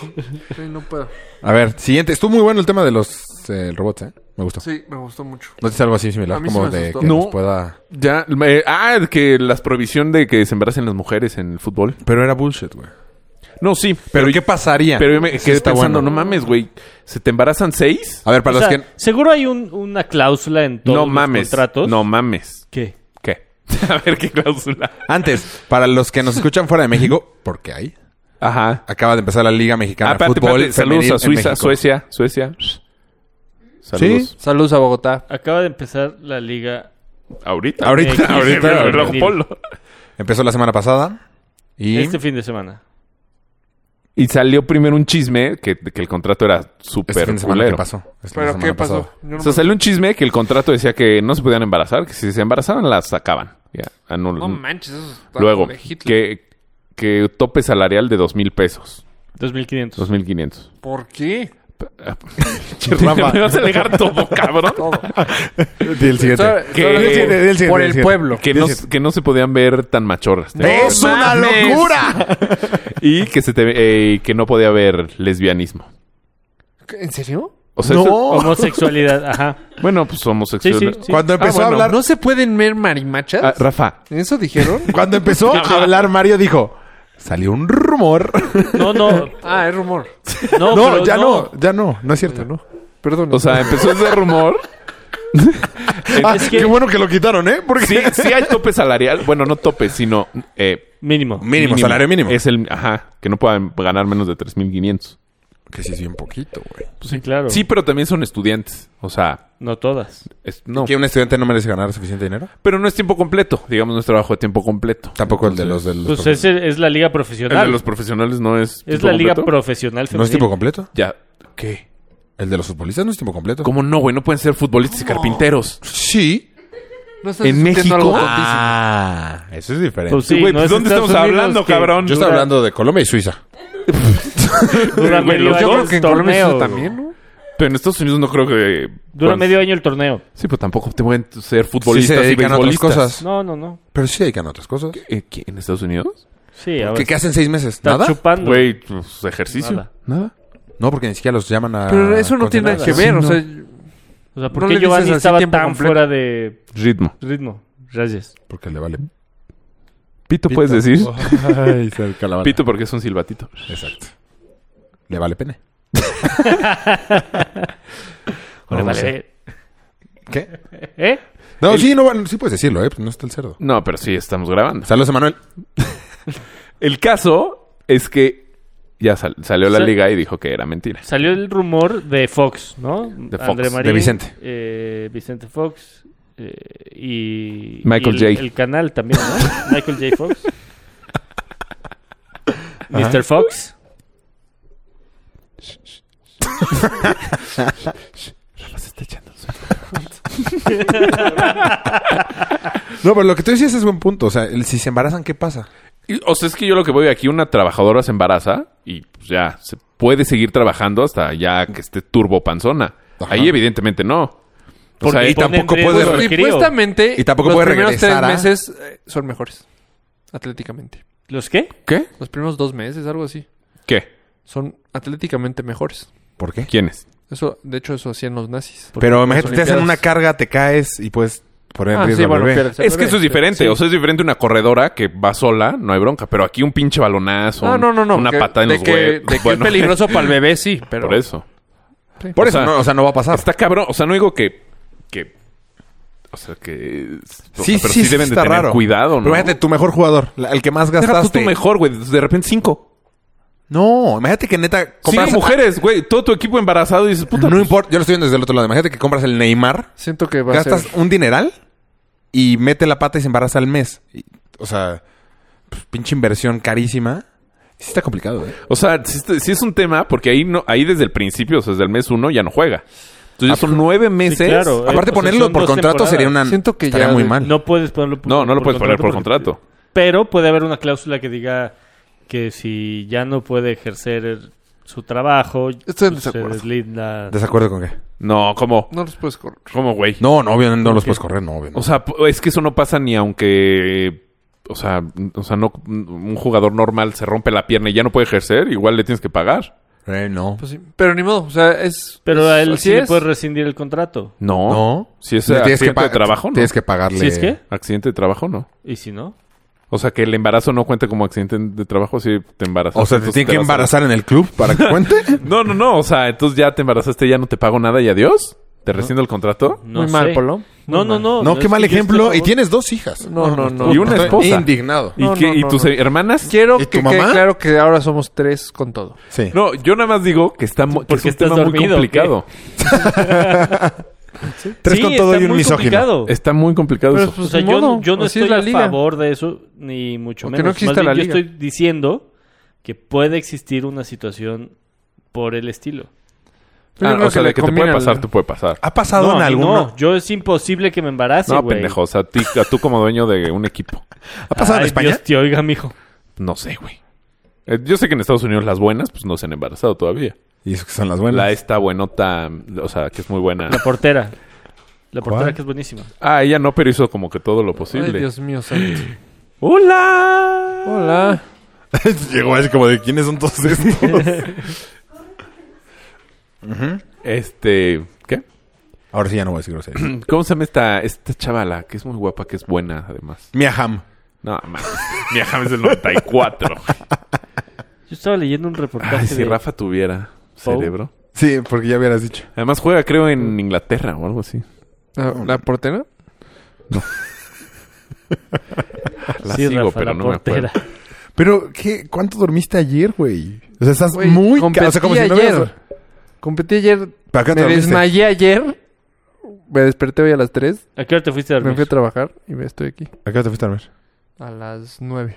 C: también.
E: Sí, no puedo.
A: A ver, siguiente. Estuvo muy bueno el tema de los eh, robots, ¿eh? Me gustó.
E: Sí, me gustó mucho.
A: ¿No es algo así similar?
E: A mí sí
A: Como
E: me
A: de
E: asustó.
A: que
C: No.
A: nos pueda...
C: Ya, me- ah, que la prohibición de que se embaracen las mujeres en el fútbol.
A: Pero era bullshit, güey.
C: No, sí,
A: ¿Pero qué pasaría?
C: pero yo me
A: Sí
C: quedé
A: está
C: pensando,
A: bueno.
C: no mames, güey, ¿se te embarazan seis?
A: A ver, para
B: O
A: los
B: sea,
A: que...
B: Seguro hay un- una cláusula en todos
C: No
B: los
C: mames,
B: contratos.
C: no mames.
B: ¿Qué?
C: ¿Qué? A ver, ¿qué cláusula?
A: Antes, para los que nos escuchan fuera de México, porque hay...
C: Ajá.
A: Acaba de empezar la Liga Mexicana
C: Ah,
A: de
C: espérate,
A: Fútbol.
C: espérate. Saludos
A: femenil
C: a
A: en
C: Suiza,
A: México.
C: Suecia, Suecia. Saludos.
E: Saludos a Bogotá.
B: Acaba de empezar la liga.
C: Ahorita.
A: Ahorita,
B: Eh,
A: ahorita.
B: eh,
C: Reloj
B: eh,
C: polo.
A: Empezó la semana pasada y
B: Este fin de semana.
C: Y salió primero un chisme que, que el contrato era
A: este
C: súper
A: fin de semana ¿qué
C: culero.
A: pasó? Este fin de
E: ¿Pero
A: semana
E: qué pasó?
A: pasado.
E: Yo no
C: O sea,
E: me-
C: salió un chisme que el contrato decía que no se podían embarazar, que si se embarazaban las sacaban. Ya, anul-
E: No manches, eso es dato
C: Luego,
E: de Hitler.
C: que, que tope salarial de dos mil pesos,
B: 2500.
C: dos mil quinientos.
E: ¿Por qué?
C: Me vas a dejar todo, cabrón.
A: Di el siguiente.
E: Solo-
A: Di
E: solo
A: el siguiente, di el siguiente,
E: por
A: di
E: el
A: siguiente.
E: pueblo.
C: Que no, que no se podían ver tan machorras.
A: ¡Es
E: ¡No
A: una
E: mames!
A: locura!
C: Y que se te, eh, que no podía haber lesbianismo.
E: ¿En serio?
C: O sea,
A: No.
C: eso- oh,
B: Homosexualidad, ajá.
C: bueno, pues homosexual.
B: Sí, sí, sí.
A: Cuando empezó a
E: Ah, bueno,
A: hablar...
E: ¿No se pueden ver marimachas?
C: Ah, Rafa,
E: ¿Eso dijeron?
A: Cuando empezó a hablar Mario dijo... Salió un rumor.
B: No, no.
E: ah, es rumor.
B: No,
A: No,
B: pero
A: ya no. ya no. No es cierto.
E: Perdón.
C: o sea, empezó ese rumor.
A: Ah,
B: Es que-
A: Qué bueno que lo quitaron, ¿eh? Porque...
C: Sí, sí hay tope salarial. Bueno, no tope, sino eh,
B: Mínimo.
A: Mínimo, salario mínimo.
C: Es el, ajá, que no puedan ganar menos de 3500.
A: Que sí es bien poquito, güey.
B: Pues sí, claro.
C: Sí, pero también son estudiantes. O sea,
B: No todas.
C: es- no.
A: ¿Que un estudiante no merece ganar suficiente dinero?
C: Pero no es tiempo completo. Digamos, no es trabajo de tiempo completo.
A: Tampoco el de los... De los
B: Pues es, es la liga
C: El de
B: profesional.
C: los profesionales no es.
B: Es
C: tiempo
B: la liga
C: completo.
B: profesional femenina.
A: ¿No es tiempo completo?
C: Ya. ¿Qué?
A: ¿El de los futbolistas no es tiempo completo?
C: ¿Cómo no, güey? No pueden ser futbolistas y carpinteros.
A: Sí.
E: ¿No estás
C: ¿en
E: discutiendo
C: México?
E: algo tontísimo?
A: Ah, eso es diferente.
B: Pues sí,
C: Güey,
B: no
C: pues
B: es
C: ¿dónde
B: Estados
C: estamos
B: Unidos
C: hablando,
B: que
C: cabrón?
A: Yo estaba hablando de Colombia y Suiza.
B: Dura
C: Güey,
B: medio
C: los-
B: año
E: Yo creo
B: el
E: que en Colombia y Suiza
B: torneo.
E: también, ¿no?
C: Pero en Estados Unidos no creo que.
B: Dura
C: puedan-
B: medio año el torneo.
C: Sí, pero tampoco te pueden ser
A: Sí
C: futbolistas
A: se
C: y
A: dedican a otras
C: beisbolistas.
A: cosas.
B: No, no, no.
A: Pero sí se dedican a otras cosas. ¿Qué,
C: Eh, ¿qué? ¿En Estados Unidos?
B: Sí, ahora
A: qué hacen seis meses?
B: está
A: ¿Nada?
B: chupando.
C: Güey, pues, ejercicio.
B: Nada.
C: Nada.
A: No, porque ni siquiera los llaman a...
E: Pero eso no tiene Ah, nada que ver, o sea...
B: O sea, ¿por
E: No
B: qué
E: le dices
B: Giovanni
E: así
B: estaba tan
E: tiempo completo.
B: fuera de
C: Ritmo.
B: ritmo? Gracias.
A: Porque le vale.
C: Pito, puedes decir.
E: Oh,
A: Ay, cerca la bala.
C: Pito porque es un silbatito.
A: Exacto. Le vale pene.
B: Vale,
A: Vamos
B: vale.
A: ¿Qué?
B: ¿Eh?
A: No, sí, no, bueno, sí puedes decirlo, ¿eh? Pues No está el cerdo.
C: No, pero sí estamos grabando.
A: Saludos, Emanuel.
C: El caso es que ya sal- salió la
B: Sa-
C: liga y dijo que era mentira.
B: Salió el rumor de Fox, ¿no? De
C: Fox, de
A: Vicente.
B: Eh, Vicente Fox. eh, y.
C: Michael
B: y el,
C: J.
B: El canal también, ¿no? Michael J. Fox. Mr. Fox.
A: No, pero lo que tú decías es buen punto. O sea, el- si se embarazan, ¿qué pasa?
C: Y, o sea, es que yo lo que voy aquí, una trabajadora se embaraza y pues, ya se puede seguir trabajando hasta ya que esté turbo panzona.
A: Ajá.
C: Ahí evidentemente no. O sea,
B: Porque
C: ahí
B: ponen
A: tampoco
B: riesgo
A: puedes-
B: al
A: Pues,
B: crío.
E: Supuestamente,
A: Y tampoco
E: los
A: puede
E: primeros
A: regresar a-
E: tres meses eh, son mejores, atléticamente.
B: ¿Los qué?
C: ¿Qué?
E: Los primeros dos meses, algo así,
C: ¿Qué?
E: son atléticamente mejores.
A: ¿Por qué?
C: ¿Quiénes?
E: Eso, de hecho, eso hacían los nazis.
A: Pero imagínate, te hacen
E: Olimpiadas.
A: una carga, te caes y puedes poner en
E: Ah,
A: riesgo
E: sí,
A: al
E: bueno,
A: bebé.
E: pierdes el
C: es que
E: bebé.
C: eso es diferente. O sea, es diferente una corredora que va sola, no hay bronca. Pero aquí un pinche balonazo,
E: No,
C: un-
E: no, no, no.
C: una
E: que-
C: patada en
E: de
C: los
E: que-
C: huevos.
E: de que
C: Bueno,
E: es peligroso para el bebé, sí, pero...
C: Por eso.
A: Por
C: O
A: eso,
C: sea,
A: no, o sea, no va a pasar.
C: Está cabrón. O sea, no digo que... que o sea, que... o sea, pero deben de
A: está
C: tener cuidado, ¿no?
A: Pero imagínate, tu mejor jugador, la- el que más
C: Deja tú
A: gastaste.
C: tu mejor, güey. De repente cinco.
A: No, imagínate que neta
C: Cinco
A: compras
C: mujeres, güey. Todo tu equipo embarazado y dices, puta, pues.
A: No importa, yo lo estoy viendo desde el otro lado. Imagínate que compras el Neymar,
E: Siento que va a
A: gastas
E: ser...
A: un dineral y mete la pata y se embaraza al mes. Y, o sea, pues, pinche inversión carísima. Sí está complicado, ¿eh?
C: O sea, sí, está- sí es un tema porque ahí no, ahí desde el principio, o sea, desde el mes uno ya no juega. Entonces ya son nueve meses.
B: claro. Eh,
A: Aparte
B: o sea,
A: ponerlo
B: son
A: por
B: dos
A: contrato
B: temporadas.
A: sería una
E: Siento que
A: estaría
E: ya
A: muy
E: de-
A: mal.
B: No puedes ponerlo por
C: Ah. No, no lo puedes poner por
B: porque-
C: contrato.
B: Pero puede haber una cláusula que diga que si ya no puede ejercer su trabajo,
E: Estoy en
B: pues, se
E: desacuerdo.
B: deslinda.
A: ¿Desacuerdo con qué?
C: No, ¿cómo?
E: No los puedes correr.
C: ¿Cómo, güey?
A: No, no, obvio, no los
B: Ok.
A: puedes correr, no, obvio. no.
C: O sea, p- es que eso no pasa ni aunque. O sea, n- o sea, no un jugador normal se rompe la pierna y ya no puede ejercer, igual le tienes que pagar.
A: Eh, no.
E: Pues sí, Pero ni modo, o sea, es...
B: Pero
E: es-
B: a él
E: así
B: sí le
E: es.
B: puedes rescindir el contrato.
C: No.
A: No.
C: Si es
A: Le
C: accidente
A: pa-
C: de trabajo, no.
A: Tienes que pagarle.
B: ¿Sí es qué?
C: Accidente de trabajo, no.
B: ¿Y si no?
C: O sea, que el embarazo no cuenta como accidente de trabajo si te embarazas.
A: O sea, te
C: Entonces
A: tienen que
C: vas a-
A: embarazar en el club para que cuente.
C: No, no, no. O sea, entonces ya te embarazaste, ya no te pago nada y adiós. ¿Te rescindo el contrato?
B: No
E: Muy mal,
B: sé.
E: Polo.
B: No,
E: Muy
B: no,
E: mal.
B: no.
A: No,
B: es
A: qué
B: que
A: mal
B: yo estoy a
A: ejemplo.
B: favor.
A: Y tienes dos hijas.
E: No, no, no.
C: Y una
A: Estoy
C: esposa.
A: Indignado.
C: ¿Y,
E: No,
C: qué-
E: no,
C: y
E: no,
C: tus
E: no.
C: hermanas?
E: Quiero
A: ¿Y tu
E: que
A: mamá?
E: quede claro que ahora somos tres con todo.
A: Sí.
C: No, yo nada más digo que está mu- que
B: Porque
C: es un
B: estás
C: tema muy
B: dormido, ¿o qué?
C: complicado.
A: Tres
B: Sí,
A: con todo
B: está
A: y un
B: muy
A: misógino.
B: complicado.
C: Está muy complicado
E: Pero,
C: eso.
E: pues,
B: o sea,
E: ni
B: yo,
E: modo.
B: no- yo no
E: Así es
B: estoy
E: la
B: a
E: liga.
B: favor de eso, ni mucho
E: O que
B: menos.
E: no
B: Más
E: exista
B: bien,
E: la
B: yo
E: liga.
B: estoy diciendo que puede existir una situación por el estilo.
E: Pero yo
C: Ah,
E: creo
C: o sea,
E: le
C: de que te
E: conviene Ah,
C: puede
E: al-
C: pasar, te puede pasar.
A: ¿Ha pasado
B: no,
A: en
B: a mí
A: alguno?
B: no, yo es imposible que me embarace,
C: no,
B: güey.
C: pendejo. O sea, a ti- a tú como dueño de un equipo.
A: ¿Ha pasado en
B: Ay,
A: España?
B: Dios te oiga, mijo.
C: No sé, güey. Eh, Yo sé que en Estados Unidos las buenas, pues no se han embarazado todavía.
A: Y eso que son las buenas.
C: La esta buenota, o sea, que es muy buena.
B: La portera. La portera
A: ¿Cuál?
B: que es buenísima.
C: Ah, ella no, pero hizo como que todo lo posible.
E: Ay, Dios mío, santo.
C: ¡Hola!
E: Hola.
A: Llegó así como de quiénes son todos estos.
C: Este, ¿qué?
A: Ahora sí ya no voy a decir groserías.
C: ¿Cómo se llama esta, esta chavala? Que es muy guapa, que es buena, además.
A: Mia Hamm.
C: No, mames. Mia Hamm es del 94.
B: Yo estaba leyendo un reportaje
C: Ay, si
B: de...
C: Rafa tuviera
B: Pou.
C: cerebro.
A: Sí, porque ya hubieras dicho.
C: Además juega, creo, en Inglaterra o algo así.
E: ¿La, la portera?
C: La
B: Ah, Sí,
C: sigo,
B: Rafa,
C: pero
B: la
C: no me
B: portera.
C: acuerdo.
A: Pero, ¿qué? ¿Cuánto dormiste ayer, güey? O sea, estás
E: Güey,
A: muy...
E: competí
A: ca- O sea, como si no
E: ayer.
A: hubieras-
E: Competí ayer.
A: ¿Para qué
E: Me
A: te dormiste?
E: desmayé ayer. Me desperté hoy a las 3.
B: ¿A qué hora te fuiste a
E: Me fui a
B: dormir?
E: trabajar y me estoy aquí.
A: ¿A qué hora te fuiste a dormir?
E: A las 9.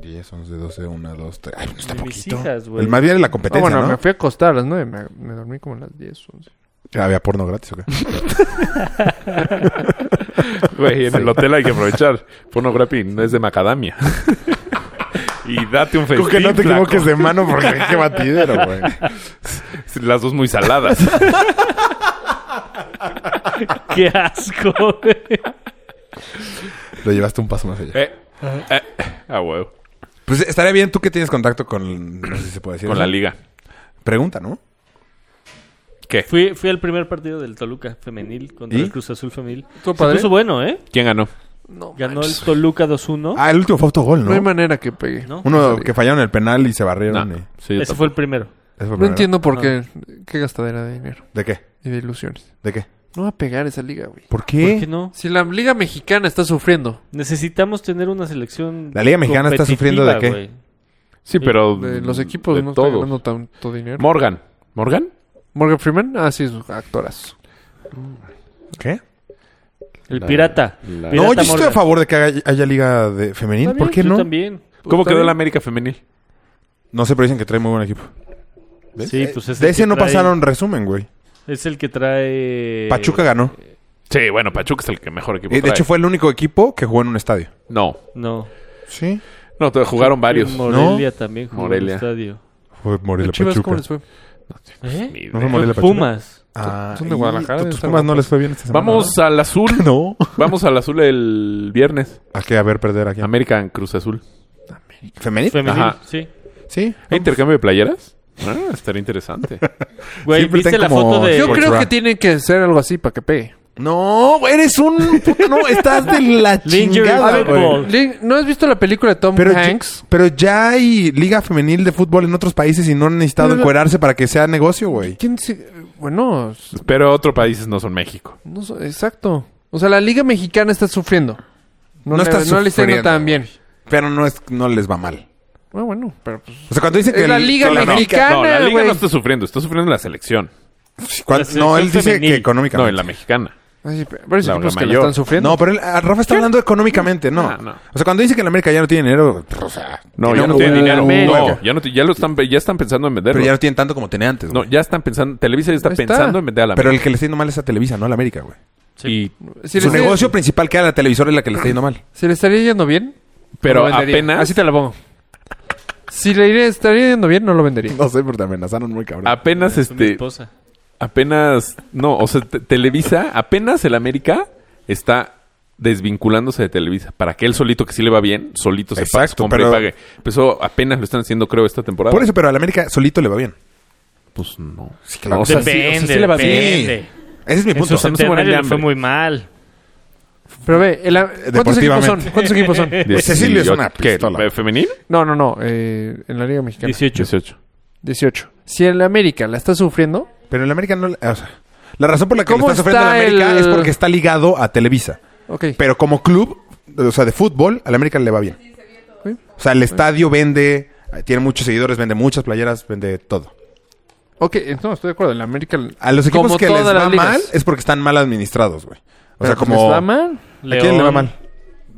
A: 10, 11, 12, 1, 2, 3. Ay, no está
B: Mis
A: poquito.
B: hijas, güey.
A: El más bien es la competencia,
E: Ah, bueno,
A: ¿no?
E: me fui a acostar a las 9. Me, me dormí como a las 10, 11.
A: ¿Había porno gratis o qué?
C: Güey, en el hotel hay que aprovechar. Pornography no es de macadamia. y date un festín,
A: Con que no te
C: flaco.
A: equivoques de mano porque qué batidero, güey.
C: Las dos muy saladas.
B: ¡Qué asco, güey!
A: Lo llevaste un paso más allá.
C: Eh, eh, ah, huevo.
A: Pues estaría bien tú que tienes contacto con... No sé si se puede decir.
C: Con
A: eso.
C: la liga.
A: Pregunta, ¿no?
C: ¿Qué?
B: Fui, fui al primer partido del Toluca femenil contra
A: ¿Y?
B: el Cruz Azul femenil.
E: ¿Tú,
B: Se puso bueno, ¿eh?
C: ¿Quién ganó?
E: No,
B: Ganó el
E: manches.
B: Toluca 2-1.
A: Ah, el último fue autogol,
E: No
A: ¿no?
E: hay manera que pegue.
B: ¿no?
A: Uno que fallaron el penal y se barrieron.
C: No.
A: y-
C: Sí, yo
B: Ese fue el primero.
A: Eso fue
E: No
A: primero.
E: entiendo por qué. Qué gastadera de dinero
A: ¿De qué?
E: y de ilusiones.
A: ¿De qué?
E: No va a pegar esa liga, güey.
A: ¿Por
B: ¿Por qué no?
E: Si la liga mexicana está sufriendo
B: Necesitamos tener una selección.
A: La Liga Mexicana está sufriendo de qué?
B: competitiva, güey.
C: Sí, pero.
E: de los equipos,
C: Mm, de
E: no está
C: todos.
E: ganando tanto dinero.
C: Morgan. ¿Morgan?
E: Morgan Freeman, ah, sí, es un actorazo.
A: ¿Qué?
B: El
C: La-
B: pirata. Pirata
C: la- Mira,
A: No, yo estoy a
B: Morgan.
A: favor de que haya, haya liga de femenil.
B: Está
A: ¿Por
B: bien,
A: qué
B: yo
A: no?
B: también.
C: ¿Cómo
E: Pues está
C: quedó
E: bien.
C: la América femenil?
A: No sé, pero dicen que trae muy buen equipo.
B: Sí,
A: Eh,
B: pues es
A: de
B: el
A: ese
B: que
A: no
B: trae-
A: pasaron resumen, güey.
B: Es el que
E: Eh,
B: trae.
A: Pachuca ganó.
C: Sí, bueno, Pachuca es el que mejor equipo
A: Eh, de
C: trae.
A: hecho, fue el único equipo que jugó en un estadio.
C: No.
B: No.
A: Sí.
C: No, te- jugaron varios.
B: Y Morelia también jugó en
C: Morelia.
B: el estadio.
A: Fue
E: ¿De
A: Morelia
E: Chivas
A: Pachuca.
E: cómo les fue?
B: ¿Eh?
C: Ni
A: ¿No
C: idea.
A: fue Morelia Pachuca?
B: Pumas.
A: Ah,
E: Son de
A: y
E: Guadalajara,
A: tu-
E: de
A: Tus
E: San
A: Pumas
E: Juan.
A: no les fue bien esta semana.
C: Vamos al azul.
A: No.
C: Vamos al azul el viernes.
A: ¿A qué? A ver, perder aquí.
C: América en Cruz Azul.
A: ¿Femenil?
B: Femenil,
C: Ajá.
B: sí.
A: Sí.
C: ¿Hay intercambio de playeras? Ah, estaría interesante.
B: Güey,
A: Siempre
B: ¿viste
A: ten
B: la
A: como-
B: foto de.
E: Yo
A: Por
E: creo
A: Ra.
E: que tiene que ser algo así para que pegue.
A: No, güey, eres un... puta- No, estás de la
B: Lingerie
A: chingada,
B: football.
A: güey.
E: Lin, ¿No has visto la película de Tom
A: Pero, ya-
E: Hanks?
A: pero ya hay liga femenil de fútbol en otros países y no han necesitado
E: Pero-
A: encuerarse para que sea negocio, güey.
E: ¿Quién se- Bueno,
C: Pero otros países no son México.
E: no so- exacto. O sea, la liga mexicana está sufriendo. No,
A: No
E: le,
A: está
E: no le está yendo
A: sufriendo,
E: tan bien.
A: Pero no es, no les va mal.
E: Bueno, bueno, pero pues...
A: O sea, cuando dicen
E: Es
A: que
E: la
A: el-
E: liga
A: que
C: No,
E: Mexicana,
C: no, la liga
E: güey.
C: no está sufriendo, está sufriendo la selección.
A: Cuan-
B: La
A: No,
B: selección
A: él dice
B: femenil.
A: que económicamente.
C: No, en la mexicana.
E: ay, sí, pero varios
C: La- la
E: equipos que la
C: mayor.
E: están sufriendo.
A: No, pero él- a Rafa está hablando económicamente, no.
C: Ah, no.
A: O sea, cuando dice que en América ya no tiene dinero, o sea,
C: No,
A: tiene
C: ya no
A: un-
C: tiene dinero.
A: América.
C: No, ya, no, ti- ya, lo están, ya están pensando en venderlo.
A: pero ya no tiene tanto como tenía antes.
C: No,
A: güey.
C: ya están pensando. Televisa ya está,
E: Ahí está.
C: pensando en vender a la
A: Pero
C: América.
A: el que le está yendo mal es a Televisa, no a la América, güey.
C: Y-
E: si le
A: Su
E: está-
A: negocio principal que era la televisora es la que le está yendo mal.
E: si le estaría yendo bien,
C: pero
E: no lo vendería.
C: apenas,
E: Así te la pongo. Si le iría- estaría yendo bien, no lo vendería.
A: No sé, pero te amenazaron muy cabrón.
C: apenas
B: Con mi
C: este,
B: esposa.
C: apenas, no, o sea, te- Televisa, apenas el América está desvinculándose de Televisa para que él solito que sí le va bien, solito se pague,
A: Exacto,
C: compre
A: pero-
C: y pague. Pero eso apenas lo están haciendo, creo, esta temporada.
A: Por eso, pero a la América solito le va bien.
C: pues no.
A: Sí, claro.
C: No, o sea, sí,
B: depende,
C: o sea, sí le va bien.
B: depende.
A: Ese es mi
B: En su
A: punto.
C: se mueren de
B: centenario le fue
C: hambre.
B: muy mal.
E: Pero ve, el- ¿cuántos equipos son?
A: Deportivamente.
E: ¿Cuántos equipos son?
A: Cecilio es una
C: ¿Qué?
A: pistola.
C: ¿Femenil?
E: No, no, no. eh, en la Liga Mexicana.
B: 18.
C: 18.
E: 18. Si el América la está sufriendo,
A: Pero en la América no... le- o sea, la razón por la que le
E: ¿Cómo
A: está sufriendo a la
E: está
A: América
E: el-
A: es porque está ligado a Televisa.
E: ok.
A: Pero como club, o sea, de fútbol, al América le va bien. O sea, el estadio vende, eh, tiene muchos seguidores, vende muchas playeras, vende todo.
E: Ok, no, estoy de acuerdo. En la América.
A: A los
E: Como
A: equipos que les
E: todas
A: va
E: las ligas.
A: mal es porque están mal administrados, güey. O sea,
E: Pero, pues,
A: como...
E: ¿les va mal?
A: ¿A quién le va
B: León,
A: mal?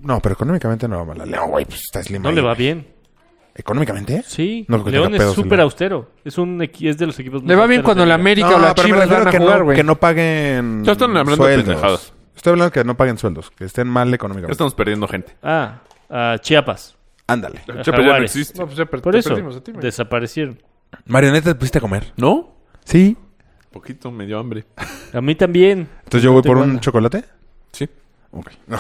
A: No, pero económicamente no va mal. A León, güey, pues está slim
B: No
A: ahí.
B: le va bien.
A: ¿Económicamente?
B: Sí.
A: No creo que
B: León
A: tenga
B: es
A: pedos, el
B: súper
A: León.
B: austero. Es, un, equi- es de los equipos más
E: Le va bien
B: austeros
E: cuando
B: de
E: la
B: liga.
E: América o la
A: pero me
E: Chivas
A: refiero
E: van a
A: que,
E: jugar,
A: no,
E: güey.
A: que no paguen
C: Ya están hablando de
A: sueldos.
C: pendejadas.
A: Estoy hablando que no paguen sueldos, que estén mal
C: Ya
A: económicamente.
C: estamos perdiendo gente.
B: Ah, a Chiapas.
A: Ándale.
B: A
C: Chepe ya no
B: Jaguares.
C: existe.
E: No, pues ya per-
B: Por
E: te
B: eso,
E: perdimos a ti, güey.
B: desaparecieron.
A: Marioneta, ¿te pusiste a comer?
C: ¿No?
A: Sí.
C: Poquito, me dio hambre.
B: A mí también.
A: Entonces yo voy
B: Te
A: por un
B: manda.
A: chocolate.
C: Sí.
A: Ok. No.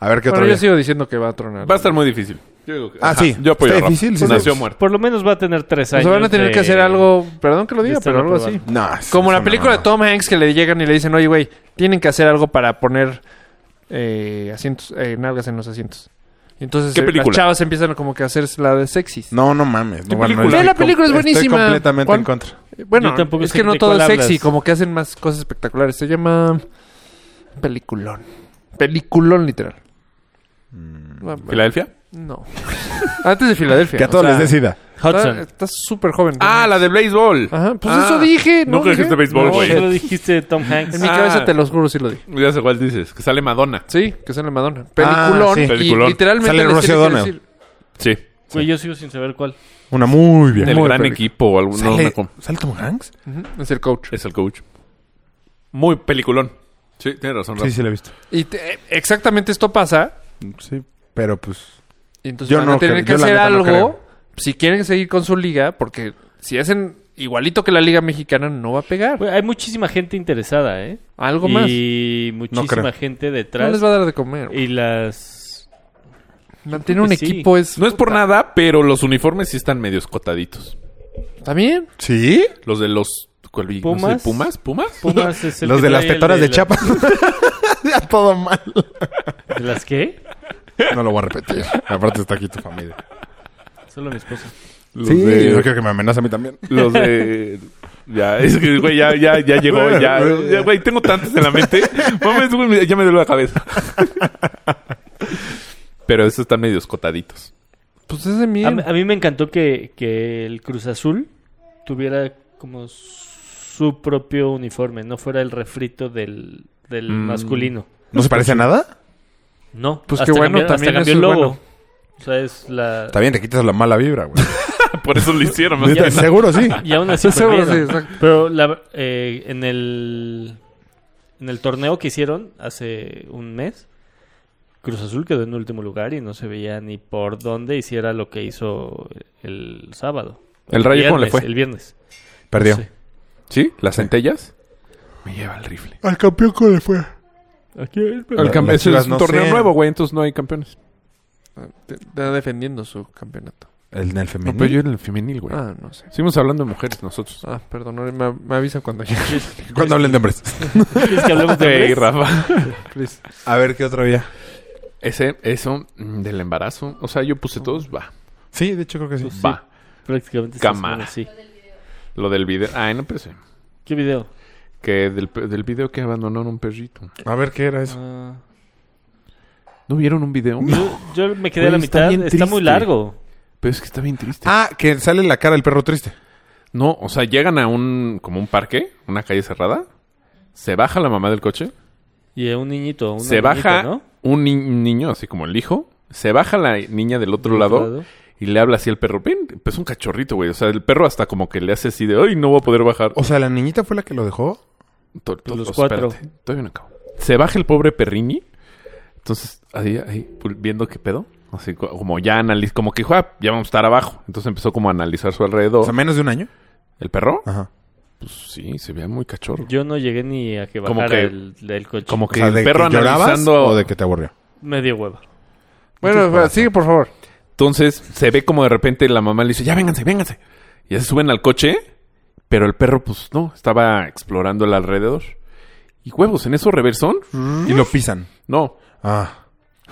A: A ver qué
E: Bueno,
A: otro.
E: yo
A: día.
E: sigo diciendo que va a tronar.
C: Va a estar muy difícil. Yo digo que-
A: Ah,
C: Ajá,
A: sí.
C: Yo apoyo
A: Está
C: a Rafa.
A: difícil, sí.
C: Nació
A: Sí.
C: muerto.
B: Por lo menos va a tener tres
E: O
B: años.
E: sea, Pues van a tener
B: de-
E: que hacer algo. Perdón que lo
B: de este
E: diga,
B: estar
E: pero algo así.
B: reprobando.
A: No, es-
E: Como
A: es
E: la
A: una
E: película de
A: mamada.
E: Tom Hanks que le llegan y le dicen, oye, güey, tienen que hacer algo para poner eh, asientos, eh, nalgas en los asientos. Y entonces
C: ¿Qué
E: eh, las
C: película?
E: chavas empiezan como que a hacer la de sexys.
A: No, no mames. No, bueno,
C: película?
A: estoy
E: Ve la película, es
A: com-
E: buenísima.
A: Estoy completamente
E: ¿Cuál?
A: en contra.
E: Eh, Bueno,
B: Yo tampoco
E: es
B: sé
E: que no
B: de
E: todo es
B: cuál
E: sexy,
B: hablas.
E: como que hacen más cosas espectaculares. Se llama peliculón. Peliculón literal. Bueno,
C: ¿Filadelfia?
E: No. Antes de Filadelfia.
A: Mm. Que a
E: o
A: todos
E: sea,
A: les decida.
E: está-
B: Hudson.
E: Estás súper joven.
C: Ah, la de béisbol.
E: Ajá, pues
C: Ah,
E: eso dije. No,
C: nunca dijiste béisbol,
E: No,
C: güey.
E: shit.
B: No lo dijiste de Tom Hanks.
E: En mi
C: Ah.
E: cabeza te los juro si lo dije.
C: Ya sé cuál dices. Que sale Madonna.
E: Sí, que sale Madonna.
A: Ah,
E: Peliculón.
A: sí.
E: y
C: Peliculón.
E: literalmente
A: Sale
E: les
A: Rocío
E: tiene que
A: O'Donnell.
E: decir-
C: Sí.
B: Güey, yo sigo sin saber cuál.
A: Una muy bien.
C: El
E: Muy
C: gran
E: película.
C: equipo o alguno. una
A: ¿Sale,
C: com-
A: ¿Sale Tom Hanks?
E: Ujú, Es el coach.
C: Es el coach. Muy peliculón. Sí, tienes razón, Rafa.
A: Sí, sí, la he visto.
E: Y te- eh, exactamente esto pasa.
A: Sí, pero pues.
E: Y entonces
A: Yo
E: van a
A: no
E: tener
A: creo-
E: que
A: yo la
E: hacer
A: neta no
E: algo
A: creo.
E: si quieren seguir con su liga, porque si hacen igualito que la liga mexicana, no va a pegar.
B: Güey, hay muchísima gente interesada, ¿eh?
E: Algo
B: y
E: más.
B: muchísima
A: creo.
B: gente
E: No
B: detrás.
E: les va a dar de comer.
B: Y las...
E: Mantener un
B: creo que sí.
E: equipo es...
C: No es por nada, pero los uniformes sí están medio escotaditos.
E: ¿También?
A: ¿Sí?
C: Los de los... ¿Cuál vi? No sé,
B: Pumas.
C: ¿Pumas? ¿Pumas?
B: Pumas es el
A: Los
B: que
A: de las
B: trae el
A: tetoras de
B: la-
A: Chapa. Ya todo mal.
B: ¿De las qué?
A: No lo voy a repetir. Aparte está aquí tu familia.
B: Solo mi esposa.
C: Los
A: sí,
C: de...
A: yo creo que me amenaza a mí también.
C: Los de... Ya, es que, güey, ya, ya, ya llegó, ya, ya, güey, tengo tantos en la mente. Mames, güey, me- ya me duele la cabeza. Pero esos están medio escotaditos.
E: Pues es de mí.
B: A, a mí me encantó que, que el Cruz Azul tuviera como su propio uniforme, no fuera el refrito del, del
C: Mm.
B: masculino.
A: ¿No se parece a nada?
B: No,
E: Pues
B: hasta
E: qué bueno,
B: cambió- hasta
E: también
B: cambió
E: eso
B: el
E: es
B: logo.
E: bueno.
B: O sea, es la...
A: Está bien, te quitas la mala vibra, güey.
C: Por eso lo hicieron. más bien.
A: Seguro sí.
B: Y aún así
E: Seguro,
B: perdieron.
E: sí, exacto.
B: Pero la- eh, en el en el torneo que hicieron hace un mes, Cruz Azul quedó en último lugar y no se veía ni por dónde hiciera lo que hizo el sábado.
C: ¿El Rayo cómo le
B: viernes,
C: fue?
B: El viernes.
A: Perdió.
B: Sí.
C: ¿Sí? ¿Las centellas? Me lleva el rifle.
A: Al campeón que le fue.
C: El campe-
A: las
C: ese
A: chivas
C: es un
A: no
C: torneo
A: sé.
C: nuevo, güey, entonces no hay campeones.
E: Está defendiendo su campeonato.
A: El del
C: No,
A: femenino.
C: pero yo era el femenil, güey.
E: Ah, no sé.
C: Seguimos hablando de mujeres nosotros.
E: Ah, perdón. no, Me, me avisan cuando llegue.
A: Cuando hablen de hombres.
B: ¿Quieres que hablemos de
C: Ey,
B: hombres?
C: Rafa.
E: Please.
A: A ver qué otro día.
C: Ese, eso mm, del embarazo. O sea, yo puse todos, va,
A: Sí, de hecho creo que sí.
C: va.
B: Prácticamente. sí,
C: Cámara.
B: sí.
C: Lo del video. Ay, no pensé.
B: ¿Qué video?
C: Que del, pe- del video que abandonaron un perrito.
A: A ver qué era eso.
B: Ah,
C: ¿No vieron un video?
B: yo, yo me quedé a
C: Güey,
B: la
C: está
B: mitad.
C: bien
B: Está, muy
C: triste.
B: largo.
C: Pero es que está bien triste.
A: Ah, que sale la cara del perro triste.
C: No, o sea, llegan a un... Como un parque, una calle cerrada. Se baja la mamá del coche.
B: Y a un niñito. una
C: se
B: niñita,
C: baja
B: ¿no?
C: un ni- niño, así como el hijo. Se baja la niña del otro, lado,
B: lado.
C: y le habla así al perro. Ven, pues un cachorrito, güey. O sea, el perro hasta como que le hace así de... ¡Ay, no voy a poder bajar!
A: O sea, la niñita fue la que lo dejó.
C: To- to-
B: Los
C: o sea,
B: cuatro.
C: espérate, todavía no acabo. Se baja el pobre Perrini. Entonces, ahí, ahí, pul- viendo qué pedo. Así co- como ya analiz... Como que dijo, "Ah, ya vamos a estar abajo. Entonces empezó como a analizar su alrededor.
A: O sea, menos de un año.
C: ¿El perro?
A: Ajá.
C: Pues sí, se veía muy cachorro.
B: Yo no llegué ni a que
C: Como
B: bajara
C: que-
B: el, del coche.
C: Como
A: O
C: que
A: sea,
C: el
A: de
C: perro
A: que llorabas
C: analizando...
A: o de que te aburrió.
B: Medio hueva.
E: Bueno, va, sigue, por favor.
C: Entonces se ve como de repente la mamá le dice, ya vénganse, vénganse. Y ya se suben al coche, pero el perro pues no, estaba explorando el alrededor. Y huevos, en eso reversón.
A: Y lo pisan.
C: No,
A: Mm. Ah.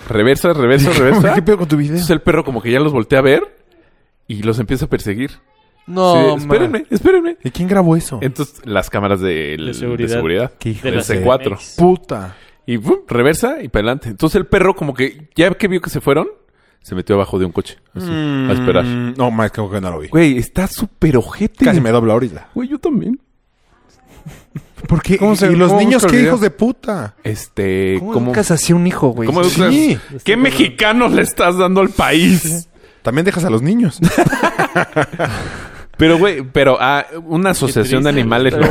C: reversa, reversa, reversa.
A: ¿Qué pedo con tu video?
C: Entonces el perro como que ya los voltea a ver y los empieza a perseguir. Así de,
E: No,
C: espérenme, espérenme.
A: ¿Y quién grabó eso?
C: Entonces las cámaras del-
B: De seguridad.
C: De seguridad.
A: Qué hijo
B: De
A: de
B: la
C: del
A: C4.
C: C4.
B: CDMX.
A: Puta.
C: Y ¡pum! reversa y para adelante. Entonces el perro como que ya que vio que se fueron, se metió abajo de un coche. Así, a esperar.
A: Mm, No, más creo que no lo vi.
C: Güey, está súper ojete.
A: Casi me dobla ahorita.
C: Güey, yo también.
A: ¿Por qué?
E: ¿Cómo se-
A: ¿Y los
E: cómo
A: niños
E: busca el
A: qué
E: video?
A: hijos de puta?
C: Este,
E: ¿Cómo,
C: ¿cómo,
E: educas así a un hijo, güey?
C: cómo educas-
A: Sí. Este,
C: ¿Qué mexicanos le estás dando al país?
A: También dejas a los niños.
C: Pero, güey, pero ah, una asociación de
B: triste.
C: animales lo,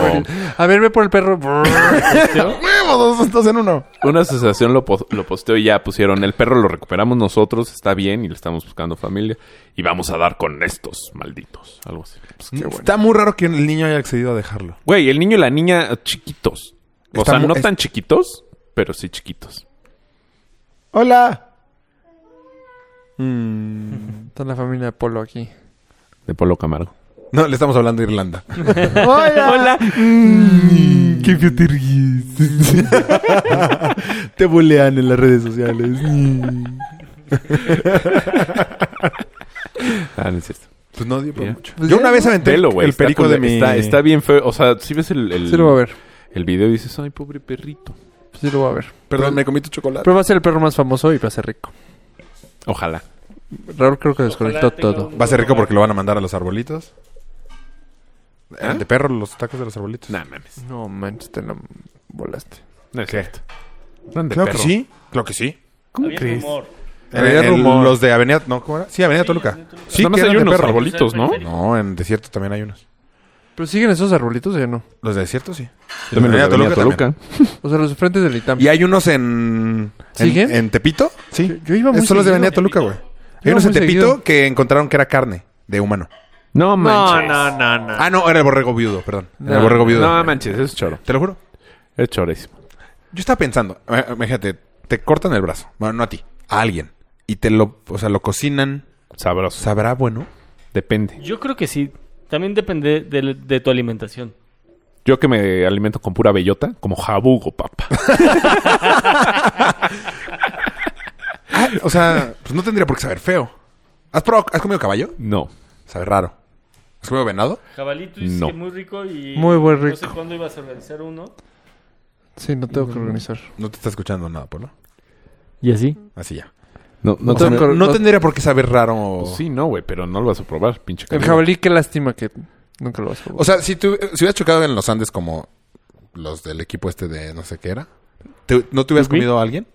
E: A ver, ve por el perro.
A: ¡Huevo! Dos, dos en uno.
C: Una asociación lo, pos- lo posteó y ya pusieron el perro lo recuperamos nosotros, está bien y le estamos buscando familia y vamos a dar con estos malditos, algo así. Pues, qué bueno.
A: Está muy raro que el niño haya accedido a dejarlo.
C: Güey, el niño y la niña eh, chiquitos. O
A: Está
C: sea,
A: mu-
C: no
A: es-
C: tan chiquitos, pero sí chiquitos.
A: ¡Hola!
E: Está la familia de Polo aquí.
C: De Polo Camargo.
A: No, le estamos hablando de Irlanda.
C: Hola.
A: ¡Qué feo te te bulean en las redes sociales.
C: Ah, no es cierto.
A: pues no dio por
C: Ya.
A: mucho. Yo una vez aventé
C: Velo, güey.
A: el
C: está
A: perico de
C: culero.
A: mi...
C: Está, está bien feo. O sea, si ves el, el,
E: Sí lo va a ver.
C: el video y dices, ay, pobre perrito.
E: Sí lo va a ver.
A: Perdón, me comí tu chocolate.
E: Pero va a ser el perro más famoso y va a ser rico.
C: Ojalá.
E: Raúl creo que desconectó
B: tenga
E: todo.
B: un-
A: Va a ser rico porque lo van a mandar a los arbolitos. ¿Eran de perro los tacos de los arbolitos?
C: Nah, mames.
E: No manches, te la volaste.
C: No es
A: ¿Qué?
C: cierto. Eran de
A: Claro que
C: perro.
A: sí. Claro que sí. Eh,
C: ¿Cómo
B: Había
C: crees?
B: rumor.
E: Había
A: El- el-
E: rumor.
A: los de Avenida... ¿No? ¿Cómo era? Sí, Avenida Toluca. Sí,
C: Nada más
A: que
C: hay
A: eran de
C: unos
A: perro.
C: arbolitos, ¿no?
A: No, en Desierto también hay unos.
E: ¿Pero siguen esos arbolitos o ya no?
A: Los de Desierto sí.
C: También
A: Avenida
C: los de Avenida
A: Toluca
C: Toluca.
E: O sea, los frentes del Itam.
A: Y hay unos en... en-
E: ¿Siguen?
A: ¿En Tepito? Sí.
E: Yo iba muy
A: Esos son los de
E: seguido.
A: Avenida Toluca, güey. Hay
E: Yo
A: unos en
E: muy
A: Tepito
E: seguido.
A: que encontraron que era carne de humano.
C: No manches.
E: no, no.
A: Ah, no, era el borrego viudo, perdón. Era el borrego viudo.
C: No manches, eso es choro.
A: Te lo juro.
C: Es chorísimo.
A: Yo estaba pensando, eh, eh, fíjate, te cortan el brazo. Bueno, no a ti, a alguien. Y te lo, o sea, lo cocinan.
C: Sabroso.
A: ¿Sabrá bueno?
C: Depende.
B: Yo creo que sí. También depende de, de tu alimentación.
C: Yo que me alimento con pura bellota, como jabugo, papá.
A: Ah, o sea, pues no tendría por qué saber feo. ¿Has, probado- has comido caballo?
C: No.
A: Sabe raro. ¿Has comido venado?
B: Jabalí, tú
C: dices No. que
B: muy rico y...
E: Muy buen no sé
B: No sé cuándo ibas a organizar uno.
E: Sí, no tengo
C: Mm.
E: que organizar.
A: No te está escuchando nada, Polo.
B: ¿Y así?
A: Así ya.
C: No, no
A: O sea,
C: te-
A: no,
E: con-
A: no
E: no-
A: tendría por qué saber raro.
C: Pues sí, no, güey, pero no lo vas a probar, pinche
E: El
C: cabrón.
E: jabalí, qué lástima que nunca lo vas a probar.
A: O sea, si tú si hubieras chocado en los Andes como los del equipo este de no sé qué era, ¿te- ¿no te hubieras
B: ¿Rugby?
A: comido a alguien?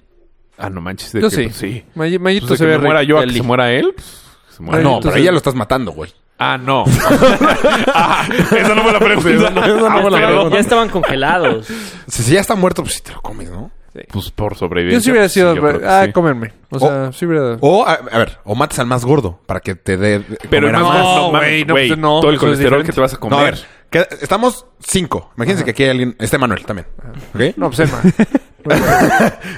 C: Ah, no manches. de
E: yo
C: que-
E: sí.
C: pues, sí.
E: May-
C: Pues
E: Mayito
C: de
E: se
C: que
E: ve
C: me muera
E: re-
C: yo a que
E: deli.
C: se muera él, pues, se muera.
E: Ay,
A: No,
C: No.
A: pero
E: entonces-
A: ahí ya lo estás matando, güey.
C: Ah, no. Ah, esa no fue la pregunta. Ah, bueno,
B: ya
C: perdón.
B: estaban congelados.
A: Si, si ya está muerto, pues sí te lo comes, ¿no?
C: Pues por sobrevivir.
E: Yo sí hubiera sido... ah,
C: como...
E: comerme. O sea, sí hubiera...
A: O, a, a ver, o matas al más gordo para que te dé...
C: Pero
A: comer a
C: no,
A: más.
E: No,
C: no,
E: güey,
C: mames,
E: no,
C: güey.
E: pues no,
C: todo el
E: eso es
C: colesterol que
E: diferente.
C: te vas a comer.
A: No, a ver. que- estamos cinco. Imagínense que aquí hay alguien... Este Manuel también. ¿Ok?
E: No, pues Emma.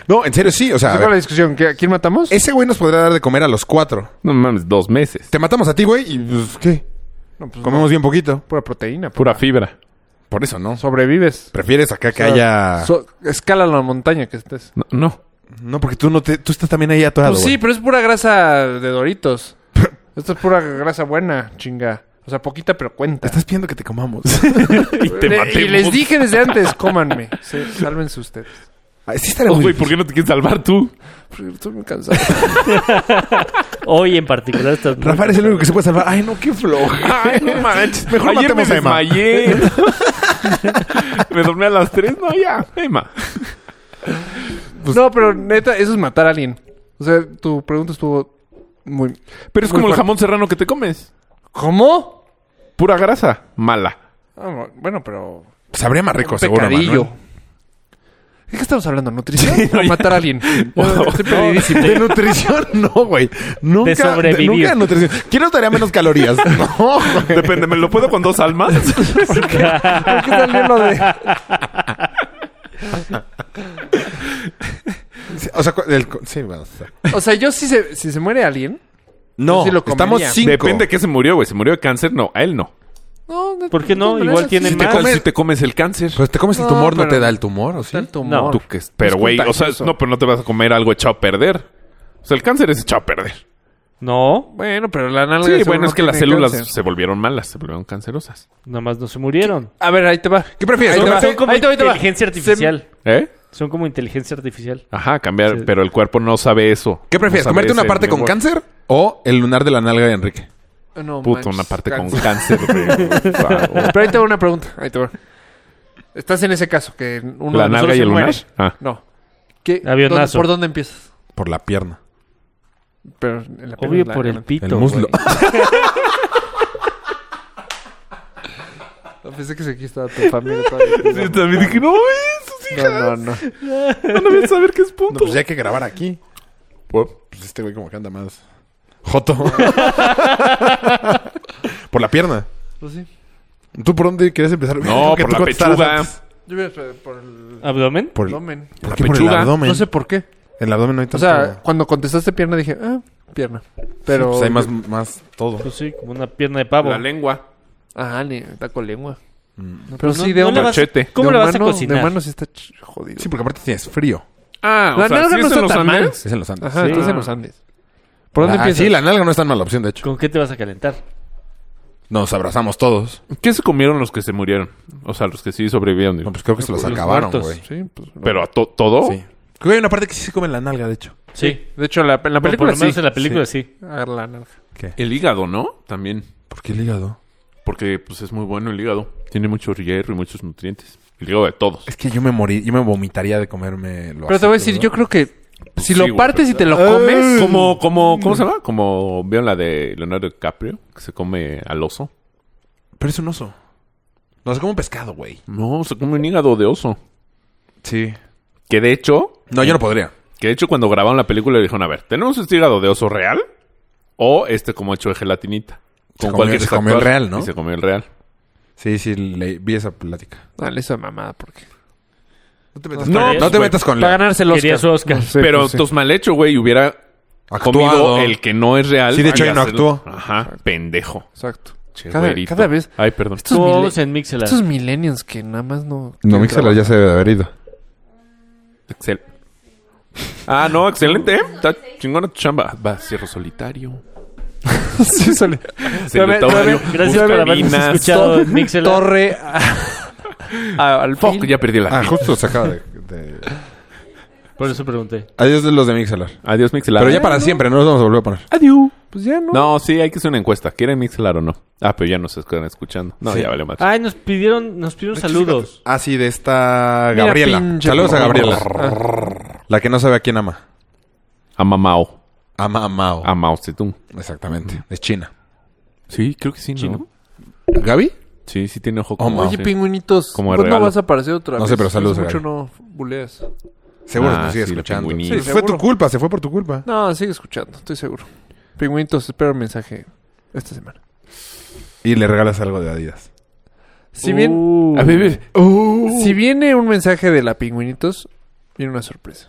A: No, en serio, sí. O sea, a
E: ¿Cuál es la
A: ver,
E: discusión? ¿Qué- ¿A quién matamos?
A: ese güey nos podría dar de comer a los cuatro.
C: No mames, dos meses.
A: Te matamos a ti, güey, y pues, ¿qué?
E: No, pues
A: Comemos bien poquito.
E: no, pura proteína.
C: Pura
E: papá.
C: fibra.
A: Por eso, ¿no?
E: Sobrevives.
A: Prefieres acá que
E: O sea,
A: haya...
E: so- escala la montaña que estés.
C: No, no.
A: No, porque tú no te... Tú estás también ahí atorado,
E: Pues sí,
A: güey.
E: pero es pura grasa de Doritos. Esto es pura grasa buena, chinga. O sea, poquita pero cuenta.
A: Estás pidiendo que te comamos.
C: Y te
E: Le-
C: maté.
E: Eh, y les dije desde antes, cómanme. Sí, sálvense ustedes.
A: Ay, sí estaría
C: Oh,
A: muy
C: güey, ¿por qué no te quieres salvar tú?
E: Porque Estoy muy cansado.
B: Hoy en particular estás muy
A: Rafael es el único que se puede salvar. Ay, no, qué floja.
C: Ay, no manches.
A: Mejor
C: Ayer me
A: matemos a Emma.
C: desmayé. me dormí a las 3. No, ya. Emma.
E: no, pero neta, eso es matar a alguien. O sea, tu pregunta estuvo muy...
C: Pero es
E: Muy
C: como el
E: fuerte.
C: jamón serrano que te comes.
E: ¿Cómo?
C: Pura grasa. Mala.
E: Ah, no, bueno, pero...
A: Sabría más rico,
C: Pues
E: un
A: seguro,
E: pecadillo.
A: Manuel.
E: ¿De qué estamos hablando? ¿Nutrición?
C: Sí, no,
E: ¿O
C: ya.
E: matar a alguien? Yo Estoy perdidísimo.
A: De nutrición, no, güey. Nunca.
B: De sobrevivir.
A: nunca de nutrición. ¿Quién notaría menos calorías? No, güey.
C: Depende, ¿me lo puedo con dos almas?
E: ¿Por qué salió lo de...?
A: O sea, cu- el co- sí, bueno, o sea.
E: O sea, yo si se, si se muere alguien...
A: No,
E: sí lo
A: estamos
E: comería.
A: cinco.
C: Depende de qué se murió, güey. ¿Se murió de cáncer? No, a él no.
E: No, de-
B: ¿Por qué no?
E: de todas
B: Igual
E: maneras,
B: tiene
E: sí,
B: más.
A: te comes- Pues
C: Si te comes el cáncer.
A: Pero te comes el
E: No,
A: tumor, no
E: pero-
A: te da el tumor, ¿o sí?
E: Está el tumor.
B: No.
C: Tú que- Pero,
E: Es
C: güey, o sea,
E: contagioso.
C: no, pero no te vas a comer algo echado a perder. O sea, el cáncer es echado a perder.
B: No,
E: Bueno, pero la nalga...
C: Sí,
E: seguro
C: bueno,
E: no
C: es que las
E: tiene
C: células
E: cáncer.
C: se volvieron malas, se volvieron cancerosas.
B: nomás no se murieron.
E: A ver, ahí te va.
A: ¿Qué prefieres?
E: Ahí te va.
B: Son como
E: ahí te va, ahí te va.
B: inteligencia artificial.
C: ¿Eh?
B: Son como inteligencia artificial.
C: Ajá, cambiar,
B: Sí.
C: pero el cuerpo no sabe eso.
A: ¿Qué prefieres?
C: No sabe
A: ¿Comerte una
C: ese
A: parte con
C: memoria.
A: cáncer o el lunar de la nalga de Enrique?
E: No,
C: Puta,
E: manches,
C: una parte con
E: cáncer.
C: cáncer. güey. Por favor.
E: Pero ahí te va una pregunta. Ahí te va. Estás en ese caso que uno
C: ¿La
E: de nosotros
C: nalga y
E: se
C: el lunar?
E: muere.
C: Ah.
E: No. ¿Qué,
B: Avionazo.
E: dónde- ¿Por dónde empiezas?
A: Por la pierna.
E: Pero en la
B: Obvio
E: primera-
B: por el pito.
A: El muslo.
B: güey.
E: No, Pensé que aquí estaba tu familia todavía.
C: Yo también dije, no,
E: No, no, no.
C: no debes saber qué es
A: No,
C: puto.
A: pues ya hay que grabar aquí. Pues este güey como que anda más... Joto. por la pierna.
E: Pues sí.
A: ¿Tú por dónde quieres empezar?
C: No,
A: Creo que
C: por
A: tú
C: la
A: contestabas
C: pechuga.
A: antes.
E: Yo hubiera pre- por el
B: ¿Abdomen?
A: Por el,
E: abdomen.
A: ¿por
C: La
A: qué por el
C: pechuga.
A: abdomen.
E: No sé por qué.
A: El abdomen no hay
E: O
A: tanto...
E: sea, cuando contestaste pierna dije, ah, pierna. Pero.
A: Pues hay más, más todo.
B: Pues sí, como una pierna de pavo.
C: La lengua.
E: Ah, ni taco lengua. Pero
B: Pues no-
E: sí, de
B: no le
E: humano.
B: vas-
C: machete.
B: ¿Cómo
E: de
B: la vas a
E: humano-
B: cocinar?
E: De humano sí está ch- jodido.
A: Sí, porque aparte tienes frío.
C: Ah, o
E: La
C: sea, ¿sí
E: nalga no
C: es en
E: está
C: los
E: tan
C: Andes?
E: mal.
A: Es en los Andes.
E: Ajá,
B: Sí.
E: estás en los Andes. ¿Por dónde
A: Ah,
E: empiezas?
A: Sí, la nalga no es tan mala opción, de hecho.
B: ¿Con qué te vas a calentar?
A: Nos abrazamos todos.
C: ¿Qué se comieron los que se murieron? O sea, los que sí sobrevivieron. digo.
A: No, pues creo que se los,
B: Los
A: acabaron,
B: muertos.
A: güey.
E: Sí, pues. no.
C: Pero a to- todo.
A: Sí. Creo que hay una parte que sí se come la nalga, de hecho.
B: Sí.
E: De hecho, la, en la
B: Bueno, por
E: película
B: lo menos
E: sí.
B: en la película sí.
E: Agarra la naranja.
C: El hígado, ¿no? También.
A: ¿Por qué el hígado?
C: Porque pues es muy bueno el hígado. Tiene mucho hierro y muchos nutrientes. El hígado de todos.
A: Es que yo me morí, yo me vomitaría de comerme lo
E: Pero te voy a decir, yo creo que
C: sí,
E: si lo
C: güey,
E: partes y
C: pero-
E: te lo comes.
C: Como, como, ¿cómo se llama? Como vieron la de Leonardo DiCaprio, que se come al oso.
A: Pero es un oso. No, se come un pescado, güey.
C: No, se come un hígado de oso.
A: Sí.
C: Que de hecho,
A: No, yo no podría.
C: que de hecho cuando grabaron la película le dijeron, a ver, ¿tenemos este hígado de oso real? O este como hecho de gelatinita.
A: Se
C: Con
A: comió-
C: cualquier
A: se comió
C: factor.
A: el real, ¿no?
C: Y se comió el real.
A: Sí, sí, le- vi esa plática.
E: Dale esa mamada, porque.
A: No te metas
C: No,
A: con,
C: pues,
A: no te
C: güey.
A: metas con
E: Para
A: Leo.
E: ganarse el Oscar.
B: Quería su Oscar.
E: No sé,
C: Pero
E: pues, sí.
C: entonces mal hecho, güey, hubiera comido el que no es real.
A: Sí, de hecho,
C: y
A: ahí no
C: hacerlo-
A: actuó.
C: Ajá, pendejo.
E: Exacto.
C: Che,
E: Cada,
C: güerito.
E: cada vez.
C: Ay, perdón.
E: Estos,
B: Todos
E: mille-
B: en Mixelar.
E: estos millennials que nada más no.
A: No, Mixer ya se debe de haber ido.
C: Excel. Ah, no, excelente. ¿eh? Está chingona tu chamba. Va, cierro solitario.
E: sí, sale.
C: Solitario.
B: Gracias por habernos
C: Buscaminas.
B: escuchado en Mixelar.
E: Torre. a- a- al
C: Fuck,
E: foco.
C: ya perdí la
A: Ah,
C: pila.
A: justo se acaba de... de-
B: Por eso pregunté.
A: Adiós de los de Mixelar.
C: Adiós, Mixelar.
A: Pero
E: Ah,
A: ya para siempre, no los vamos a volver a poner.
E: Adiós. Pues ya no.
C: No, sí, hay que hacer una encuesta. ¿Quieren Mixelar o no? Ah, pero ya nos están escuchando. No,
A: Sí.
C: ya vale más.
B: Ay, nos pidieron, nos pidieron saludos.
A: Ah, sí, de esta
E: Mira,
A: Gabriela.
E: pinche
A: Saludos a
E: porro.
C: Ah.
A: Gabriela. La que no sabe a quién ama.
C: A Mamao.
A: Ama a Mao.
C: A Mao Zedong.
A: Exactamente. Es China.
C: Sí, creo que sí, ¿no?
A: ¿Gaby?
C: Sí, sí tiene ojo
A: Oh,
C: como...
A: Mao.
E: Oye,
C: sí.
E: pingüinitos.
C: Como de
E: ¿Cuándo
C: regalo.
E: vas a aparecer otra vez?
A: No sé, pero saludos,
E: Hace mucho
A: Gabriel.
E: no buleas.
A: Seguro
C: Ah,
A: que nos sigue
C: sí, la
A: escuchando.
C: pingüinita.
A: Sí,
E: Sí,
A: fue
E: seguro.
A: tu culpa, se fue por tu culpa.
E: No, sigue escuchando, estoy seguro. Pingüinitos, espero un mensaje esta semana.
A: Y le regalas algo de Adidas.
E: Si bien,
B: Uh.
C: A ver, a ver.
E: si viene un mensaje de la pingüinitos, viene una sorpresa.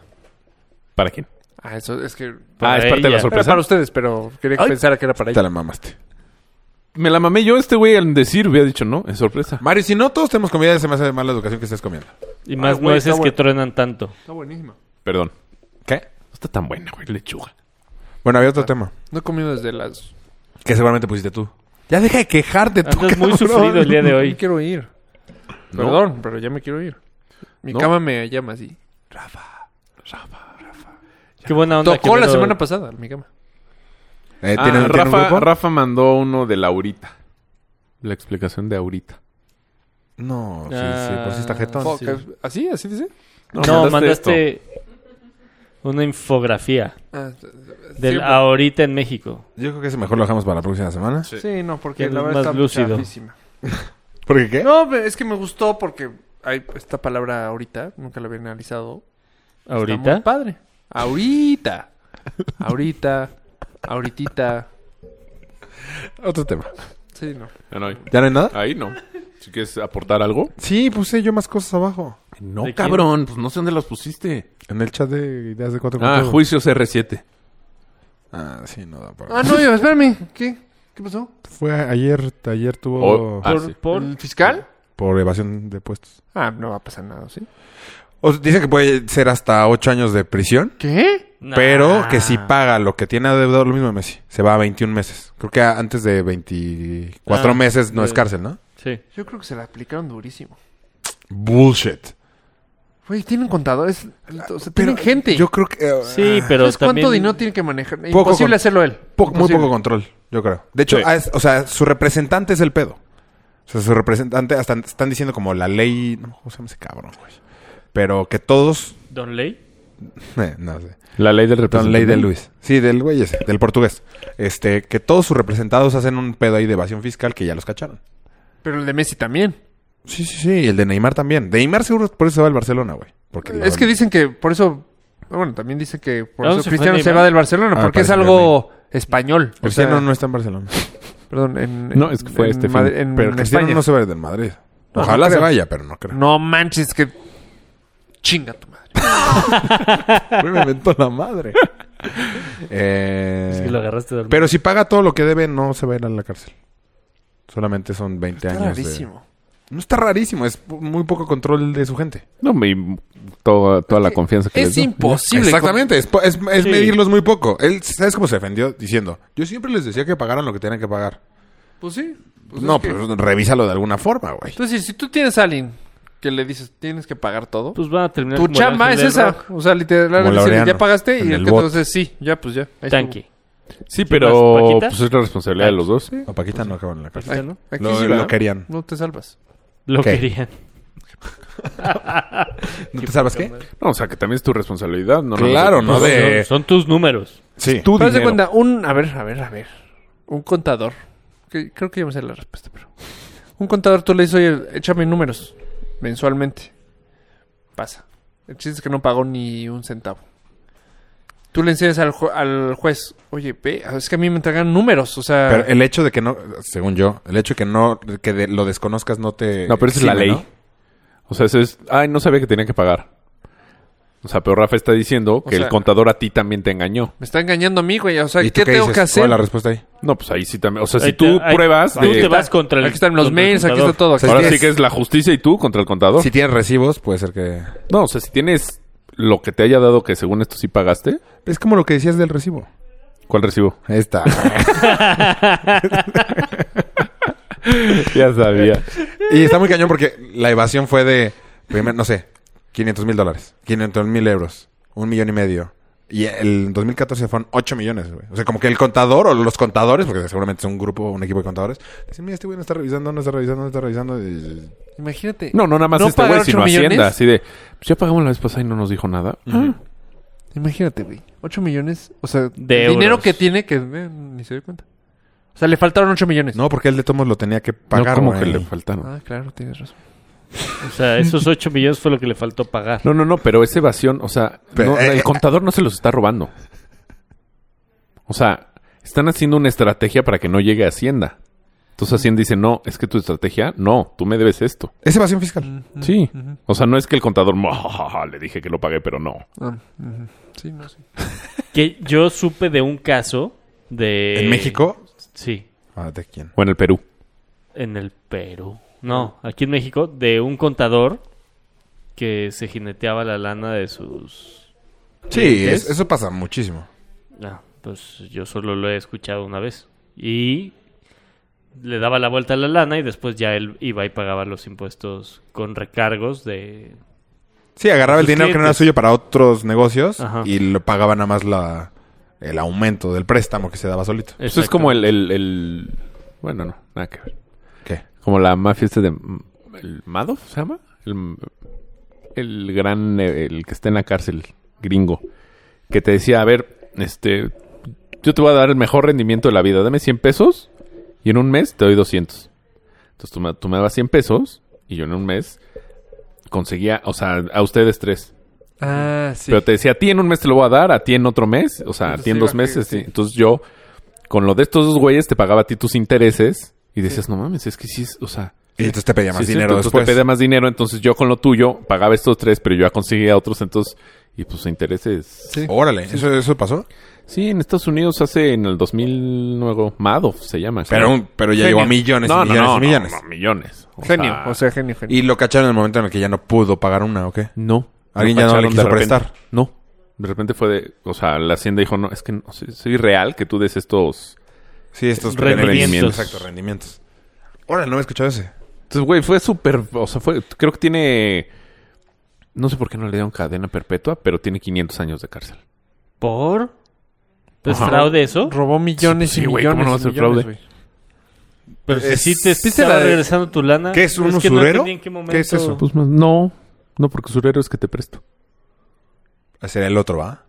C: ¿Para quién?
E: Ah, eso es que.
C: Ah,
B: Para
C: es parte de
B: ella.
C: la
E: Era
C: sorpresa.
E: para ustedes, pero quería que
C: Ay.
E: pensara que era para
A: Te
E: ellos.
A: la mamaste.
C: Me la mamé yo este güey al decir. Hubiera dicho, no, es sorpresa.
A: Mario, si no todos tenemos comida, se me hace mala educación que estés comiendo.
B: Y más
E: Ay, güey,
B: nueces
E: está
B: que
E: bueno.
B: truenan tanto.
E: Está buenísimo.
C: Perdón.
A: ¿Qué?
C: No está tan buena, güey, lechuga.
A: Bueno, había
C: Ah.
A: otro tema.
E: No he comido desde las.
A: Que seguramente pusiste tú. Ya deja de quejarte Eh, tú,
B: Andas muy
A: cabrón.
B: sufrido el día de
E: Me
B: hoy.
E: quiero ir.
C: No.
E: Perdón, pero ya me quiero ir. Mi
C: No.
E: cama me llama así.
B: Qué buena onda.
E: Tocó
B: que
E: la
B: Vero-
E: semana pasada mi cama.
A: Eh,
C: Ah,
A: ¿tienen- tienen un
C: Rafa,
A: grupo?
C: Rafa mandó uno de Laurita. La explicación de Aurita.
A: No, sí,
B: Ah.
A: sí, por si está jetón.
E: Fuck,
B: sí.
E: ¿Así? ¿Así dice?
B: No, mandaste, una infografía
E: Ah, sí,
B: del
E: bueno.
B: ahorita en México.
A: Yo creo que ese mejor lo dejamos para la próxima semana.
C: Sí.
E: Sí, no, porque
B: Ya
E: la
B: es
E: verdad
B: más
E: está
B: lúcido.
E: chafísima.
A: ¿Por qué qué?
E: No, es que me gustó porque hay esta palabra ahorita, nunca la había analizado. Está muy
B: ¿Ahorita?
E: padre. Ahorita. ahorita. Ahoritita.
A: Otro tema.
E: Sí, no.
C: Ah, no, ahí-
A: ¿Ya no hay nada?
C: ahí no. Si quieres aportar algo.
A: Sí, puse yo más cosas abajo.
C: Eh, No,
B: ¿De
C: cabrón. Pues no sé dónde las pusiste.
A: En el chat de ideas de cuatro
C: Ah,
A: con todo.
C: juicios R7.
A: Ah, sí, no da para.
E: Ah, no, yo, espérame. ¿Qué? ¿Qué pasó?
A: Fue ayer, ayer tuvo
C: Oh, ah.
B: Por,
C: sí.
B: por-
E: ¿El fiscal?
A: por evasión de impuestos.
E: Ah, no va a pasar nada, ¿sí?
A: O sea, dice que puede ser hasta ocho años de prisión,
E: ¿Qué?
B: Nah.
A: pero que si paga lo que tiene adeudado lo mismo de Messi, se va a 21 meses. Creo que a- antes de 24
B: Ah,
A: meses no
B: de-
A: es cárcel, ¿no?
B: Sí.
E: Yo creo que se la aplicaron durísimo.
A: Bullshit.
E: Güey, tienen contadores. O
A: Pero
E: sea, tienen gente.
A: Yo creo que... eh,
B: Sí, pero
E: ¿Sabes
B: también...
E: cuánto dinero tiene que manejar?
A: Poco
E: Imposible
A: con-
E: hacerlo él.
A: po- muy
E: Imposible.
A: poco control, yo creo. De hecho,
C: Sí.
A: ah, es- o sea, su representante es el pedo. O sea, su representante... Hasta están diciendo como la ley... No, ¿cómo se llama ese cabrón, güey? Pero que todos...
B: ¿Don Ley?
A: eh, no sé.
C: La ley del
A: Don
C: representante.
A: Ley de Luis. Sí, del güey ese, del portugués. Este, que todos sus representados hacen un pedo ahí de evasión fiscal que ya los cacharon.
E: Pero el de Messi también.
A: Sí, sí, sí. Y el de Neymar también. De Neymar seguro por eso se va al Barcelona, güey. Porque lo-
E: Es que dicen que por eso. Bueno, también dicen que por
B: ¿A
E: eso
B: dónde Ah, se fue
E: Cristiano se
B: Neymar?
E: va del Barcelona
A: Ah,
E: porque es
A: parece
E: algo español. O sea,
A: Cristiano no está en Barcelona.
E: Perdón, en.
C: No, es que fue
E: en
C: este fin.
E: Madri- En,
A: Pero Cristiano
E: España.
A: no se va del Madrid.
E: No,
A: Ojalá
E: no
A: se
E: creo.
A: vaya, pero no creo.
E: No manches, que. Chinga tu madre.
A: Güey, Me inventó la madre. Eh,
B: Es que lo agarraste dormido.
A: pero si paga todo lo que debe, no se va a ir a la cárcel. Solamente son 20
E: Está
A: años. de-
E: rarísimo.
A: No está rarísimo. Es muy poco control de su gente.
C: No, me, toda, toda la confianza que
E: Es
C: les doy.
E: imposible.
A: Exactamente, es, po- es- es
B: Sí.
A: medirlos muy poco. Él, ¿sabes cómo se defendió? Diciendo, yo siempre les decía que pagaran lo que tenían que pagar.
E: Con- Pues sí. pues
A: no,
E: es que-
A: pero revísalo de alguna forma, güey.
E: Entonces, si tú tienes a alguien que le dices tienes que pagar todo,
B: Pues van a terminar
E: tu
B: como el
E: chamba
B: ángel
E: es
B: del
E: esa.
B: rock.
E: O sea,
A: Como
E: literal, decirle,
A: Laureano,
E: ya pagaste
A: en
E: y
A: el
E: el que
A: bot.
E: entonces sí, ya pues ya. Ahí estuvo.
B: Tanque.
C: Sí,
B: más
C: pero
B: Paquita?
C: pues es la responsabilidad de los dos.
A: No, Paquita no acaban en la cárcel.
E: Ay,
B: ¿no?
E: aquí
A: Lo-
E: sí,
A: lo
E: ¿verdad?
A: querían.
E: No te salvas.
B: Lo
A: ¿Qué?
B: querían.
A: ¿No te salvas qué?
C: No, o sea, que también es tu responsabilidad. No,
A: Claro, no
B: Pues
A: de...
B: son, son tus números.
A: Sí.
C: Tú
E: Pero haz de
C: dinero.
E: cuenta, un. A ver, a ver, a ver. Un contador. que creo que ya me sé la respuesta, pero. Un contador, tú le dices, oye, échame números mensualmente. Pasa. El chiste es que no pagó ni un centavo. Tú le enseñas al, ju- al juez, oye, ve, es que a mí me entregan números, o sea.
A: Pero el hecho de que no, según yo, el hecho de que no, que de- lo desconozcas no te...
C: No, pero esa es la
A: exime,
C: ley.
A: ¿no?
C: O sea, eso es... Ay, no sabía que tenía que pagar. O sea, pero Rafa está diciendo que
E: sea-
C: el contador a ti también te engañó.
E: Me está engañando a mí, güey. O sea,
A: ¿Y
E: ¿qué
A: tú qué
E: tengo
A: dices?
E: que hacer?
A: ¿Cuál es la respuesta ahí?
C: No, pues ahí sí también. O sea,
B: Ahí
C: si
B: te-
C: tú
B: ahí-
C: pruebas...
B: tú
C: de-
B: te vas contra el
E: Aquí están los
B: contra el
E: mails, aquí está
B: contador.
E: todo.
A: sea,
E: Ahora
C: Ahora
A: tienes-
C: sí que es la justicia y tú contra el contador.
A: Si tienes recibos, puede ser que...
C: No, o sea, si tienes lo que te haya dado que según esto sí pagaste,
A: Es como lo que decías del recibo.
C: ¿cuál recibo?
A: Ahí está.
C: ya sabía.
A: Y está muy cañón porque la evasión fue de, primer- no sé, 500 mil dólares, 500 mil euros, un millón y medio. Y el 2014 fueron 8 millones, güey. O sea, como que el contador o los contadores, porque seguramente es un grupo, un equipo de contadores, dicen, mira, este güey no está revisando, no está revisando, no está revisando. y-
E: Imagínate.
C: No, no nada más
E: ¿No
C: este
E: pagar
C: güey,
E: ocho
C: sino
E: millones?
C: Hacienda. Así de, pues ya pagamos la vez pasada y no nos dijo nada. Ah,
E: Imagínate, güey. 8 millones. O sea,
B: De
E: el dinero
B: euros.
E: que tiene que eh, ni se dio cuenta. O sea, le faltaron 8 millones.
A: No, porque él de tomos lo tenía que
C: no,
A: pagar,
C: como
A: güey.
C: que le faltaron.
E: Ah, claro, tienes razón.
B: O sea, esos 8 millones fue lo que le faltó pagar.
C: No, no, no, pero esa evasión, o sea,
A: Pero,
C: no,
A: eh,
C: el contador no se los está robando. O sea, están haciendo una estrategia para que no llegue a Hacienda. Entonces Hacienda dice, no, es que tu estrategia, no, tú me debes esto.
A: Es evasión fiscal.
C: Sí. O sea, no es que el contador, "Ja, ja, ja, le dije que lo pagué, pero no.
E: Ah, ujú. Sí, no sé.
B: Que yo supe de un caso de...
C: Eh.
A: ¿En México?
B: Sí,
A: Ah, ¿de quién?
C: O en el Perú.
B: en el Perú. No, aquí en México, de un contador que se jineteaba la lana de sus...
A: Sí, es- eso pasa muchísimo.
B: Ah, pues yo solo lo he escuchado una vez. Y le daba la vuelta a la lana y después ya él iba y pagaba los impuestos con recargos de...
A: Sí, agarraba el
B: Sus
A: dinero que no era
B: clientes.
A: suyo para otros negocios
B: Ajá.
A: y lo pagaba nada más la, el aumento del préstamo que se daba solito.
C: Eso Pues es
B: Exacto.
C: como el, el- el- Bueno, no, nada que ver.
A: ¿Qué?
C: Como la mafia este de... ¿El Madoff se llama? El, el gran... eh, El que está en la cárcel, gringo. Que te decía, a ver, este... Yo te voy a dar el mejor rendimiento de la vida. Dame 100 pesos y en un mes te doy 200. Entonces tú me, tú me dabas 100 pesos y yo en un mes conseguía... O sea, a ustedes tres.
E: Ah, sí.
C: Pero te decía, a ti en un mes te lo voy a dar, a ti en otro mes, o sea, a
E: Entonces
C: ti en
E: sí,
C: dos
E: va que-
C: meses.
E: sí.
C: sí. Entonces yo, con lo de estos dos güeyes, te pagaba a ti tus intereses y decías, no mames, es que sí, es- o sea,
A: Y entonces te pedía
C: sí
A: más
C: es
A: dinero
C: cierto, entonces
A: después.
C: te pedía más dinero. Entonces yo con lo tuyo pagaba estos tres, pero yo ya conseguía otros, entonces, y pues intereses.
E: Sí.
A: Órale, ¿eso, eso pasó.
C: Sí, en Estados Unidos hace en el 2000 nuevo, Madoff se llama.
A: Pero,
C: creo.
A: un- pero ya
E: Genio.
A: llegó a millones
C: no,
A: y
C: no,
A: millones
C: no,
A: y millones.
C: no, no, millones. O
E: genio.
C: sea,
E: O sea, genio, genio.
A: Y lo cacharon en el momento en el que ya no pudo pagar una, ¿o qué?
C: No.
A: Alguien ya no le
C: cacharon de
A: quiso
C: repente.
A: prestar.
C: No. De repente fue de... O sea, la hacienda dijo, no, es que no, soy, soy real que tú des estos...
A: Sí, estos
B: Rendimientos.
A: rendimientos. Exacto, rendimientos. Órale, no he escuchado ese.
C: Entonces, güey, fue súper... O sea, fue... Creo que tiene... No sé por qué no le dieron cadena perpetua, pero tiene 500 años de cárcel.
B: ¿Por? ¿Es
C: Ajá.
B: fraude eso?
E: Robó millones
C: Sí,
E: y
C: güey, ¿cómo
E: millones.
C: no va a
E: y
C: ser fraude?
E: millones, güey.
B: Pero si
A: Es-
B: sí te
A: ¿Viste
B: estaba
A: la de-
B: regresando tu lana.
A: ¿Qué es, un
B: que
A: usurero?
B: entendí en
A: ¿Qué es
B: momento-
A: eso?
C: Pues más- no, no, porque usurero es que te presto.
A: Sería el otro, ¿va?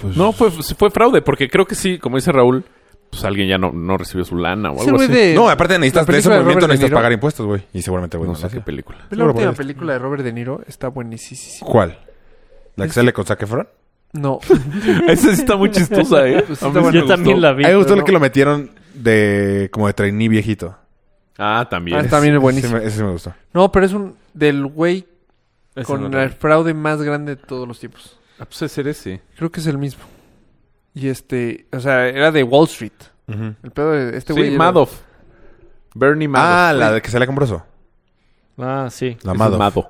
A: Pues,
C: No, fue, fue fraude, porque creo que sí, como dice Raúl, pues alguien ya no, no recibió su lana o
E: Ese
C: algo
E: güey
C: así.
E: de-
A: No, aparte necesitas
E: la
A: de ese
E: película de
A: movimiento
E: Robert De
A: necesitas
E: Niro.
A: pagar impuestos, güey. Y seguramente, güey,
C: No
A: no
C: sé
A: lo
C: qué
A: hace.
C: película.
E: ¿Ves la última
A: Robert-
E: película de Robert De Niro? Está buenísima.
A: ¿Cuál? ¿La que
E: Es-
A: sale con Zac Efron?
E: No.
C: Esa sí está muy chistosa, ¿eh?
E: Pues
C: A mí sí
E: está buena.
C: me
B: Yo también
C: gustó.
B: la
A: A mí
B: vi.
A: me gustó
B: pero
A: el que lo metieron de como de trainee viejito.
C: Ah,
E: Ah,
C: también.
E: está bien,
A: Ese-
E: buenísimo.
A: Ese, me- ese me gustó.
E: No, pero es un del güey
C: Ese no
E: con
C: la
E: el
C: vi.
E: fraude más grande de todos los tiempos.
C: Ah, pues ese eres, sí.
E: Creo que es el mismo. Y este, o sea, era de Wall Street. El pedo de este
C: Sí,
E: güey. era-
C: Madoff. Bernie Madoff.
A: Ah, la de que sale con Broso.
B: Ah, sí.
A: La
C: Es
A: Madoff.
C: Madoff.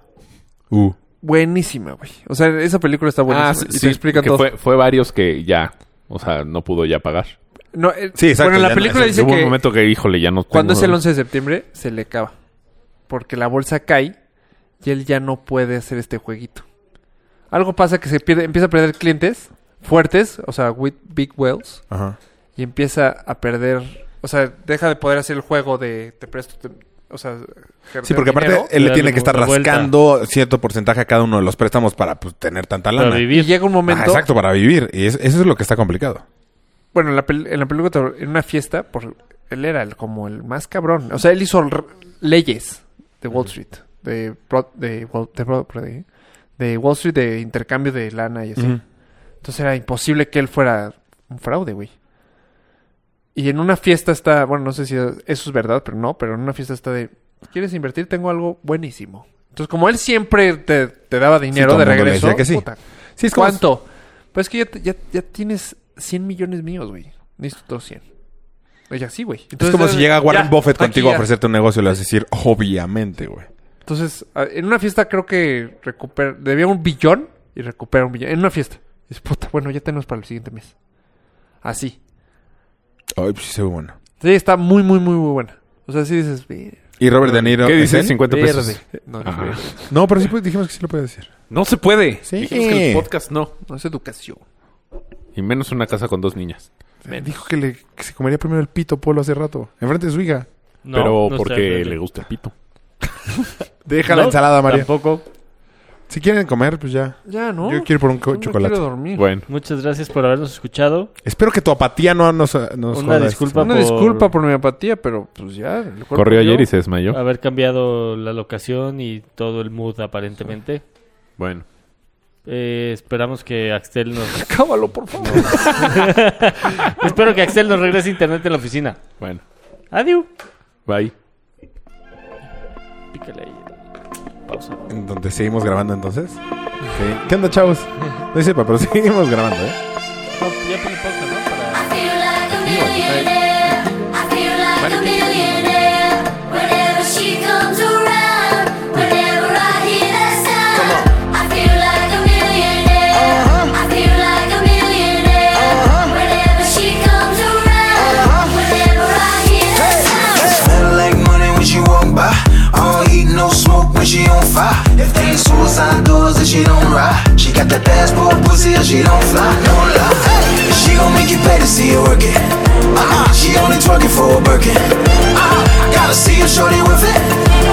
A: Uh.
E: Buenísima, güey. O sea, esa película está buenísima.
C: Ah, sí,
E: y
C: sí,
E: te explican
C: que
E: todo.
C: Fue, fue varios que ya, o sea, no pudo ya pagar.
E: No, eh,
A: Sí, exacto,
E: Bueno, en
A: ya
E: la
A: no-
E: película
A: es-
E: dice
C: Hubo
E: que
C: un momento que, híjole, ya no
E: cuando
C: tengo-
E: es el 11 de septiembre se le acaba. Porque la bolsa cae y él ya no puede hacer este jueguito. Algo pasa que se pierde, empieza a perder clientes fuertes, o sea, with big wells,
A: Ajá.
E: y empieza a perder, o sea, deja de poder hacer el juego de te presto, te- o sea,
A: Sí,
E: ejercer
A: porque aparte
E: dinero,
A: él le
B: Dale
A: tiene que estar
B: una vuelta.
A: rascando cierto porcentaje a cada uno de los préstamos para pues, tener tanta
B: Para
A: lana.
E: y
B: vivir.
E: llega un momento,
A: Ah, exacto, para vivir. Y es- eso es lo que está complicado.
E: bueno, en la, pel- en la película te- en una fiesta, por él era el- como el más cabrón, o sea, él hizo r- leyes de Wall Street, de Broad- de, Wall- de, Broad- de- de Wall Street de intercambio de lana y así.
A: Ujú.
E: Entonces era imposible que él fuera un fraude, güey. Y en una fiesta está, bueno, no sé si eso es verdad, pero no, pero en una fiesta está de, ¿quieres invertir? Tengo algo buenísimo. Entonces, como él siempre te, te daba dinero
A: todo
E: de
A: el mundo le
E: regreso,
A: decía que sí.
E: puta,
A: Sí, es como-
E: ¿cuánto? Pues es que ya, te- ya, ya tienes 100 millones míos, güey. Necesito todos 100. Ella sí, güey.
A: es
E: Entonces,
A: como si llega Warren
E: ya,
A: Buffett contigo
E: aquí
A: a
E: ya.
A: ofrecerte un negocio y le vas a decir, obviamente, güey.
E: Entonces, a- en una fiesta creo que recupera, debía un billón y recupera un billón. En una fiesta. Dices, puta, bueno, ya tenemos para el siguiente mes. Así.
A: Ay, pues sí se ve bueno.
E: Sí, está muy, muy, muy, muy buena. O sea, sí dices, "Ver-
A: Y Robert De Niro.
C: ¿Qué
A: ¿es
C: dices?
A: él?
C: 50 pesos.
E: no, no,
C: Ajá.
E: ver-
A: No, pero sí pues, dijimos que sí lo puede decir.
C: No se puede.
A: Sí.
C: Dijimos que el podcast no.
E: no es educación.
C: Y menos una casa con dos niñas.
A: Me dijo que, le, que se comería primero el pito Polo hace rato, enfrente de su hija.
B: No,
C: pero
B: no estoy de
C: porque
B: acuerdo.
C: le gusta el pito.
A: Deja
B: No,
A: la ensalada, María.
B: Tampoco.
A: Si quieren comer, pues ya.
E: Ya, ¿no?
A: Yo quiero ir por un co-
E: Yo me
A: chocolate.
E: quiero dormir.
C: Bueno.
B: Muchas gracias por habernos escuchado.
A: Espero que tu apatía no nos, nos
B: Una
A: joda
B: disculpa.
A: esto.
E: Una
B: por-
E: disculpa por mi apatía, pero pues ya. el cuerpo
C: Corrió
E: dio.
C: ayer y se
E: Ah.
C: desmayó.
B: Haber cambiado la locación y todo el mood aparentemente.
C: Bueno.
B: Eh, esperamos que Axel nos...
E: Cábalo, por favor.
B: Espero que Axel nos regrese internet en la oficina.
C: Bueno.
B: Adiós.
C: Bye.
B: Pícale ahí. Pausa.
A: En donde seguimos grabando entonces. Sí. ¿Qué onda, chavos? No sepa, pero seguimos grabando, ¿eh?
B: No, ya ponle pausa, ¿no? Para-
F: feel like a millionaire. I feel like a millionaire. Whenever she comes around, whenever I hear that sound, I feel like a millionaire. I feel like a millionaire. Whenever she comes around, whenever I hear that sound.
G: Smell like money when she walk by. I don't eat no smoke when she on fire. If they ain't suicide doors, then she don't ride. She got that passport pussy and she don't fly. No lie. She gon' make you pay to see her work it. Uh-uh, she only twerking for a Birkin. Uh-uh, I gotta see if shorty with it.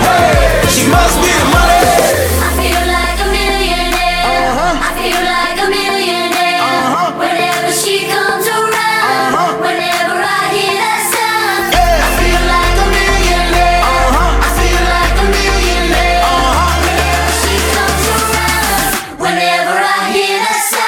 G: Hey, she must be the money.
F: I feel like a millionaire. I feel like a millionaire. Whenever she comes around, whenever I hear that sound, I feel like a millionaire. I feel like a millionaire. Whenever she comes around, whenever I hear that sound.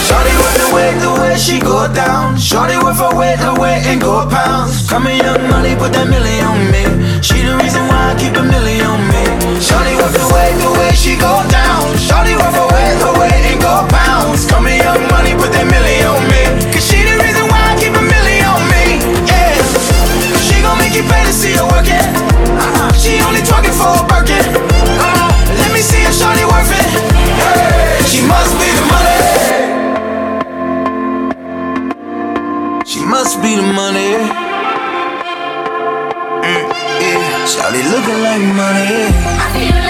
G: Shorty with the weight, the way she go down. Shorty with her weight, her weight and go pounds. Coming young money, put that million on me. She the reason why I keep a million on me. Shorty with the weight, the way she go down. Shorty with her weight, her weight and go pounds. Coming young money, put that million on me. Cause she the reason why I keep a million on me. Yeah. She gon' make you pay to see her work it. Uh-uh. She only twerking Uh-huh. She must be the money. Mm, yeah. Shawty looking like money.
F: I feel like
G: Uh-huh.